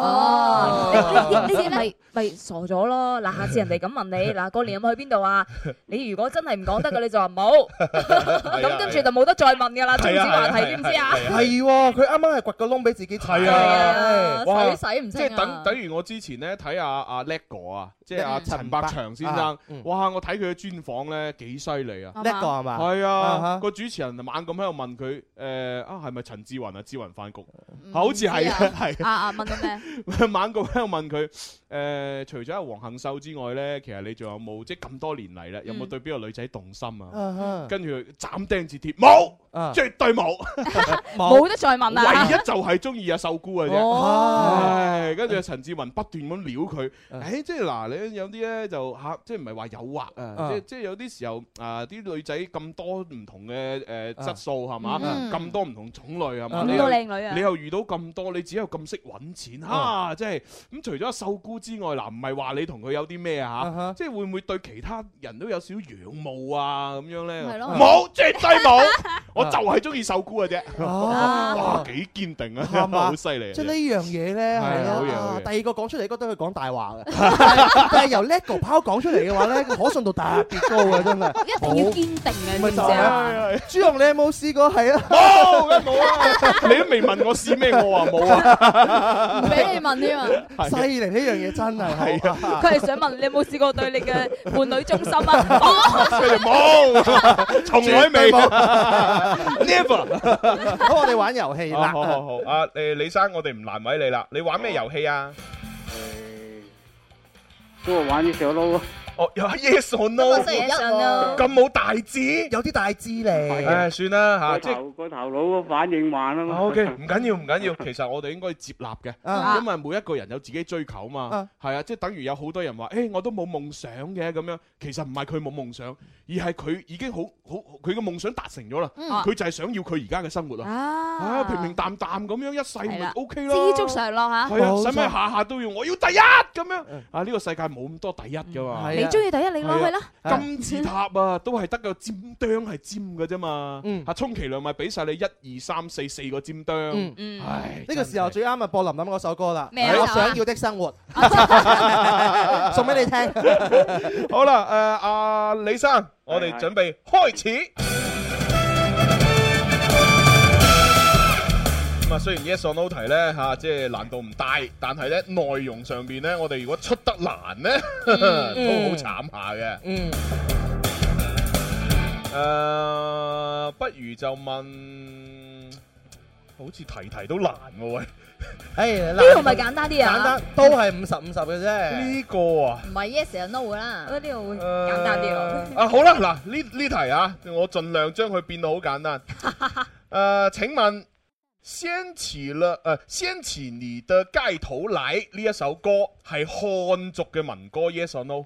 Speaker 10: 哦，呢啲咪咪傻咗咯！嗱，下次人哋咁 問你，嗱過年有冇去邊度啊？你如果真係唔講得嘅，你就話冇，咁跟住就冇得再問㗎啦，終止話題，知唔知啊？
Speaker 7: 係喎，佢啱啱係掘個窿俾自己踩。
Speaker 6: 係啊，哇
Speaker 7: 洗唔清啊
Speaker 6: 即係等等於我之前咧睇阿阿叻哥啊，即係阿
Speaker 7: 嗯
Speaker 6: 陳百祥先生
Speaker 7: 啊嗯，
Speaker 6: 哇！我睇佢嘅專訪咧幾犀利啊！
Speaker 7: 叻哥係嘛
Speaker 6: 係
Speaker 7: 啊
Speaker 6: 啊
Speaker 7: 哈，
Speaker 6: 個主持人猛咁喺度問佢誒啊係咪陳志雲啊？志雲飯局好似係啊係
Speaker 15: 啊啊！問到咩？
Speaker 6: 猛咁喺度問佢，誒、除咗阿黃杏秀之外咧，其實你仲有冇即係咁多年嚟咧，有冇
Speaker 14: 嗯
Speaker 6: 對邊個女仔動心啊？
Speaker 14: 啊哈
Speaker 6: 跟住佢斬釘截鐵，冇，
Speaker 14: 啊
Speaker 6: 絕對冇，啊
Speaker 15: 冇得再問啦
Speaker 6: 唯一就係中意阿秀姑嘅啫。
Speaker 15: 哦
Speaker 6: 唉，跟住陳志雲不斷咁撩佢，
Speaker 7: 啊
Speaker 6: 誒，即係嗱，你有啲咧就嚇，即係唔係話誘惑啊，
Speaker 14: 啊
Speaker 6: 即係即係有啲時候啊，啲女仔咁多唔同嘅誒
Speaker 7: 啊
Speaker 6: 質素係嘛，
Speaker 14: 嗯
Speaker 6: 咁多唔同種類係
Speaker 7: 嗯
Speaker 6: 嘛，
Speaker 14: 咁
Speaker 6: 你
Speaker 14: 多
Speaker 6: 又
Speaker 14: 靚女啊
Speaker 6: 你又遇到咁多，你只有咁識揾錢
Speaker 7: 啊
Speaker 6: 嚇，即係咁除咗秀姑之外，嗱，唔係話你同佢有啲咩
Speaker 7: 啊
Speaker 6: 啊嚇，即係會唔會對其他人都有少少仰慕啊咁樣咧？
Speaker 14: 係咯
Speaker 6: 冇，絕對冇。我就係中意受菇嘅啫。
Speaker 7: 哦
Speaker 6: 哇，幾堅定啊，
Speaker 7: 係嘛
Speaker 6: 好犀利啊！
Speaker 7: 即係呢樣嘢咧，
Speaker 6: 係
Speaker 7: 係
Speaker 6: 好嘢好
Speaker 7: 啊，
Speaker 6: 嘢
Speaker 7: 第二個講出嚟，覺得佢講大話 嘅。但係但係由 LEGO 拋講出嚟嘅話咧，個可信度特別高嘅，真係。
Speaker 10: 一定要堅定嘅，知
Speaker 7: 咪
Speaker 10: 唔知
Speaker 7: 就
Speaker 10: 啊？
Speaker 7: 係朱紅，你有冇試過係啊？
Speaker 6: 冇，梗冇啦！ 你都未問我試咩，我話冇啊，
Speaker 10: 唔俾你問添啊！
Speaker 7: 犀利呢樣嘢真係係啊！
Speaker 10: 佢係想問你有冇試過對你嘅伴侶忠心啊？冇
Speaker 6: 佢哋冇，從來未
Speaker 7: 絕對冇
Speaker 6: ，never。
Speaker 7: 好，我哋玩遊戲啦。
Speaker 6: 好好好，啊誒，李生，我哋唔難為你啦。你玩咩遊戲啊？
Speaker 17: 都係玩啲上撈啊！
Speaker 6: 哦，yes or no？咁冇大字，有
Speaker 7: 啲大字嚟
Speaker 13: 啊
Speaker 6: 唉，算啦嚇，即係
Speaker 17: 頭個頭腦反應慢啊嘛。
Speaker 6: O K，唔緊要唔緊要，其實我哋應該接納嘅，
Speaker 17: 啊
Speaker 6: 因為每一個人有自己追求嘛
Speaker 17: 啊，
Speaker 6: 係啊，即係等於有好多人話，誒我都冇夢想嘅咁樣，其實唔係佢冇夢想，而係佢已經好好佢嘅夢想達成咗啦，
Speaker 10: 嗯
Speaker 6: 佢就係想要佢而家嘅生活啊，啊平平淡淡咁樣一世
Speaker 10: 係
Speaker 6: 咪
Speaker 10: 啦
Speaker 6: O K 咯，
Speaker 10: 知足常樂嚇。
Speaker 6: 係啊，使咪下下都要我要第一咁樣
Speaker 7: 嗯
Speaker 6: 啊？呢個世界冇咁多第一噶嘛，
Speaker 10: 你中意第一，你攞去啦。
Speaker 6: 係啊金字塔啊，都係得個尖釘係尖嘅啫嘛。啊，充其量咪俾晒你一二三四四個尖
Speaker 7: 嗯
Speaker 6: 釘。唉，
Speaker 7: 呢個時候最啱啊，播林林嗰首歌啦，
Speaker 6: 咩啊
Speaker 7: 我想要的生活，
Speaker 13: 啊
Speaker 7: 送俾你聽。
Speaker 6: 好啦，誒呃阿李生，我哋準備開始。咁啊，雖然 yes or no 題咧嚇，即係難度唔大，但係咧內容上邊咧，我哋如果出得難咧，都好慘下嘅。
Speaker 7: 嗯。
Speaker 6: 誒，呃不如就問，好似題題都難喎喂。
Speaker 7: 誒，
Speaker 13: 呢個咪簡單啲啊
Speaker 7: 哎簡單都係五十五十嘅啫。
Speaker 6: 呢個啊，
Speaker 2: 唔係 yes 就 no 啦。
Speaker 13: 呢個會簡單啲喎。
Speaker 6: 呃啊好啦，嗱呢呢題啊，我盡量將佢變到好 簡單。誒，請問掀起了誒掀起你的蓋頭來呢一首歌係漢族嘅民歌，yes or no？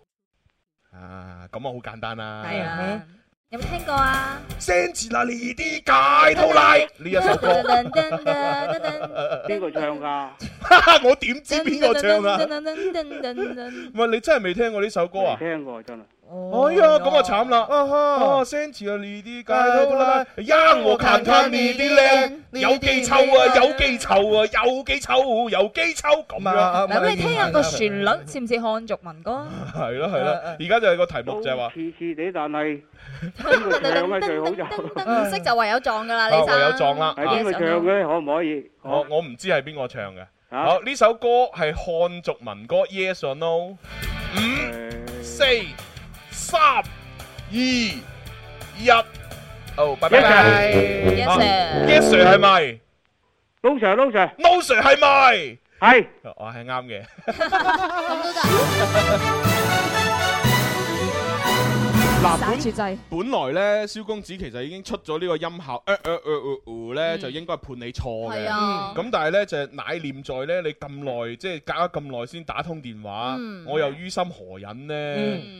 Speaker 6: 啊，咁啊好簡單啦。
Speaker 13: 係啊，有冇聽過啊？
Speaker 6: 掀起了你的蓋頭來呢一 首歌。
Speaker 17: 邊個唱㗎？
Speaker 6: 我點知邊個唱啊？
Speaker 13: 啊？
Speaker 6: 喂，你真係未聽過呢首歌啊？
Speaker 17: 聽過真係。
Speaker 6: 哎呀，咁啊慘啦！哦，掀起了你的蓋頭來，讓我看看你的臉，有幾臭啊，有幾臭啊，有幾臭，有幾臭咁
Speaker 7: 啊
Speaker 6: 樣。
Speaker 13: 嗱，咁你聽下個旋律似唔似漢族民歌？
Speaker 6: 係啦係啦，而家就係個題目就係話，
Speaker 17: 次次地，但係邊個唱咧最好就。
Speaker 2: 唔識就唯有撞噶啦，
Speaker 6: 啊
Speaker 2: 李生。
Speaker 6: 唯有撞啦。
Speaker 17: 係邊個唱嘅？可唔可以？
Speaker 6: 我我唔知係邊個唱嘅。好，呢首歌係漢族民歌，Yes or No？五、四、三、二、一。哦，拜拜。
Speaker 17: Yes, sir.
Speaker 6: 啊 Yes sir 係咪
Speaker 17: ？No sir，No
Speaker 6: sir，No sir 係咪？
Speaker 17: 係。
Speaker 6: 我係啱嘅。嗱，
Speaker 10: 散住制。
Speaker 6: 本來咧，蕭公子其實已經出咗呢個音效，呃呃呃呃呃咧，就應該係判你錯嘅。
Speaker 10: 係啊
Speaker 6: 咁但係咧就係乃念在咧，你咁耐即係隔咗咁耐先打通電話
Speaker 10: 嗯，
Speaker 6: 我又於心何忍呢？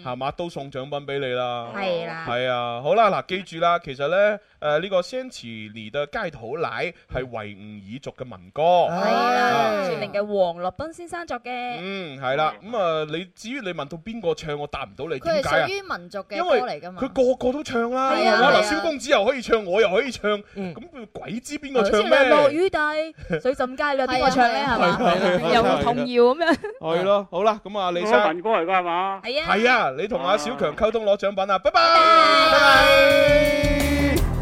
Speaker 6: 係嘛，都送獎品俾你啦。
Speaker 5: 係啦
Speaker 6: 係啊，好啦，嗱，記住啦，其實咧，誒呢個仙池尼嘅街頭奶係維吾爾族嘅民歌。
Speaker 7: 啊哎
Speaker 13: 係啦，著名嘅黃樂斌先生作嘅。
Speaker 6: 嗯，係啦，咁啊，你至於你問到邊個唱，我答唔到你，
Speaker 2: 佢係
Speaker 6: 點解
Speaker 2: 屬
Speaker 6: 啊？
Speaker 2: 於民族嘅
Speaker 6: 因
Speaker 2: 歌
Speaker 6: 為
Speaker 2: 嚟㗎嘛。
Speaker 6: 佢個個都唱啦，
Speaker 2: 係啊
Speaker 6: 哇
Speaker 2: 係啊
Speaker 6: 嗱，蕭公子又可以唱，我又可以唱，咁鬼知
Speaker 10: Ừ,
Speaker 6: 邊個
Speaker 13: 頭
Speaker 6: 唱
Speaker 13: 先
Speaker 6: 咩？
Speaker 13: 話落雨大，水浸街，你話邊個唱咧？係嘛？
Speaker 6: 係
Speaker 13: 又
Speaker 6: 啊
Speaker 13: 童謠咁樣。
Speaker 6: 係咯，好啦，咁啊，李
Speaker 17: 我
Speaker 6: 生
Speaker 17: 民歌嚟㗎係嘛？
Speaker 13: 係啊。
Speaker 6: 係啊，你同阿小強溝通攞獎品啊，拜拜。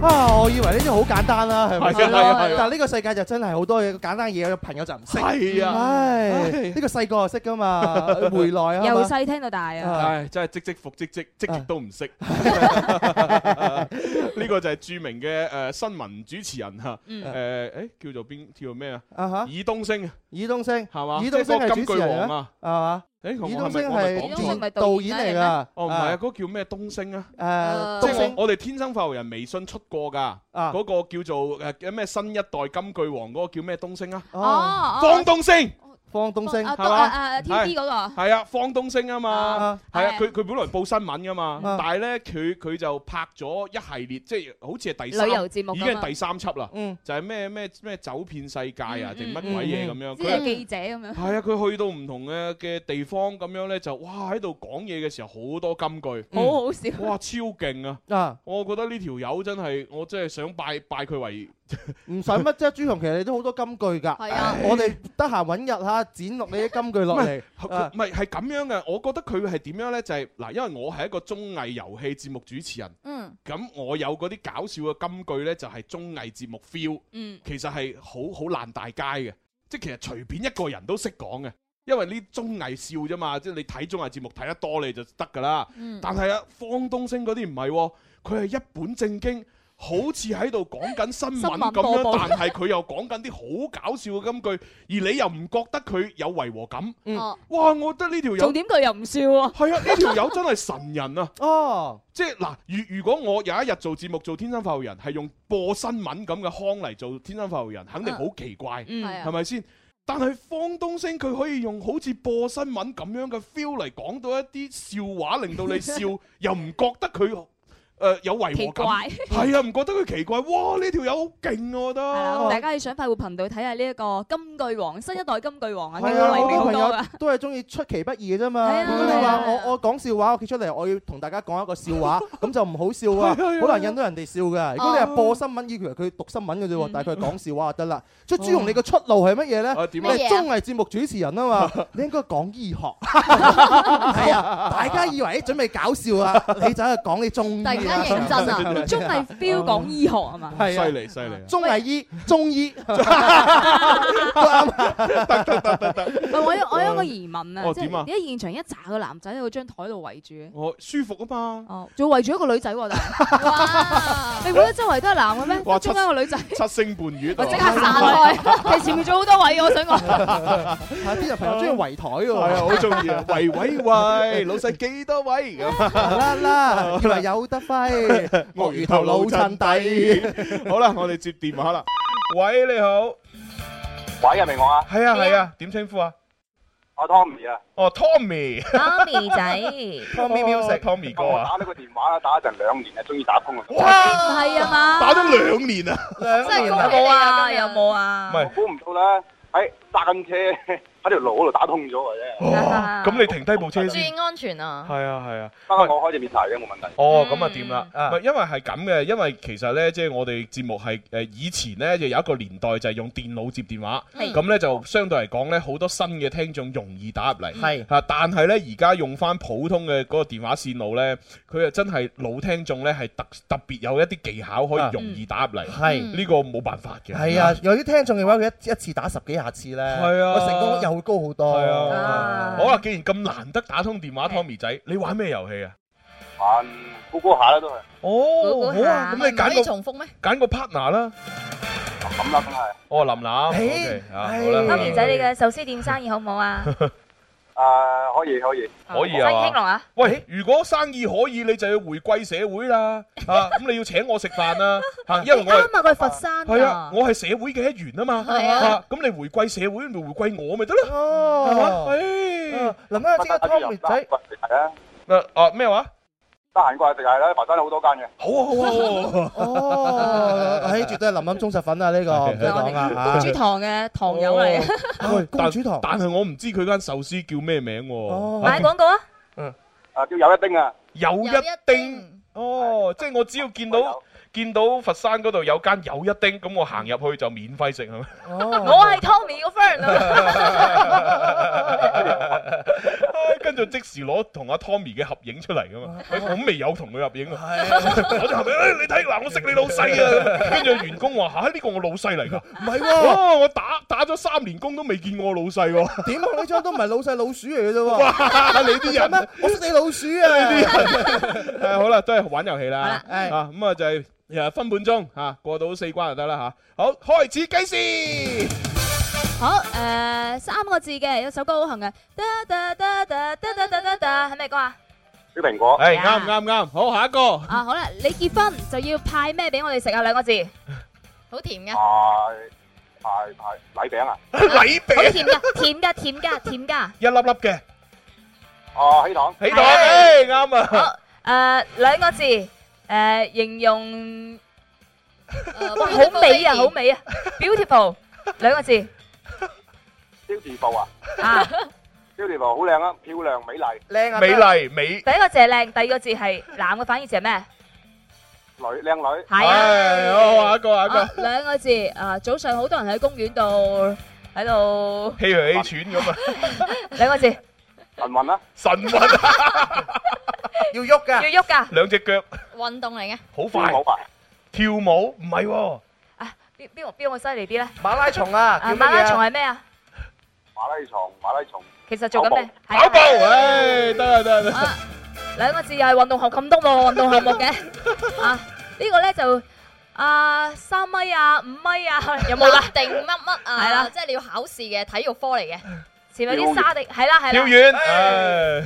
Speaker 7: 啊！我以為呢啲好簡單啦，係咪先？
Speaker 6: 係啊係啊係啊
Speaker 7: 但係呢個世界就真係好多嘢簡單嘢，有朋友就唔識。
Speaker 6: 係
Speaker 13: 嗯
Speaker 6: 啊
Speaker 7: 唉
Speaker 6: 唉
Speaker 7: 呢個細個就識 噶嘛，回來啊嘛。
Speaker 10: 由細聽到大啊！
Speaker 6: 唉，真係積積復積積，積極都唔識。呢個就係著名嘅誒新聞主持人嚇，誒誒叫做邊叫做咩啊？
Speaker 7: 啊哈
Speaker 6: 爾冬升，
Speaker 7: 爾冬升
Speaker 6: 係嘛？
Speaker 7: 爾冬升
Speaker 6: 即係嗰個
Speaker 7: 係
Speaker 6: 金
Speaker 7: 主
Speaker 6: 句
Speaker 7: 持人
Speaker 6: 王啊
Speaker 7: 啊，！係嘛？
Speaker 6: 誒我
Speaker 7: 爾
Speaker 6: 我
Speaker 7: 冬
Speaker 6: 係咪
Speaker 7: 啊升
Speaker 6: 我係咪講錯
Speaker 7: 係導演嚟㗎。呃
Speaker 6: 哦，唔係啊，嗰個叫咩東升啊？
Speaker 7: 誒
Speaker 6: 即
Speaker 7: 東
Speaker 6: 係
Speaker 7: 升
Speaker 6: 我我哋天生發育人微信出過
Speaker 10: 啊
Speaker 6: 㗎，嗰個叫做誒咩新一代金句王嗰個叫咩東升啊？
Speaker 7: 哦
Speaker 6: 方東升，
Speaker 7: 方東
Speaker 2: 哦
Speaker 7: 升
Speaker 10: 啊
Speaker 6: 係
Speaker 10: 東啊
Speaker 6: 嘛？
Speaker 10: 啊 TVB 嗰個
Speaker 6: 係啊，方東升啊嘛，係啊，佢佢本來報新聞噶嘛，
Speaker 7: 啊
Speaker 6: 但係咧佢佢就拍咗一系列，即係好似係第三
Speaker 10: 旅遊節目
Speaker 6: 已
Speaker 10: 咁啊
Speaker 6: 經係第三輯啦
Speaker 7: 嗯，
Speaker 6: 就係咩咩咩走遍世界啊，定乜
Speaker 10: 嗯
Speaker 6: 鬼嘢咁樣。
Speaker 10: 即係
Speaker 6: 佢
Speaker 10: 記者咁樣。
Speaker 6: 係啊，佢去到唔同嘅嘅地方咁樣咧，就哇喺度講嘢嘅時候好多金句，
Speaker 10: 好好笑
Speaker 6: 哇超勁啊！
Speaker 7: 啊，
Speaker 6: 我覺得呢條友真係，我真係想拜拜佢為
Speaker 7: 唔使乜啫，朱 紅其實你都好多金句㗎。
Speaker 6: 係啊
Speaker 7: 我哋得閒揾日嚇剪落你啲金句落嚟。
Speaker 6: 佢
Speaker 7: 啊
Speaker 6: 唔係係咁樣嘅，我覺得佢係點樣呢？就係、嗱，因為我係一個綜藝遊戲節目主持人，
Speaker 10: 嗯
Speaker 6: 咁我有嗰啲搞笑嘅金句呢，就係、綜藝節目 feel，
Speaker 10: 嗯
Speaker 6: 其實係好好爛大街嘅，即係其實隨便一個人都識講嘅。因為呢綜藝笑啫嘛，即係你睇綜藝節目睇得多你就得㗎啦。
Speaker 10: 嗯
Speaker 6: 但係啊，方東升嗰啲唔係喎，佢係一本正經，好似喺度講緊新
Speaker 10: 新
Speaker 6: 聞
Speaker 10: 聞
Speaker 6: 咁
Speaker 10: 播報
Speaker 6: 樣，但係佢又講緊啲好搞笑嘅金句，而你又唔覺得佢有違和感。
Speaker 10: 哦
Speaker 6: 哇！我覺得呢條友
Speaker 10: 重點佢又唔笑喎。
Speaker 6: 係啊，呢條友真係神人啊！
Speaker 7: 哦，
Speaker 6: 即係嗱，如如果我有一日做節目做《天生發育人》，係用播新聞咁嘅腔嚟做《天生發育人》，肯定好奇怪，
Speaker 10: 嗯係啊
Speaker 6: 係咪先？但係方東升佢可以用好似播新聞咁樣嘅 feel 嚟講到一啲笑話，令到 你笑又唔覺得佢誒、呃有違和感，
Speaker 10: 奇怪
Speaker 6: 係啊，唔覺得佢奇怪。哇！呢條友好勁啊，我覺
Speaker 10: 係啦，
Speaker 6: 得
Speaker 10: 咁。大家去上快活頻道睇下呢一個金句王，新一代金句王啊，金
Speaker 7: 係
Speaker 10: 句
Speaker 7: 啊，
Speaker 10: 維
Speaker 7: 我
Speaker 10: 名
Speaker 7: 啲
Speaker 10: 好
Speaker 7: 朋
Speaker 10: 多
Speaker 7: 友
Speaker 10: 噶。
Speaker 7: 都係中意出其不意嘅啫嘛。
Speaker 10: 係啊
Speaker 7: 如果你
Speaker 10: 係
Speaker 7: 話
Speaker 10: 啊
Speaker 7: 我我講笑話，我企出嚟，我要同大家講一個笑話，咁就唔好笑啊
Speaker 6: 係啊係，啊
Speaker 7: 好難引到人哋笑㗎。如果你係播新聞，以為佢讀新聞嘅啫喎，但係佢係講笑話就得啦。即係朱紅，你嘅出路係乜嘢呢？你
Speaker 6: 點啊
Speaker 7: 係綜藝節目主持人啊 嘛，你應該講醫學。係啊，大家以為誒準備搞笑 啊，你就係講你中醫啊。
Speaker 10: 突然間認真啊，綜藝 feel 講醫學係嘛？
Speaker 7: 係啊
Speaker 6: 犀利犀利啊！
Speaker 7: 綜藝醫中醫。
Speaker 10: 唔係我有我有一個疑問啊，
Speaker 6: 哦
Speaker 10: 即係
Speaker 6: 點啊
Speaker 10: 點解現場一紮個男仔喺個張台度圍住嘅？
Speaker 6: 我舒服啊嘛。
Speaker 10: 哦，仲圍住一個女仔喎，但
Speaker 6: 嗯
Speaker 10: 係你覺得周圍都係男嘅咩？
Speaker 6: 哇
Speaker 10: 中間個女仔，
Speaker 6: 七星伴月啊，
Speaker 10: 我即刻散開，其實前面仲有好多位嘅，我想講。
Speaker 7: 係啊啲人朋友中意圍台喎，
Speaker 6: 係啊，好中意啊，圍圍圍，老細幾多位咁
Speaker 7: 啦 啦，以為有得 揮，鱷魚頭老襯底。
Speaker 6: 好啦，我哋接電話啦。喂，你好。喂，係咪我啊？係啊，係啊。點稱呼啊？
Speaker 1: 我 Tommy 啊
Speaker 6: 哦，Tommy。
Speaker 1: Tommy 仔
Speaker 6: Tommy Music，Tommy 哥啊。
Speaker 1: 打呢個電話啦，打一陣兩年啊，終於打 通啦。
Speaker 2: 唔係啊嘛，
Speaker 6: 打咗兩年啊！
Speaker 2: 真係有冇啊？有冇啊？
Speaker 1: 我估唔到啦，喺揸緊車喺條路嗰度打通咗嘅啫。
Speaker 6: 咁你停低部 車
Speaker 2: 注
Speaker 6: 先。
Speaker 2: 意安全啊！
Speaker 6: 係啊，係啊。
Speaker 1: 不過我開隻面茶嘅冇問題。
Speaker 6: 哦，咁啊掂啦，唔係因為係咁嘅，因為其實咧，即係我哋節目係誒以前咧就有一個年代就係用電腦接電話，
Speaker 1: 係
Speaker 6: 咁咧就相對嚟講咧好多新嘅聽眾容易打入嚟，
Speaker 1: 係
Speaker 6: 嚇，但係咧而家用翻普通嘅嗰個電話線路咧，佢啊真係老聽眾咧係特特別有一啲技巧可以容易打入嚟，嗯
Speaker 7: 係
Speaker 1: 嗯
Speaker 6: 呢個冇辦法嘅，
Speaker 7: 係啊，有啲聽眾嘅話，佢一一次打十幾廿次咧，
Speaker 6: 係啊
Speaker 7: 個成功率又會高好多。
Speaker 6: 係啊，好啦，既然咁難得打通電話，Tommy 仔，你玩咩遊戲啊？
Speaker 1: 玩估估下啦都係。
Speaker 6: 哦，好啊，咁你
Speaker 18: 唔可以
Speaker 6: 揀個
Speaker 18: 重複咩？
Speaker 6: 揀個 partner 啦。
Speaker 1: 咁啦，真係。
Speaker 6: 哦，林林，OK，啊，好啦，
Speaker 2: 媽咪仔，你嘅壽司店生意好唔好啊？
Speaker 1: 誒，可以可以。
Speaker 6: 可以
Speaker 2: 生意興隆
Speaker 6: 啊。
Speaker 2: 啊！
Speaker 6: 喂，如果生意可以，你就要回歸社 會啦，啊，咁你要請我食飯啦，吓，因為我係
Speaker 2: 啱啊，佢係佛山
Speaker 6: 係啊，
Speaker 2: 㗎。
Speaker 6: 我係社會嘅一員啊嘛，
Speaker 2: 係啊
Speaker 6: 啊咁你回歸社會，咪回歸我咪得咯，係嘛？
Speaker 7: 哦，
Speaker 6: 誒，
Speaker 7: 林家即刻 Tommy 仔，
Speaker 1: 係啊，
Speaker 6: 誒啊咩話？
Speaker 1: 得閒過去食係啦，佛山好多間嘅。
Speaker 6: 好啊好啊
Speaker 1: 好啊。
Speaker 7: 哦， 唉，絕對係林林忠實粉啊！呢個唔使講 啦，
Speaker 2: 公
Speaker 7: 啊
Speaker 2: 主堂嘅堂友嚟啊，
Speaker 6: 喂，公主哦堂，哦但係我唔知佢間壽司叫咩名喎。
Speaker 2: 買廣告啊！
Speaker 1: 啊，叫有一丁啊。
Speaker 6: 有一丁。哦，即係我只要見到見到佛山嗰度有間有一丁，咁我行入去就免費食係咪？
Speaker 2: 我係 Tommy 個 friend 啊，
Speaker 6: 唉哎跟住即時攞同阿 Tommy 嘅合影出嚟噶嘛，喂我都未有同佢合影啊，我就合影，哎你睇嗱，我識你老細啊，跟住員工話吓呢個我老細嚟㗎，唔
Speaker 7: 係喎
Speaker 6: 我打打咗三年工都未見過我老細喎，
Speaker 7: 點啊？呢張都唔係老細老鼠嚟嘅啫喎。
Speaker 6: 哇你啲人
Speaker 7: 咩？ 我識你老鼠啊！你 啲人
Speaker 6: 誒好啦，都係玩遊戲啦，
Speaker 7: 係
Speaker 6: 啊咁啊就係誒分半鐘嚇過到四關就得啦嚇，好開始計時。
Speaker 2: 好誒，三個字嘅，有首歌好紅嘅，得得得得得得得得得，係咩歌啊？
Speaker 1: 小蘋果。
Speaker 6: 誒啱啱啱，好下一 個。
Speaker 2: 啊，好啦，你結婚就要派咩俾我哋食啊？兩個字，
Speaker 18: 好甜嘅。
Speaker 1: 啊，
Speaker 19: 排排禮餅啊？
Speaker 6: 禮
Speaker 10: 好甜噶，甜噶，甜噶，甜噶。
Speaker 6: 一粒粒嘅。
Speaker 19: 哦，喜糖，
Speaker 6: 喜糖，誒啱啊！
Speaker 10: 诶，两个字，诶，形 容，哇，好美啊，好美啊，beautiful，两個字
Speaker 19: 標誌部啊，
Speaker 10: 啊，
Speaker 19: 標誌部好靚啊，漂亮美麗，
Speaker 10: 靚啊
Speaker 6: 美麗美
Speaker 10: 第一個字係靚，第二個字係男嘅反義詞係咩？
Speaker 19: 女靚女，
Speaker 10: 係啊
Speaker 6: 唉好下一個下一
Speaker 10: 啊
Speaker 6: 個，
Speaker 10: 兩個字，啊，早上好多人喺公園度喺度，
Speaker 6: 氣嚟氣喘咁啊！
Speaker 10: 兩個字，
Speaker 19: 神韻啦，
Speaker 6: 神韻啊，
Speaker 10: 要喐噶，要喐噶，
Speaker 6: 兩隻腳
Speaker 10: 運動嚟嘅。
Speaker 6: 好快，跳舞唔係喎，
Speaker 10: 邊邊個邊個犀利啲咧？
Speaker 14: 馬拉松啊
Speaker 10: 啊
Speaker 14: 叫
Speaker 10: 馬
Speaker 14: 乜嘢啊
Speaker 10: 拉松係咩啊？
Speaker 19: 馬拉松，馬拉松，
Speaker 10: 其實做緊咩？係啊
Speaker 6: 跑步，唉，得啊得啊得啊！
Speaker 10: 兩個字又係運動項咁多喎，運動項目 嘅啊，呢個咧就啊三米啊五米啊， 有冇啦？
Speaker 2: 立定乜乜啊？
Speaker 10: 係啦
Speaker 2: 即係你要考試嘅體育科嚟嘅。哎
Speaker 10: 前面有啲沙地係啦係啦，
Speaker 6: 跳遠，唉，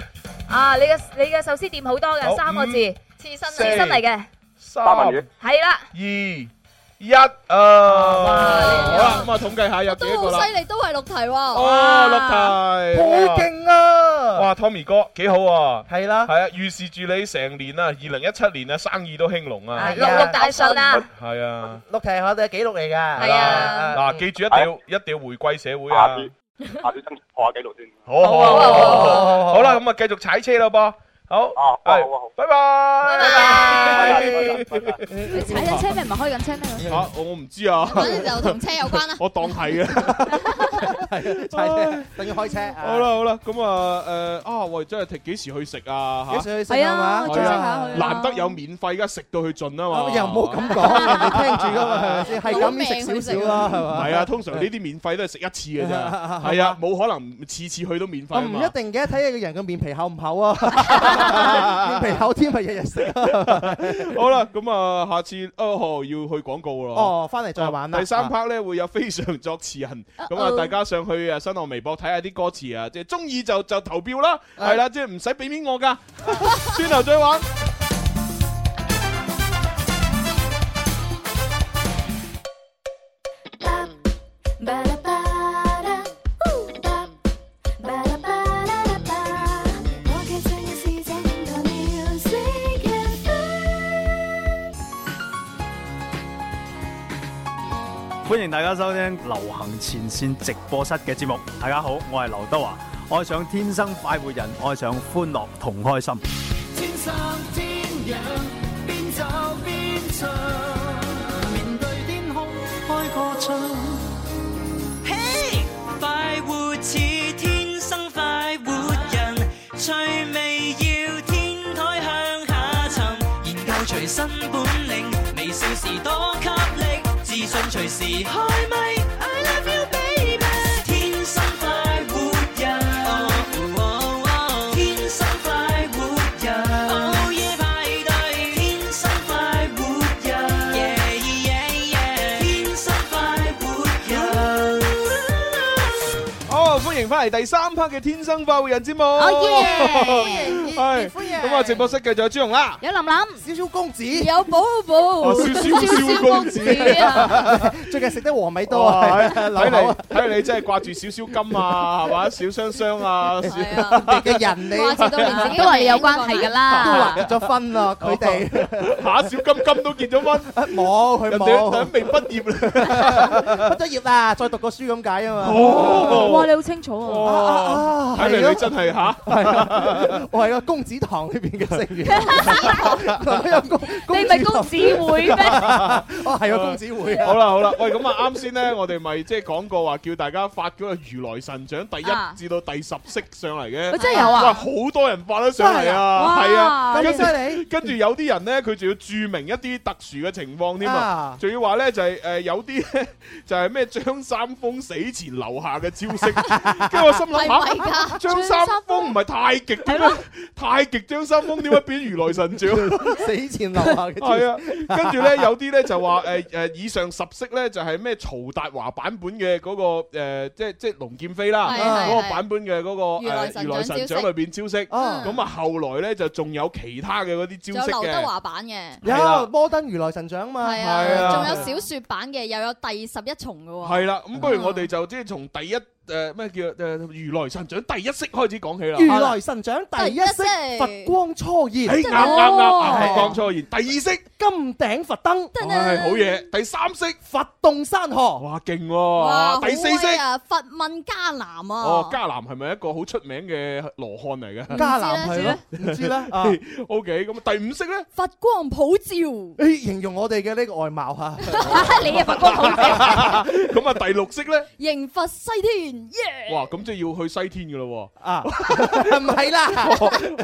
Speaker 10: 啊！你嘅你嘅壽司店好多
Speaker 6: 好嗯
Speaker 10: 嘅，三個字，刺身
Speaker 6: 四
Speaker 10: 刺身嚟嘅，
Speaker 6: 三二
Speaker 10: 係啦，
Speaker 6: 一啊，好啦，咁啊統計下有幾多
Speaker 2: 都
Speaker 6: 個啦
Speaker 2: 好犀？利，啊都係六題喎。
Speaker 6: 哦，六題，
Speaker 7: 好勁啊！
Speaker 6: 哇，Tommy 哥幾好啊！
Speaker 7: 係啦，
Speaker 6: 係啊，預示住你成年啊，二零一七年啊，生意都興隆啊，
Speaker 10: 六六大順啊！
Speaker 6: 係啊，
Speaker 7: 六題係我哋嘅記錄嚟㗎。
Speaker 6: 係啊，嗱，記住一定要一定要回歸社會啊！
Speaker 19: 下次爭取破下紀錄先。
Speaker 6: 好好好好好好啦，咁啊繼續踩車咯噃，好，係拜拜，拜拜。
Speaker 20: 你踩緊車咩？唔係開緊車咩？
Speaker 6: 吓，我我唔知啊，
Speaker 20: 反正就同車有關 啦
Speaker 6: 我當係啊。
Speaker 7: 踩車，等於開車。
Speaker 6: 好啦好啦，咁啊诶啊，喂，真係幾時去食啊？嚇
Speaker 7: 幾時去食啊係啊嘛組織下去啊
Speaker 6: 難得有免費，而家食到去盡啊 嘛。
Speaker 7: 又唔好咁講，人哋聽住㗎嘛，係咪先？係咁食少少啦，係嘛？
Speaker 6: 係啊，通常呢啲免費都係食一次嘅咋，係啊，冇可能次次去都免費
Speaker 7: 我
Speaker 6: 啊
Speaker 7: 唔
Speaker 6: 嘛。
Speaker 7: 一定嘅，睇下個人個面皮厚唔厚啊！面皮厚添咪日日食啊！
Speaker 6: 好啦，咁啊，下次哦要去廣告咯。
Speaker 7: 哦返嚟再玩啦
Speaker 6: 第三 part 咧會有非常作詞人，咁啊，大家上去啊新浪微博睇下啲歌詞啊，即係中意就就投票啦，係啦，即係唔使俾面我㗎， 轉頭再玩。
Speaker 21: 欢迎大家收聽流行前線直播室嘅節目。大家好，我係劉德華，愛上天生快活人，愛上歡樂同開心。
Speaker 1: 天生天養，邊走邊唱，面對天空開個窗。嘿，快活似天生快活人，趣味要天台向下沉，研究隨身本領，微笑時多給力，自信隨時開咪。I love you baby，天生快活人。哦哦哦天生快活人，午夜派對，天生快活人，yeah yeah yeah，天生快活人。
Speaker 6: 好，哦歡迎翻嚟第三 part 嘅《天生快活人》節目。
Speaker 1: Oh
Speaker 7: 哦
Speaker 2: yeah！
Speaker 6: 係咁啊，直播室繼續有朱紅啦。
Speaker 2: 有林林，
Speaker 7: 小小公子，
Speaker 2: 有寶 寶，
Speaker 6: 哦小小小公子
Speaker 2: 啊
Speaker 7: 最近食得黃米多
Speaker 6: 哇
Speaker 7: 啊，
Speaker 6: 睇
Speaker 7: 係
Speaker 6: 睇嚟睇嚟，你真係掛住少少金啊，係嘛？小雙雙啊，小
Speaker 7: 嘅人你
Speaker 20: 掛住到連自己都係有關係㗎啦
Speaker 7: 都結咗婚啦，佢哋
Speaker 6: 嚇小金金都結咗婚，
Speaker 7: 冇佢
Speaker 6: 人
Speaker 7: 冇
Speaker 6: 哋等未畢業啦。
Speaker 7: 畢咗業啦，再讀個書咁解啊嘛。
Speaker 6: 哦哇你
Speaker 10: 好清楚
Speaker 7: 啊啊！
Speaker 6: 睇
Speaker 7: 係
Speaker 6: 嚟
Speaker 7: 咯
Speaker 6: 你真係嚇，
Speaker 7: 我係個公子堂裏邊嘅成員，我有公
Speaker 10: 你咪公子會 咩？
Speaker 7: 哦，係啊，公子會啊。
Speaker 6: 好啦好啦，喂，咁啊啱先咧，我哋咪即係講過話，叫大家發嗰個如來神掌第
Speaker 7: 啊
Speaker 6: 一至到第十式上嚟嘅。
Speaker 7: 喂真係有啊
Speaker 6: 哇，好多人發得上嚟啊！
Speaker 7: 真係
Speaker 6: 係
Speaker 7: 啊
Speaker 6: 啊，
Speaker 7: 哇
Speaker 6: 跟住
Speaker 7: 咁犀利
Speaker 6: 跟住有啲人咧，佢仲要注明一啲特殊嘅情況添啊
Speaker 7: 啊！
Speaker 6: 仲要話咧就係誒有啲呢 就係咩張三豐死前留下嘅招 式，跟住我心諗
Speaker 7: Oh
Speaker 1: 係咪
Speaker 6: 嚇，
Speaker 1: 㗎
Speaker 6: 張三豐唔係太極點解？太極張三豐點解變如來神掌？
Speaker 7: 死前留下嘅。
Speaker 6: 系啊，跟住咧有啲咧就話诶诶，誒以上十式咧就係咩曹達華版本嘅嗰個誒，即係即係龍劍飛啦，
Speaker 7: 係係
Speaker 6: 嗰個
Speaker 7: 係
Speaker 6: 版本嘅嗰個
Speaker 7: 如來
Speaker 6: 誒
Speaker 7: 神
Speaker 6: 如來
Speaker 7: 掌
Speaker 6: 神
Speaker 7: 招
Speaker 6: 掌裏
Speaker 7: 式
Speaker 6: 邊招式。
Speaker 7: 啊
Speaker 6: 咁啊，後來咧就仲有其他嘅嗰啲招式
Speaker 2: 仲有劉德華
Speaker 6: 嘅。
Speaker 2: 版嘅，
Speaker 7: 有
Speaker 6: 啦
Speaker 7: 摩登如來神掌嘛，
Speaker 2: 係
Speaker 6: 係啊
Speaker 2: 啊，仲有小說版嘅，又有第十一重嘅喎。
Speaker 6: 係啦，咁不如我哋就即係從第一誒咩叫誒如來神掌第一式開始講起啦。
Speaker 2: 啊
Speaker 6: 哎
Speaker 7: 如來神掌第
Speaker 2: 第
Speaker 7: 一式
Speaker 2: 一式
Speaker 7: 佛光初現，
Speaker 6: 誒啱啱啱，係講錯言。第二式
Speaker 7: 金頂佛燈，
Speaker 6: 唉哦好嘢。第三式
Speaker 7: 佛動山河，
Speaker 6: 哇勁
Speaker 2: 哇，
Speaker 6: 喎！第四
Speaker 2: 好威
Speaker 6: 式。
Speaker 2: 啊，佛問迦南啊，
Speaker 6: 哦，迦南係咪一個好出名嘅羅漢嚟嘅？
Speaker 7: 迦南係咯唔知呢啊
Speaker 6: O K，咁啊第五式咧，
Speaker 2: 佛光普照。
Speaker 7: 誒，哎形容我哋嘅呢個外貌嚇，
Speaker 2: 你啊佛光普
Speaker 6: 咁啊第六式咧，
Speaker 2: 迎佛西天，耶！
Speaker 6: 哇，咁即係要去西天噶咯喎。
Speaker 7: 啊，唔係啦，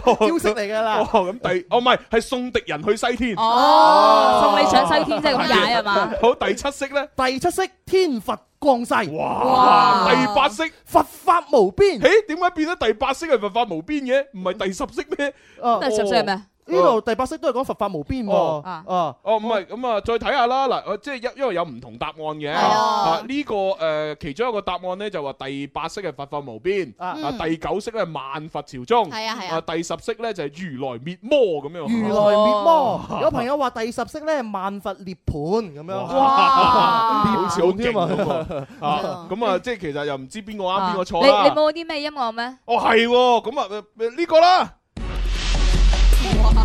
Speaker 7: 招式嚟啊㗎啦。
Speaker 6: 哦，咁第哦唔係，係送敵人去西
Speaker 10: 哦
Speaker 6: 天。
Speaker 7: 哦送你上西天即係咁解係嘛
Speaker 6: 好，第七式咧，
Speaker 7: 第七式天佛降世，
Speaker 6: 哇，第八式
Speaker 7: 佛法無邊。
Speaker 6: 誒，點解變咗第八式係佛法無邊嘅？唔係第十式咩？
Speaker 7: 第十式係咩哦呢度第八式都係講佛法無邊喎。
Speaker 6: 哦
Speaker 7: 哦，
Speaker 6: 哦，唔係咁啊，再睇下啦。嗱，我即係因因為有唔同答案嘅。
Speaker 7: 啊
Speaker 6: 啊，呢個誒其中一個答案咧就話第八式係佛法無邊，
Speaker 7: 啊
Speaker 6: 啊
Speaker 7: 嗯
Speaker 6: 第九式咧萬佛朝宗，
Speaker 7: 係啊係啊
Speaker 6: 第十式咧就係如來滅魔咁樣。
Speaker 7: 如來滅
Speaker 6: 哦
Speaker 7: 魔，有朋友話第十式咧萬佛涅盤咁樣。
Speaker 6: 哇好似好勁
Speaker 7: 涅盤
Speaker 6: 咁
Speaker 7: 添
Speaker 6: 喎
Speaker 7: 啊！
Speaker 6: 啊，咁啊，即係其實又唔知邊個啱邊個錯啊
Speaker 10: 你
Speaker 6: 啦。
Speaker 10: 你冇啲咩音樂咩？
Speaker 6: 哦係喎，咁啊呃呃呢個啦。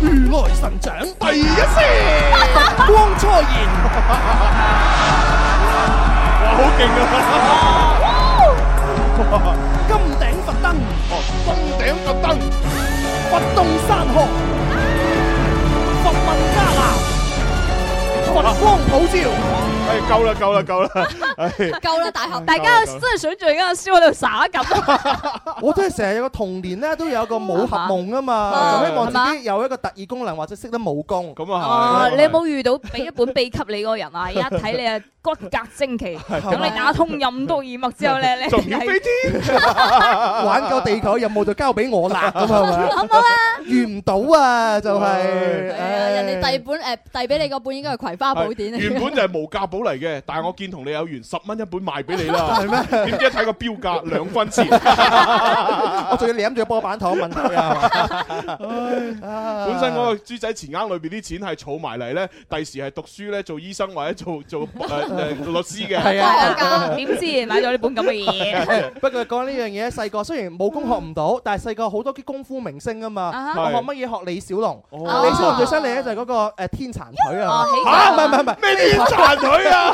Speaker 7: 如來神掌
Speaker 6: 第一式，
Speaker 7: 佛 光初現，
Speaker 6: 哇好勁啊！
Speaker 7: 金頂佛燈，
Speaker 6: 金頂佛燈，
Speaker 7: 佛動山河，佛問迦南，佛光普照。
Speaker 6: 哎，夠啦夠啦夠啦，哎
Speaker 22: 夠啦，大俠，大家真係想像緊阿蕭喺度耍咁。
Speaker 7: 我真係成日有個童年咧，都有個武俠夢啊嘛，
Speaker 22: 係
Speaker 7: 就希望自己有一個特異功能或者識得武功。
Speaker 6: 咁
Speaker 10: 哦，你有冇遇到俾一本秘笈你嗰個人啊？一睇你啊骨骼精奇，等你打通任督二脈之後咧， 你
Speaker 7: 仲要飛玩夠地球任務就交俾我 啦，咁係咪？
Speaker 2: 好唔好啊？
Speaker 7: 遇唔到啊，就
Speaker 6: 嗯
Speaker 7: 係。
Speaker 2: 係啊，人哋遞本誒遞俾你個本應該係《葵花寶典》嚟嘅。
Speaker 6: 原本就係無價寶嚟嘅，但係我見同你有緣，十蚊一本賣俾你啦。
Speaker 7: 係咩
Speaker 6: 點知一睇個標價兩分錢，
Speaker 7: 我仲要舐住波板糖問 佢啊！
Speaker 6: 本身嗰個豬仔錢罌裏邊啲錢係儲埋嚟咧，第時係讀書咧做醫生或者做做誒 誒律師嘅。
Speaker 7: 係啊
Speaker 10: 點知買咗呢本咁嘅 嘢？
Speaker 7: 哎不過講呢樣嘢，細個雖然武功學唔到，但係細個好多啲功夫明星啊嘛
Speaker 10: 啊。
Speaker 7: 我學乜嘢？學李小龍。
Speaker 10: 哦
Speaker 7: 李小龍最犀利咧就係嗰個誒天殘腿啊
Speaker 10: 哦！起腳
Speaker 7: 嚇唔係唔係唔係
Speaker 6: 咩天殘腿啊？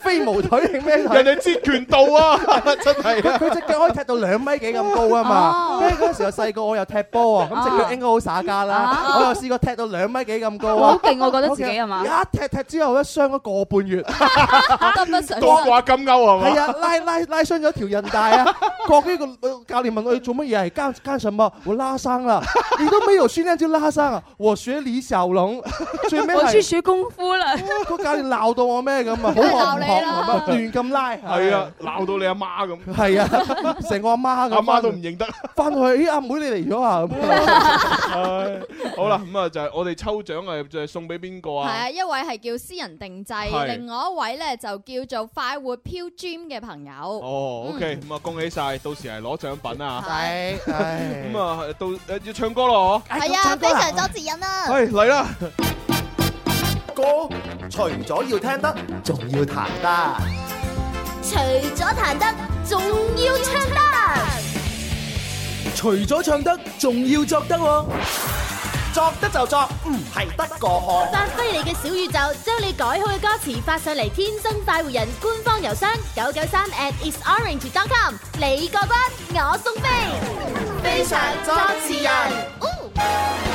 Speaker 7: 飛毛腿定咩腿？
Speaker 6: 人哋截拳道啊， 真 係
Speaker 7: 佢佢只腳可以踢到兩米幾咁高啊
Speaker 10: 哦
Speaker 7: 嘛，跟住嗰陣時候細個我又踢波啊，咁只腳應該好耍家啦
Speaker 10: 啊，
Speaker 7: 我又試過踢到兩米幾咁高啊，
Speaker 10: 好勁我覺得自己係嘛
Speaker 7: 一踢踢之後咧，傷咗個半月，
Speaker 2: 得唔得上
Speaker 6: 多掛金鈎係嘛？
Speaker 7: 係啊，拉拉拉傷咗條韌帶啊，國呢個教練問我你做乜嘢係幹幹什麼？我拉傷啦，你都沒有訓練就拉傷啊，我學李小龍，最尾係
Speaker 10: 我去學功夫啦。
Speaker 7: 個教練鬧到我咩咁啊，好學唔學咁啊亂咁拉，
Speaker 6: 係啊，鬧到你阿媽咁。
Speaker 7: 係啊，成個阿媽咁，
Speaker 6: 阿媽都唔認得。
Speaker 7: 翻去，咦，阿妹你嚟咗啊？
Speaker 6: 唉好啦，咁啊就係我哋抽獎啊，就係送俾邊個
Speaker 2: 係
Speaker 6: 啊？
Speaker 2: 啊，一位係叫私人定制，
Speaker 6: 係
Speaker 2: 另外一位咧就叫做快活飄 dream 嘅朋友。
Speaker 6: 哦，OK，咁啊，恭喜晒，到時係攞獎品啊！
Speaker 7: 係係
Speaker 6: 咁啊，到誒要唱歌咯，嗬？
Speaker 2: 係啊，非常作詞人啊！
Speaker 6: 係嚟啦！
Speaker 1: 歌除咗要聽得，仲要彈得。
Speaker 23: 除咗彈得，仲要唱得。
Speaker 1: 除咗唱得，仲要作得喎。作得就作，唔係得過河。
Speaker 23: 發揮你嘅小宇宙，將你改好嘅歌詞發上嚟，天生快活人官方郵箱九九三 at isorange.com，你過關，我送飛，
Speaker 24: 非常作詞人。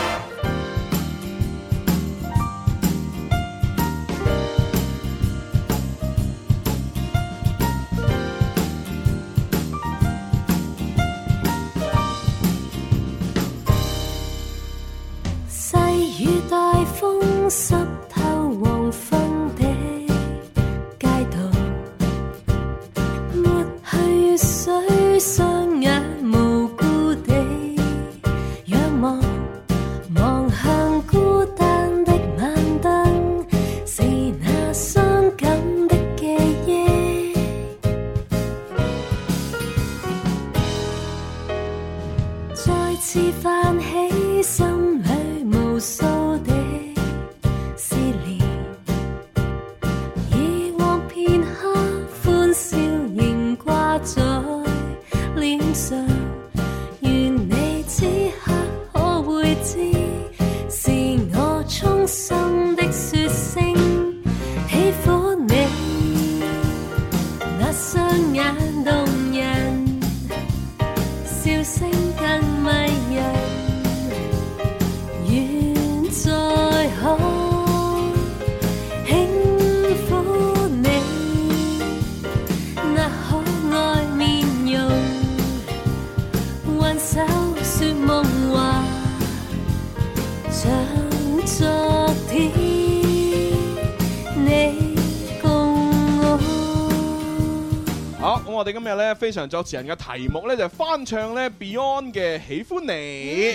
Speaker 16: 細雨大風濕透黃昏的街道，抹去雨水，雙眼無辜地仰望，望向孤單的晚
Speaker 6: 我哋今日咧非常作詞人嘅題目咧就係翻唱咧 Beyond 嘅《喜歡你》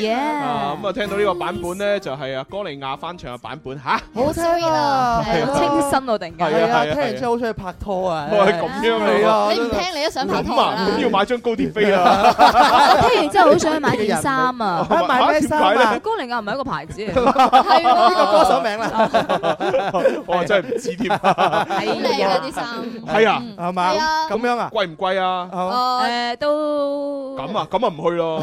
Speaker 2: Yeah
Speaker 6: 啊，咁啊聽到呢個版本咧就係啊歌利亞翻唱嘅版本吓，
Speaker 7: 好聽啊，
Speaker 6: 係啊
Speaker 10: 清新喎，突然間
Speaker 6: 係啊係啊
Speaker 7: 聽完之後好想去拍拖啊！
Speaker 6: 哇咁樣嚟啊
Speaker 2: 你唔聽你都想拍拖
Speaker 6: 咁啊
Speaker 2: 啦
Speaker 6: 咁。要買張高鐵飛啊！
Speaker 10: 我聽完之後好想去買件衫啊！
Speaker 6: 啊買咩衫啊點解咧
Speaker 10: 高凌亞唔係一個牌子嚟，
Speaker 7: 係喎呢個歌手名
Speaker 10: 啦。
Speaker 6: 我真係唔知 添，係
Speaker 10: 靚啊啲衫
Speaker 6: 係啊，
Speaker 7: 係嘛係啊咁樣啊，
Speaker 6: 貴唔貴啊？
Speaker 10: 誒都
Speaker 6: 咁啊，咁啊唔去咯。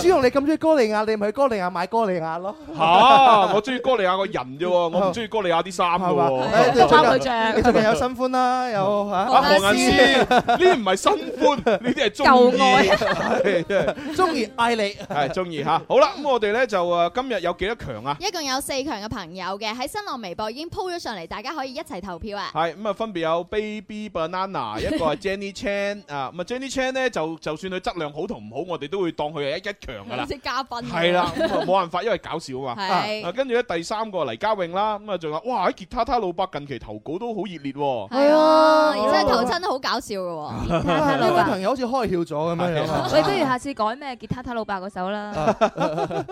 Speaker 7: 朱紅，你咁中意哥利亞，你咪去哥利亞買哥利 亞咯。
Speaker 6: 吓，我中意哥利亞個人啫喎，我唔中意哥利亞啲衫噶
Speaker 7: 誒
Speaker 10: 哎
Speaker 6: 喎。
Speaker 7: 你最近你最近有新歡啦，有嚇。
Speaker 2: 哦
Speaker 6: 啊，何雁詩，呢啲唔係新歡，呢啲係中
Speaker 7: 舊愛
Speaker 6: 意， 係真係
Speaker 7: 中意嗌 你。
Speaker 6: 係中哎意嚇。好啦，咁我哋咧就誒今日有幾多強啊？
Speaker 2: 一共有四強嘅朋友嘅，喺新浪微博已經 po 咗上嚟，大家可以一齊投票啊！
Speaker 6: 係咁啊，分別有 Baby Banana，一個係 Jenny Chan 啊，咁啊 Jenny Chan 咧就就算佢質量好同唔好，我哋都會當佢係一一 強噶啦。
Speaker 2: 即係嘉賓啊
Speaker 6: 係啦，咁啊冇辦法，因為搞笑啊嘛。
Speaker 2: 係
Speaker 6: 啊，跟住咧第三個黎家穎啦，咁啊仲有哇，喺吉他他老伯近期投稿都好熱 烈喎。
Speaker 2: 係啊，而且頭真都好搞笑嘅 喎。
Speaker 7: 啊呢位朋友好似開竅咗咁樣樣啊。
Speaker 10: 喂，不如下次改咩吉他他老伯嗰首啦，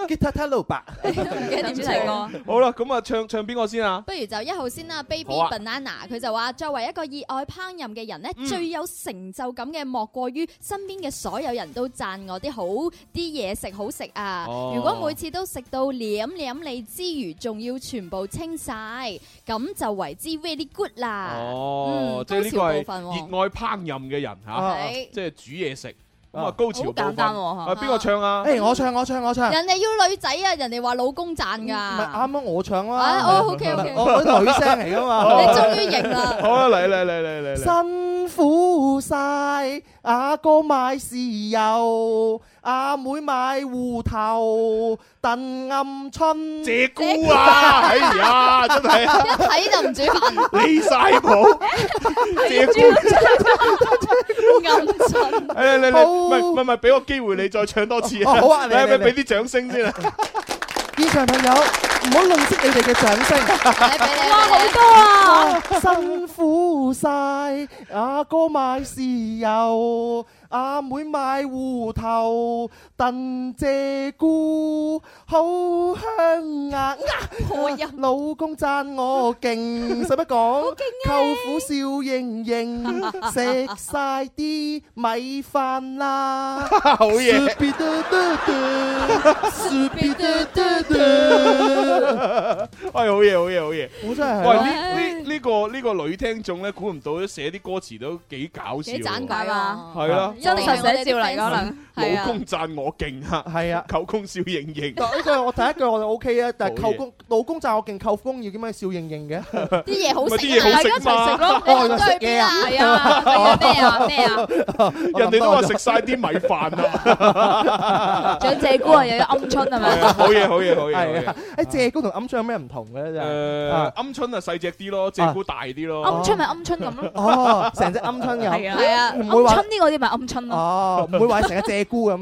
Speaker 7: 吉他他老伯，
Speaker 10: 唔記得點唱歌。
Speaker 6: 好啦，咁啊唱唱邊個先啊？
Speaker 2: 不如就一號先啦，Baby
Speaker 6: 好啊嗯
Speaker 2: Banana 佢就話：作為一個熱愛烹飪嘅人呢，最有成就感嘅莫過於身邊嘅所有人都讚我啲好啲嘢食好食啊！
Speaker 8: 哦
Speaker 2: 如果每次都食到舐舐你之餘，仲要全部清晒，咁就為之 very good 啦。
Speaker 6: 哦
Speaker 2: 嗯，
Speaker 6: 即係呢個
Speaker 2: 高
Speaker 6: 係
Speaker 2: 潮部分喎
Speaker 6: 熱愛烹飪嘅人嚇
Speaker 2: 係，
Speaker 6: 即係煮嘢食。咁啊高潮部分，
Speaker 2: 好簡單喎哎嚇
Speaker 6: 啊邊個唱啊？
Speaker 7: 誒我唱我唱我 唱。
Speaker 2: 人哋要女仔哦啊，人哋話老公讚㗎。
Speaker 7: 咪啱啱我唱
Speaker 2: 啊
Speaker 7: 啦。
Speaker 2: 哦，OK，OK
Speaker 7: 我我女聲嚟噶 嘛。
Speaker 2: 你終於型啦。
Speaker 6: 好啦，啊嚟嚟嚟嚟嚟嚟。
Speaker 7: 辛苦晒，阿哥買豉油，阿妹買芋頭，燉鵪鶉。
Speaker 6: 謝姑啊 哎呀真係
Speaker 2: 一睇就唔煮飯。
Speaker 6: 你晒譜，謝
Speaker 7: 哎
Speaker 2: 姑鵪鶉。
Speaker 6: 誒哎你你，唔係唔係唔係，俾個機會你再唱多次
Speaker 7: 哦好 啊你
Speaker 6: 嚟
Speaker 7: 你
Speaker 6: 俾
Speaker 7: 你
Speaker 6: 俾啲掌聲 先啊！
Speaker 7: 現場朋友，唔好吝嗇你哋嘅掌聲。
Speaker 10: 哇，
Speaker 7: 好多啊！辛苦晒，阿哥買豉油，阿妹買芋頭，燉謝菇，好香啊！
Speaker 2: 啊
Speaker 7: 老公讚我勁，使乜講？舅父笑盈盈，食晒啲米飯啦！
Speaker 6: 好嘢喂，好嘢，好嘢，好嘢！
Speaker 7: 我真係哎
Speaker 6: 喂，呢呢呢個呢個女聽眾咧，估唔到寫啲歌詞都幾搞笑喎，
Speaker 2: 幾盞鬼啊！
Speaker 6: 係啦，
Speaker 10: 真實寫照嚟可能係
Speaker 6: 老
Speaker 10: 啊
Speaker 6: 公讚我勁啊，
Speaker 7: 係啊，
Speaker 6: 舅公笑盈盈，
Speaker 7: 嗱呢個我第一句我就 O K 啊，但係
Speaker 6: 好
Speaker 7: 舅
Speaker 6: 嘢
Speaker 7: 公老公讚我勁，舅公要點樣笑盈 盈嘅？啲
Speaker 2: 嘢好食啊
Speaker 6: 啲嘢好食嘛
Speaker 7: 哦，原來食嘢啊，
Speaker 10: 係啊係啊咩啊咩啊
Speaker 6: 人哋都話食晒啲米飯 啊，
Speaker 10: 仲有謝姑啊，又有鵪鶉 係咪？
Speaker 6: 啊好嘢，好嘢，好嘢，好嘢
Speaker 7: 係啊！誒謝公同鵪鶉有咩唔同嘅咧？真係
Speaker 6: 誒
Speaker 7: 啊，
Speaker 6: 鵪鶉啊細只啲咯，鷓鴣大啲咯。
Speaker 10: 鵪鶉咪鵪鶉咁咯。
Speaker 7: 哦，成隻鵪鶉咁，
Speaker 10: 係啊係啊，
Speaker 7: 唔會
Speaker 10: 鵪
Speaker 7: 話
Speaker 10: 鶉呢個啲咪鵪鶉咯。
Speaker 7: 哦，唔會話成隻謝姑咁。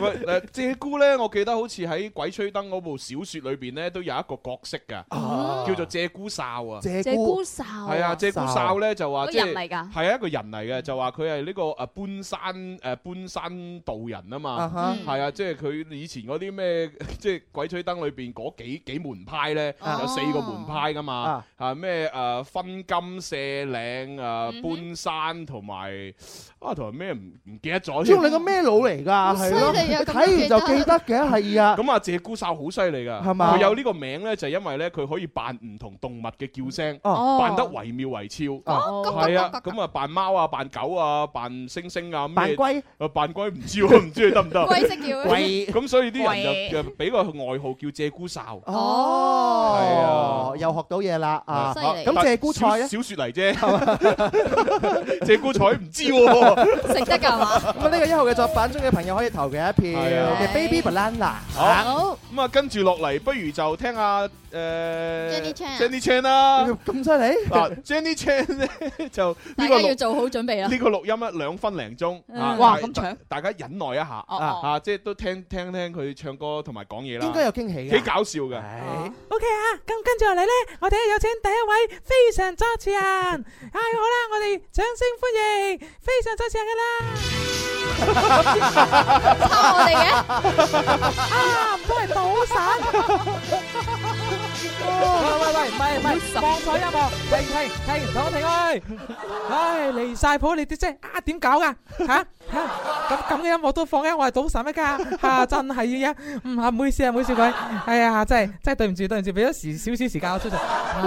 Speaker 6: 喂，誒謝姑咧，我記得好似喺《鬼吹燈》嗰部小説裏邊咧，都有一個角色㗎，叫做謝姑哨啊。
Speaker 7: 謝
Speaker 10: 謝姑哨
Speaker 7: 哦
Speaker 10: 啊
Speaker 6: 係啊，謝姑哨咧就話
Speaker 10: 個
Speaker 6: 即係
Speaker 10: 人嚟㗎
Speaker 6: 係啊一個人嚟嘅，就話佢係呢個誒搬山誒搬山道人
Speaker 7: 啊
Speaker 6: 啊
Speaker 7: 哈
Speaker 6: 嘛
Speaker 7: 嗯，
Speaker 6: 係啊，即係佢以前嗰啲咩 即係《鬼吹燈》裏邊嗰幾幾門派咧，
Speaker 7: 啊
Speaker 6: 有四個門派㗎嘛
Speaker 7: 啊，
Speaker 6: 啊咩誒分金卸嶺啊
Speaker 7: 嗯
Speaker 6: 搬山同埋啊同埋咩唔唔記得咗
Speaker 7: 朱
Speaker 6: 添
Speaker 7: 紅你個咩佬嚟㗎？係咯，
Speaker 6: 犀利啊
Speaker 7: 你
Speaker 6: 咁
Speaker 7: 睇
Speaker 6: 都記
Speaker 7: 完
Speaker 6: 得
Speaker 7: 就記得嘅，係 啊。
Speaker 6: 咁啊，謝姑哨好犀利噶，
Speaker 7: 係嘛
Speaker 6: 佢有呢個名咧，就係因為咧佢可以扮唔同動物嘅叫聲，
Speaker 7: 哦
Speaker 6: 扮得惟妙惟肖。
Speaker 7: 哦
Speaker 6: 係啊，咁啊扮貓啊，扮狗啊，扮猩猩啊，咩
Speaker 7: 扮龜
Speaker 6: 啊，扮龜唔知喎，唔 知佢得唔得？
Speaker 7: 龜 識叫
Speaker 6: 咁咁所以啲人
Speaker 7: 龜
Speaker 6: 就就俾個外號叫謝姑哨。
Speaker 7: 哦，又學到嘢啦啊！
Speaker 6: 啊
Speaker 7: 咁謝姑菜咧
Speaker 6: 小，小説 嚟啫， 謝姑菜唔知 喎。
Speaker 2: 食得㗎嘛？
Speaker 7: 咁呢個一號嘅作品中嘅朋友可以投嘅一票
Speaker 6: 係啊
Speaker 7: 嘅 Baby Banana。
Speaker 6: 好，咁啊跟住落嚟，不如就聽下誒呃
Speaker 2: Jenny Chan
Speaker 6: Jenny Chan 啦。
Speaker 7: 咁犀利？
Speaker 6: 嗱，Jenny Chan 咧就呢
Speaker 2: 大
Speaker 6: 個
Speaker 2: 家
Speaker 6: 錄
Speaker 2: 要做好準備啦。
Speaker 6: 呢個錄
Speaker 14: 啊
Speaker 6: 音咧兩分零鐘
Speaker 2: 啊嗯
Speaker 6: 啊，
Speaker 2: 哇
Speaker 6: 但係
Speaker 2: 咁長
Speaker 6: 大大家忍耐一下
Speaker 2: 哦哦
Speaker 6: 啊，即係都聽聽聽佢唱歌同埋講嘢啦，
Speaker 7: 應該有驚喜嘅
Speaker 6: 幾搞笑嘅。
Speaker 7: 係
Speaker 10: 不
Speaker 25: OK 啊，咁跟住落嚟呢，我哋有請第一位非常作詞人，唉、好啦，我哋掌聲歡迎非常作詞人噶啦，
Speaker 1: 抄我哋嘅
Speaker 25: 啊，唔通係賭神？哦喂喂喂，唔係唔係，放水音樂，停停停，同我停去，唉，離晒譜，你哋真係啊點搞噶嚇？嚇咁咁嘅音樂都放嘅，我係賭神乜㗎？嚇真係嘅，嗯嚇，唔好意思啊，唔好意思佢，哎呀真係真係對唔住對唔住，俾咗時少少時間我出場，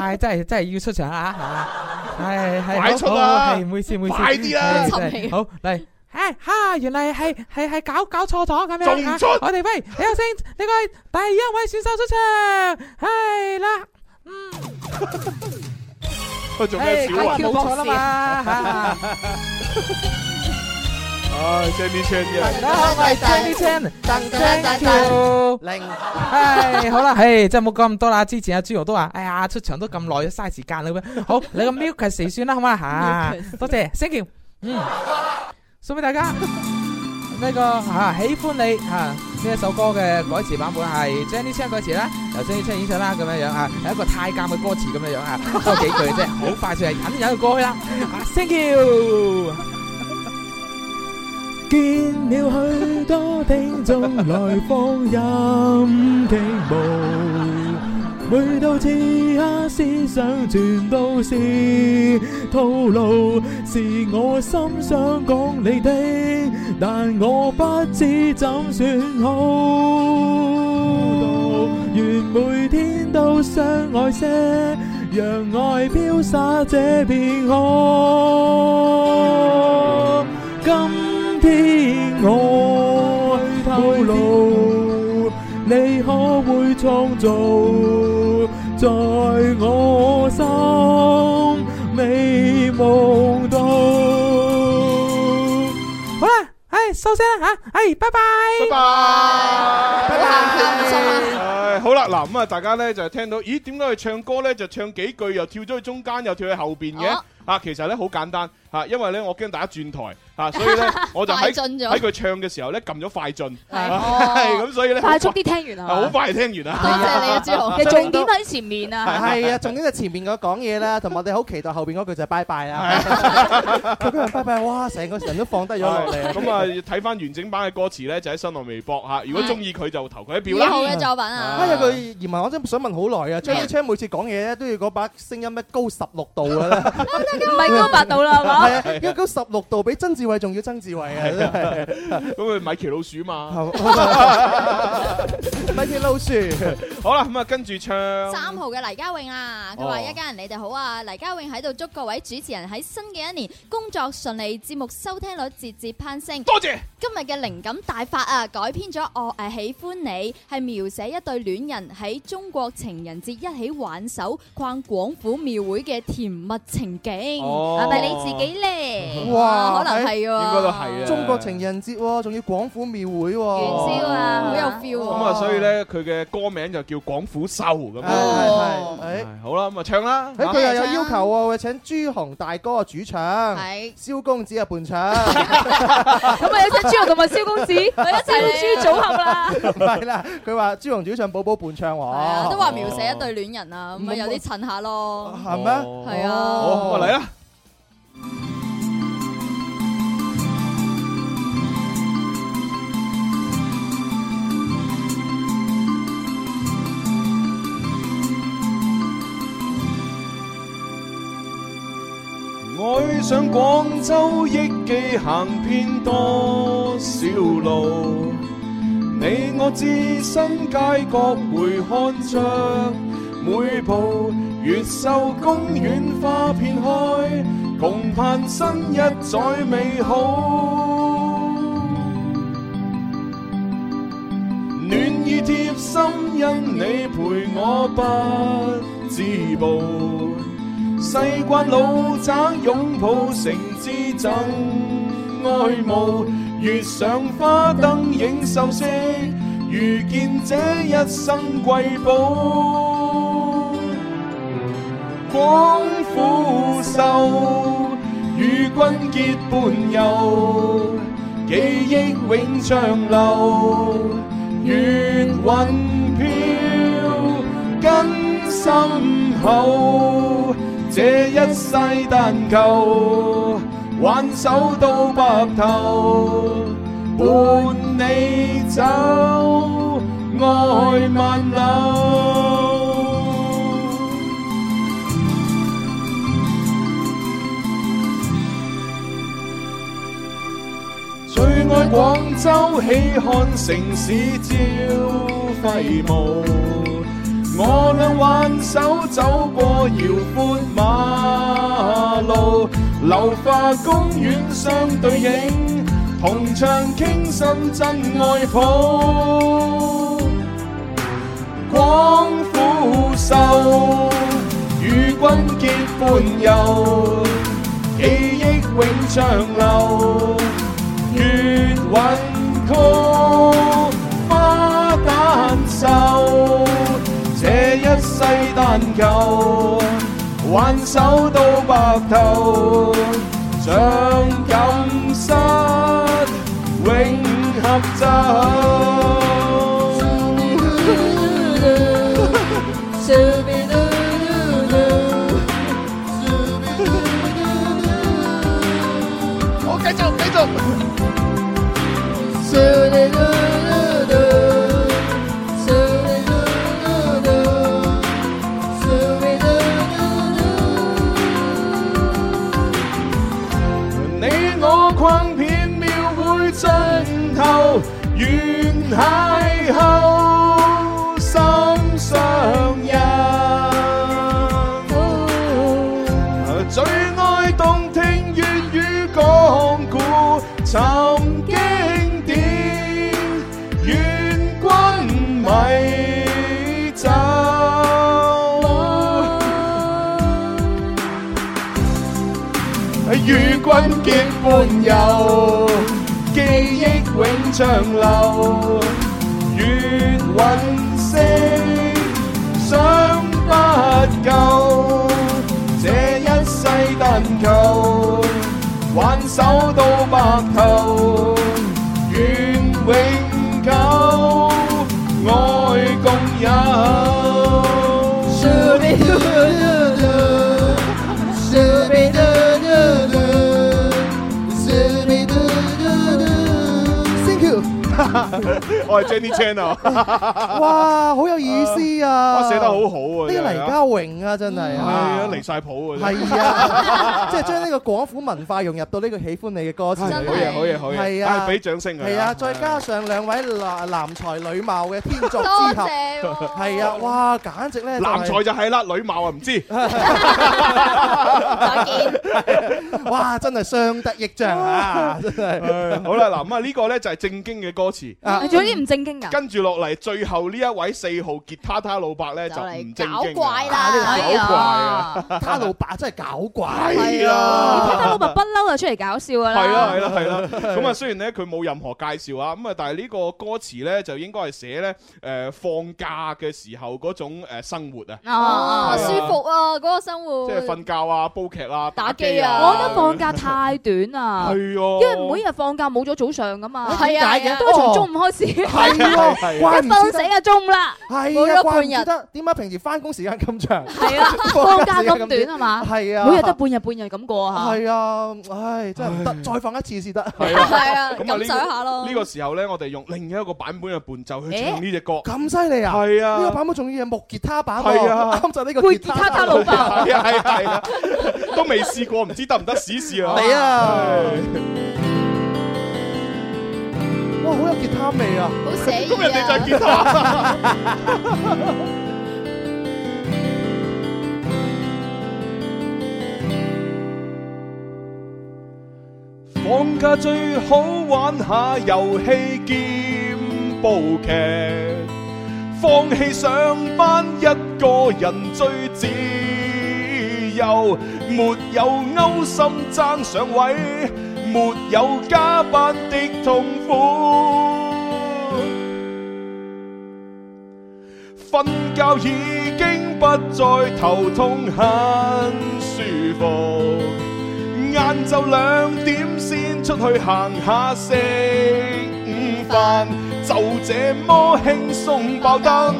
Speaker 25: 唉真係真係要出場啦嚇，係係
Speaker 1: 快出啦
Speaker 25: 係唔好意思唔好意思，
Speaker 1: 快啲啦
Speaker 25: 係真係好嚟。唉，哈！原嚟係係係搞搞錯咗咁樣
Speaker 1: 仲唔出
Speaker 25: 啊我哋喂，有請呢位第一位選手出場，係啦。
Speaker 14: 佢做咩
Speaker 25: 唉
Speaker 14: 小啊
Speaker 25: 太跳過啦 嘛嚇
Speaker 14: 唉，Jenny Chan
Speaker 25: 大家好我係 Jenny Chan，Thank you 唉，
Speaker 1: 唉，
Speaker 25: 好
Speaker 1: 好
Speaker 25: 啦，
Speaker 1: 啦，
Speaker 25: 唉，真係冇講咁多啦。之前阿朱豪都話，哎呀，出場都咁耐，嘥時間啦咁樣。好，你個 milk 係時算啦，好嘛吓
Speaker 1: Milk？
Speaker 25: 多謝，thank you。嗯，送俾大家呢個吓喜歡你吓呢一首歌嘅改詞版本係 Jenny Chan 改詞啦，由 Jenny Chan 演唱啦，咁樣樣啊，係一個太監嘅歌詞咁樣樣啊，多幾句啫，好快就係引引佢過去啦。啊，thank you。
Speaker 1: 見了許多聽眾來放任極無，每到此刻思想全都是套路，是我心想講你的，但我不知怎算好。願每天都相愛些，讓愛飄灑這便好。今天我透露，你可會創造在我心美夢到？
Speaker 25: 好啦，唉，收聲啦吓，唉，拜拜，拜
Speaker 14: 拜，
Speaker 25: 拜拜。
Speaker 14: 唉，好啦，嗱咁啊，大家咧就係聽到，咦，點解佢唱歌咧就唱幾句，又跳咗去中間，又跳去後邊嘅
Speaker 2: 哦？
Speaker 14: 啊，其實咧好簡單嚇，因為咧我驚大家轉台嚇，所以咧我就喺
Speaker 2: 快進咗
Speaker 14: 喺佢唱嘅時候咧撳咗快進，
Speaker 10: 係
Speaker 14: 係咁，所以咧
Speaker 10: 快速啲聽完啊
Speaker 14: 好快就聽完啦。
Speaker 10: 嘅重點喺前面啊，
Speaker 7: 係啊，重點就前面嗰講嘢啦，同埋我哋好期待後邊嗰句就係拜拜啦。佢嗰句拜拜，哇！成個人都放低咗落嚟。
Speaker 14: 咁啊，睇翻完整版嘅歌詞咧，就喺新浪微博嚇。如果中意佢就投佢一票啦。
Speaker 7: 啊！有句疑問，我真係想問好耐啊！張
Speaker 14: 咩
Speaker 7: 啲車每次講嘢咧，都要嗰把聲音咩高十六度 嘅咧，唔
Speaker 10: 係高八度啦係嘛
Speaker 7: 啊，因為高十六度比曾志偉仲要曾志偉啊！真係
Speaker 14: 咁佢米奇老鼠 嘛。
Speaker 7: 米奇老鼠。
Speaker 14: 好啦，咁啊，跟住唱
Speaker 2: 三號嘅黎家穎啊，佢話
Speaker 14: 哦
Speaker 2: 一家人你哋好啊！黎家穎喺度祝各位主持人喺新嘅一年工作順利，節目收聽率節節攀升。
Speaker 14: 多謝
Speaker 2: 今日嘅靈感大法啊，改編咗我誒喜歡你，係描寫一對戀人喺中國情人節一起挽手逛廣府廟會嘅甜蜜情景，
Speaker 7: 哦
Speaker 2: 係咪你自己咧？
Speaker 7: 哇！
Speaker 2: 可能係喎，
Speaker 14: 啊
Speaker 7: 中國情人節喎，仲要廣府廟會喎，
Speaker 2: 元宵啊好有 feel 喎
Speaker 14: 咁啊，所以咧佢嘅歌名就叫《廣府秀》咁
Speaker 7: 哦
Speaker 14: 樣。係好啦，咁啊唱啦。
Speaker 7: 誒佢又有
Speaker 14: 嚇
Speaker 7: 要求喎，會請朱紅大哥啊主唱，蕭公子啊 伴唱，
Speaker 10: 咁啊有隻朱紅同埋蕭公子，咪一齊豬組合啦。
Speaker 7: 唔係啦，佢話朱紅主唱，寶寶伴唱
Speaker 2: 啊
Speaker 7: 喎，
Speaker 2: 都話描寫一對戀人啊，咁咪有啲襯下咯，
Speaker 7: 係咩？
Speaker 6: 哦
Speaker 14: 哦
Speaker 2: 係啊。
Speaker 14: 好，咁啊嚟啦。愛上廣州憶記行遍多少路？你我置身街角回看着每步，越秀公園花片開，共盼新一載美好。暖意貼心，因你陪我不止步。世慣老宅擁抱，誠摯贈愛慕。遇上花燈影秀色，遇見這一生貴寶。廣府秀，與君結伴遊，記憶永長流。月雲飄，跟心口，這一世但求挽手到白頭，伴你走，愛萬縷。最愛廣州，喜看城市照揮舞。我倆挽手走過遼闊馬路，流花公園相對影，同唱傾心真愛抱。廣府秀，與君結伴遊，記憶永長流。月韻曲，花旦秀，這一世但求挽手到白頭，像錦瑟永合奏。
Speaker 6: 好，繼續繼續。
Speaker 14: 你我逛遍廟會盡頭，願邂逅心上人。最愛動聽粵語講古，尋經典，願君米酒。與君結伴遊，記憶永長流。月韻色想不夠，這一世但求挽手到白頭，願永久愛共有。
Speaker 26: Thank you。
Speaker 6: 哦我係 Jenny Chan 啊，
Speaker 26: 哇，好有意思啊！
Speaker 6: 啊寫得好好啊
Speaker 26: 呢
Speaker 6: 真
Speaker 26: 個
Speaker 6: 係
Speaker 26: 黎家榮啊，真係
Speaker 6: 係啊，離晒譜啊，真
Speaker 26: 係啊，即係將呢個廣府文化融入到呢個喜歡你嘅歌詞裏
Speaker 6: 好嘢
Speaker 26: 面。
Speaker 6: 好嘢好嘢，
Speaker 26: 啊係
Speaker 6: 哎
Speaker 26: 啊，
Speaker 6: 俾掌聲佢，
Speaker 26: 係啊，再加上兩位男男才女貌嘅天作之合，係啊，哇，簡直咧
Speaker 6: 男才就係啦，女貌啊唔知。
Speaker 26: 哇，真係相得益 彰啊！真
Speaker 6: 係。好啦，嗱咁啊，呢個咧就係正經嘅歌詞。
Speaker 10: 仲有啲唔正經㗎。
Speaker 6: 跟住落嚟，最後呢一位四號吉他他老伯咧就唔正經
Speaker 10: 搞
Speaker 6: 㗎
Speaker 10: 怪啦
Speaker 6: 啊呢個
Speaker 10: 哎呀
Speaker 6: 搞怪啊！
Speaker 26: 他老伯真係搞怪
Speaker 6: 係
Speaker 10: 而家
Speaker 6: 啊！
Speaker 10: 老伯不嬲就出嚟搞笑㗎啦。
Speaker 6: 係啦，係啦，係啦。啊 咁啊，雖然咧佢冇任何介紹啊，咁啊，但係呢個歌詞咧就應該係寫咧誒放假嘅時候嗰種誒生活啊，
Speaker 10: Ờ,
Speaker 2: 啊，
Speaker 6: 係
Speaker 2: 舒服啊，嗰個生活
Speaker 6: 即。係瞓覺啊、煲劇啊、
Speaker 2: 打
Speaker 6: 機
Speaker 2: 機啊
Speaker 10: 我覺得放假太短啦，
Speaker 6: 係啊
Speaker 10: 因為每日放假冇咗早上噶嘛，
Speaker 26: 係啊點解嘅
Speaker 10: 都從中午開始，
Speaker 26: 係喎啊怪唔
Speaker 10: 一
Speaker 26: 之得
Speaker 10: 瞓醒就中午啦，冇
Speaker 26: 係啊，
Speaker 10: 咗
Speaker 26: 怪唔
Speaker 10: 半
Speaker 26: 之
Speaker 10: 日。
Speaker 26: 得點解平時翻工時間咁長？
Speaker 10: 係啊，放假咁短啊嘛，
Speaker 26: 係啊，
Speaker 10: 每日得半日半日咁過嚇。
Speaker 26: 係啊，唉，真係唔得，再放一次先得。
Speaker 6: 係啊
Speaker 10: 係啊
Speaker 6: 咁啊呢
Speaker 10: 感受一下咯
Speaker 6: 個呢個時候咧，我哋用另一個版本嘅伴奏去唱呢只歌。
Speaker 26: 咁犀利啊！
Speaker 6: 係啊
Speaker 26: 呢個版本仲要係木吉他版喎，
Speaker 6: 係啊
Speaker 26: 啱就呢個吉他他老伯
Speaker 6: 係啊係啊係啊，都未試過，唔知得唔得試 試
Speaker 10: 哎
Speaker 6: 啊！
Speaker 26: 嚟啊！哇，好有吉他味啊！
Speaker 2: 好寫意啊
Speaker 6: 咁人哋就係吉他。
Speaker 14: 放假最好玩下遊戲兼部劇，放棄上班一個人最自由，沒有勾心爭上位，沒有加班的痛苦。瞓覺已經不再頭痛，很舒服。晏晝兩點先出去行下食午飯，就這麼輕鬆爆燈。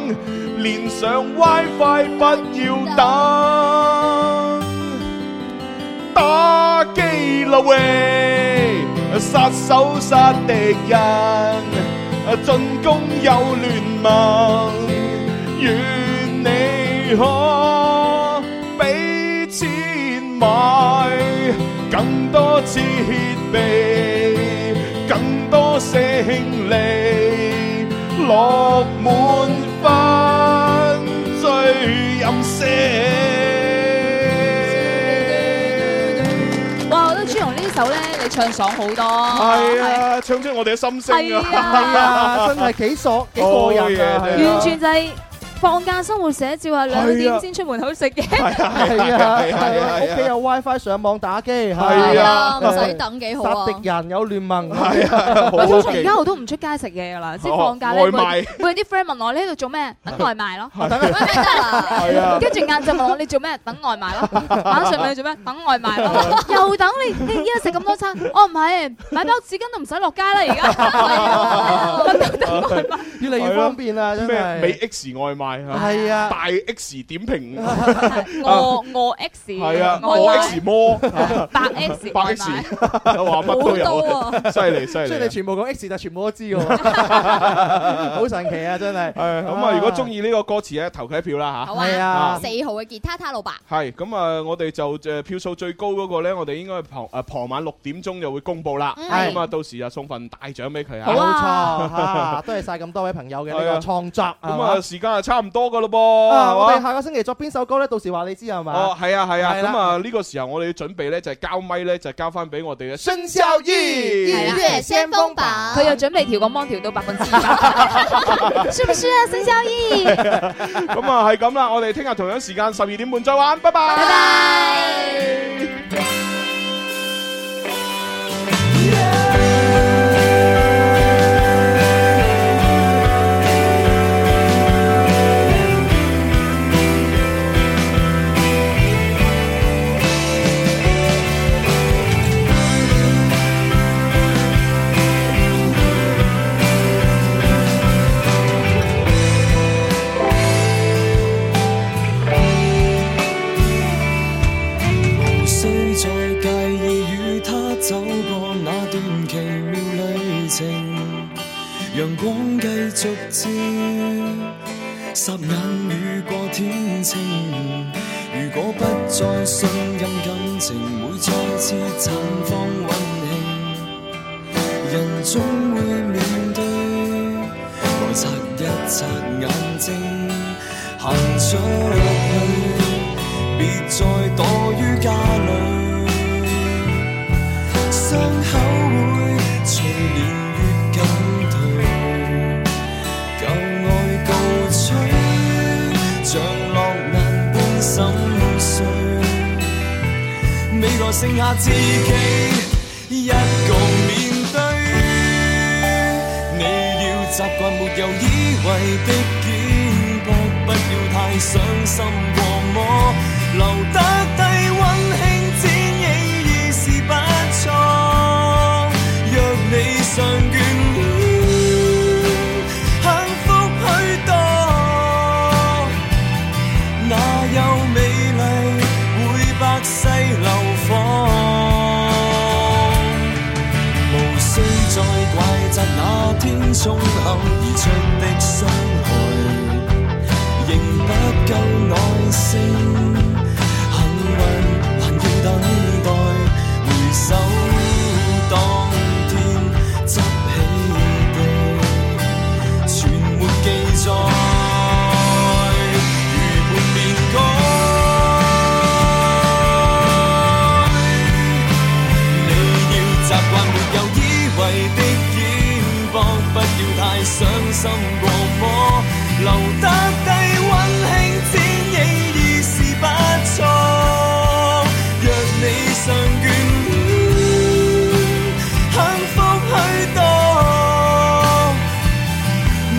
Speaker 6: 連上 WiFi 不要等，打機啦喂，殺手殺敵人，進攻有聯盟，願你可俾錢買更多設備，更多勝利，落滿分最任性。
Speaker 10: 哇！我覺得朱紅呢首咧，你唱爽好多。
Speaker 6: 係啊，唱出我哋嘅心聲啊！
Speaker 10: 係 啊
Speaker 26: 真係幾爽幾過癮啊！係啊
Speaker 10: 完全就係放假生活寫照啊，兩點先出門口食嘢。係
Speaker 26: 係啊，à，係啊，屋企有 WiFi 上網打機，
Speaker 6: à.
Speaker 26: 係
Speaker 2: à,
Speaker 10: 啊唔使 等幾好啊
Speaker 26: 殺敵人有聯盟，係啊
Speaker 10: 我通常而家我都唔出街食嘢噶啦，即係
Speaker 6: 啊
Speaker 10: 放假咧，
Speaker 26: 外
Speaker 10: 每
Speaker 26: 賣
Speaker 10: 每啲 friend 問我你喺度做 咩？等外賣咯，
Speaker 26: 係
Speaker 10: 等外賣得
Speaker 26: 係
Speaker 10: 啦
Speaker 26: 啊。
Speaker 10: 跟住晏晝問我你做咩？等外賣 咯。晚上問你做咩？等外賣
Speaker 6: 啊
Speaker 10: 咯。又等你，你一日食咁多餐，我唔係買包紙巾都唔使落街啦，而家。
Speaker 6: 啊
Speaker 26: 越嚟越方便啦，真
Speaker 6: 咩
Speaker 26: 係。
Speaker 6: 美 X 外賣
Speaker 26: 係 啊
Speaker 6: 大 X 點評，
Speaker 10: 啊我我 X
Speaker 6: 啊係啊，
Speaker 10: 外賣
Speaker 6: 我 X 魔，
Speaker 10: 白 X
Speaker 6: 白 X 話乜都有
Speaker 26: 好多
Speaker 6: 啊，
Speaker 26: 啊
Speaker 6: 犀利犀
Speaker 26: 雖然
Speaker 6: 利
Speaker 26: 你。全部講 X，但全部都 知嘅喎，好神奇啊！真係。
Speaker 6: 係咁啊！如果中意呢個歌詞咧，投佢一票啦
Speaker 2: 好
Speaker 6: 吓。
Speaker 2: 啊，
Speaker 6: 啊
Speaker 2: 四號嘅吉他他老伯，
Speaker 6: 係咁啊！我哋就誒票數最高嗰個咧，我哋應該係傍誒傍晚六點鐘就會公佈啦。
Speaker 26: 嗯
Speaker 6: 咁啊，到時就送份大獎俾佢啊！
Speaker 26: 冇錯嚇，多謝晒咁多位朋友嘅呢
Speaker 6: 係啊
Speaker 26: 個創作。
Speaker 6: 咁
Speaker 26: 係
Speaker 6: 啊，
Speaker 26: 嘛
Speaker 6: 時間啊差唔多噶咯噃，
Speaker 26: 啊，我
Speaker 6: 係
Speaker 26: 哋
Speaker 6: 嘛？
Speaker 26: 下個星期作邊首歌咧？到時話你知係嘛？
Speaker 6: 哦，係啊，係啊，
Speaker 26: 係啦
Speaker 6: 咁啊，呢個時候我哋要準備咧，就係交咪咧，就係交翻俾我哋嘅孫
Speaker 26: 肖
Speaker 6: 毅
Speaker 10: 係啦
Speaker 26: 先鋒版
Speaker 10: 佢又準備調個 mon 調到百分之百，是不是啊，沈小易？
Speaker 6: 咁啊，係咁啦，我哋聽日同樣時間十二點半再玩，拜拜。拜拜。
Speaker 1: 無需再介意與他走過那段奇妙旅程，陽光繼續照，霎眼雨過天晴。如果不再信任感情，會再次綻放溫馨。人總會面對，來擦一擦眼睛，行出去。別再躲於家裏，傷口會隨年月減退，舊愛告吹，像落難般心碎，未來剩下自己一個面對。你要習慣沒有以為的肩膊，不要太傷心過麼？留得低溫馨剪影已是不錯。若你尚眷戀，幸福許多，哪有美麗會百世流芳？無需再怪責那天衝口而出的傷害，仍不夠耐性，幸運還要等待，回首當天執起的，全沒記載，如沒變改。你要習慣沒有以為的肩膊，不要太傷心過麼？留得低溫馨剪影已是不錯。若你尚眷戀，幸福許多，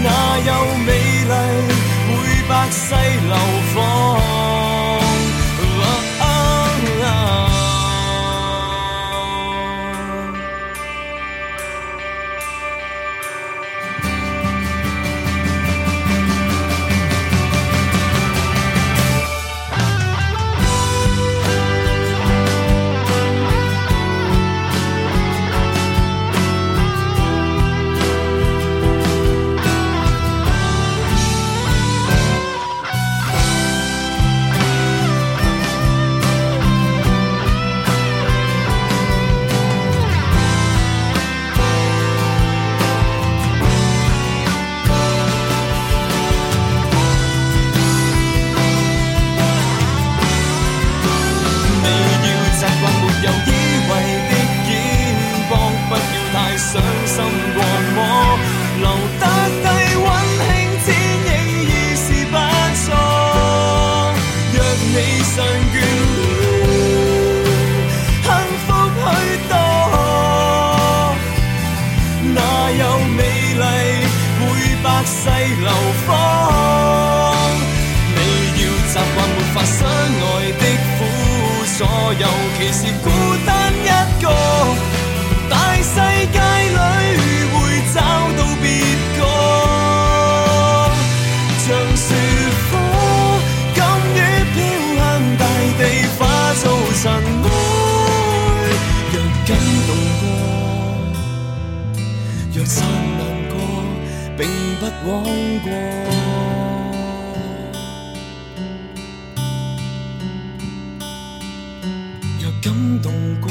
Speaker 1: 哪有美麗會百世流芳？啊啊啊世流芳。你要習慣沒法相愛的苦楚，尤其是孤單一個。大世界裏會找到別個，像雪火，甘於飄向大地，化做塵埃。若感動過，若燦爛過，並不枉過。若感動過，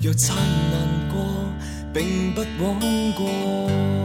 Speaker 1: 若燦爛過，並不枉過。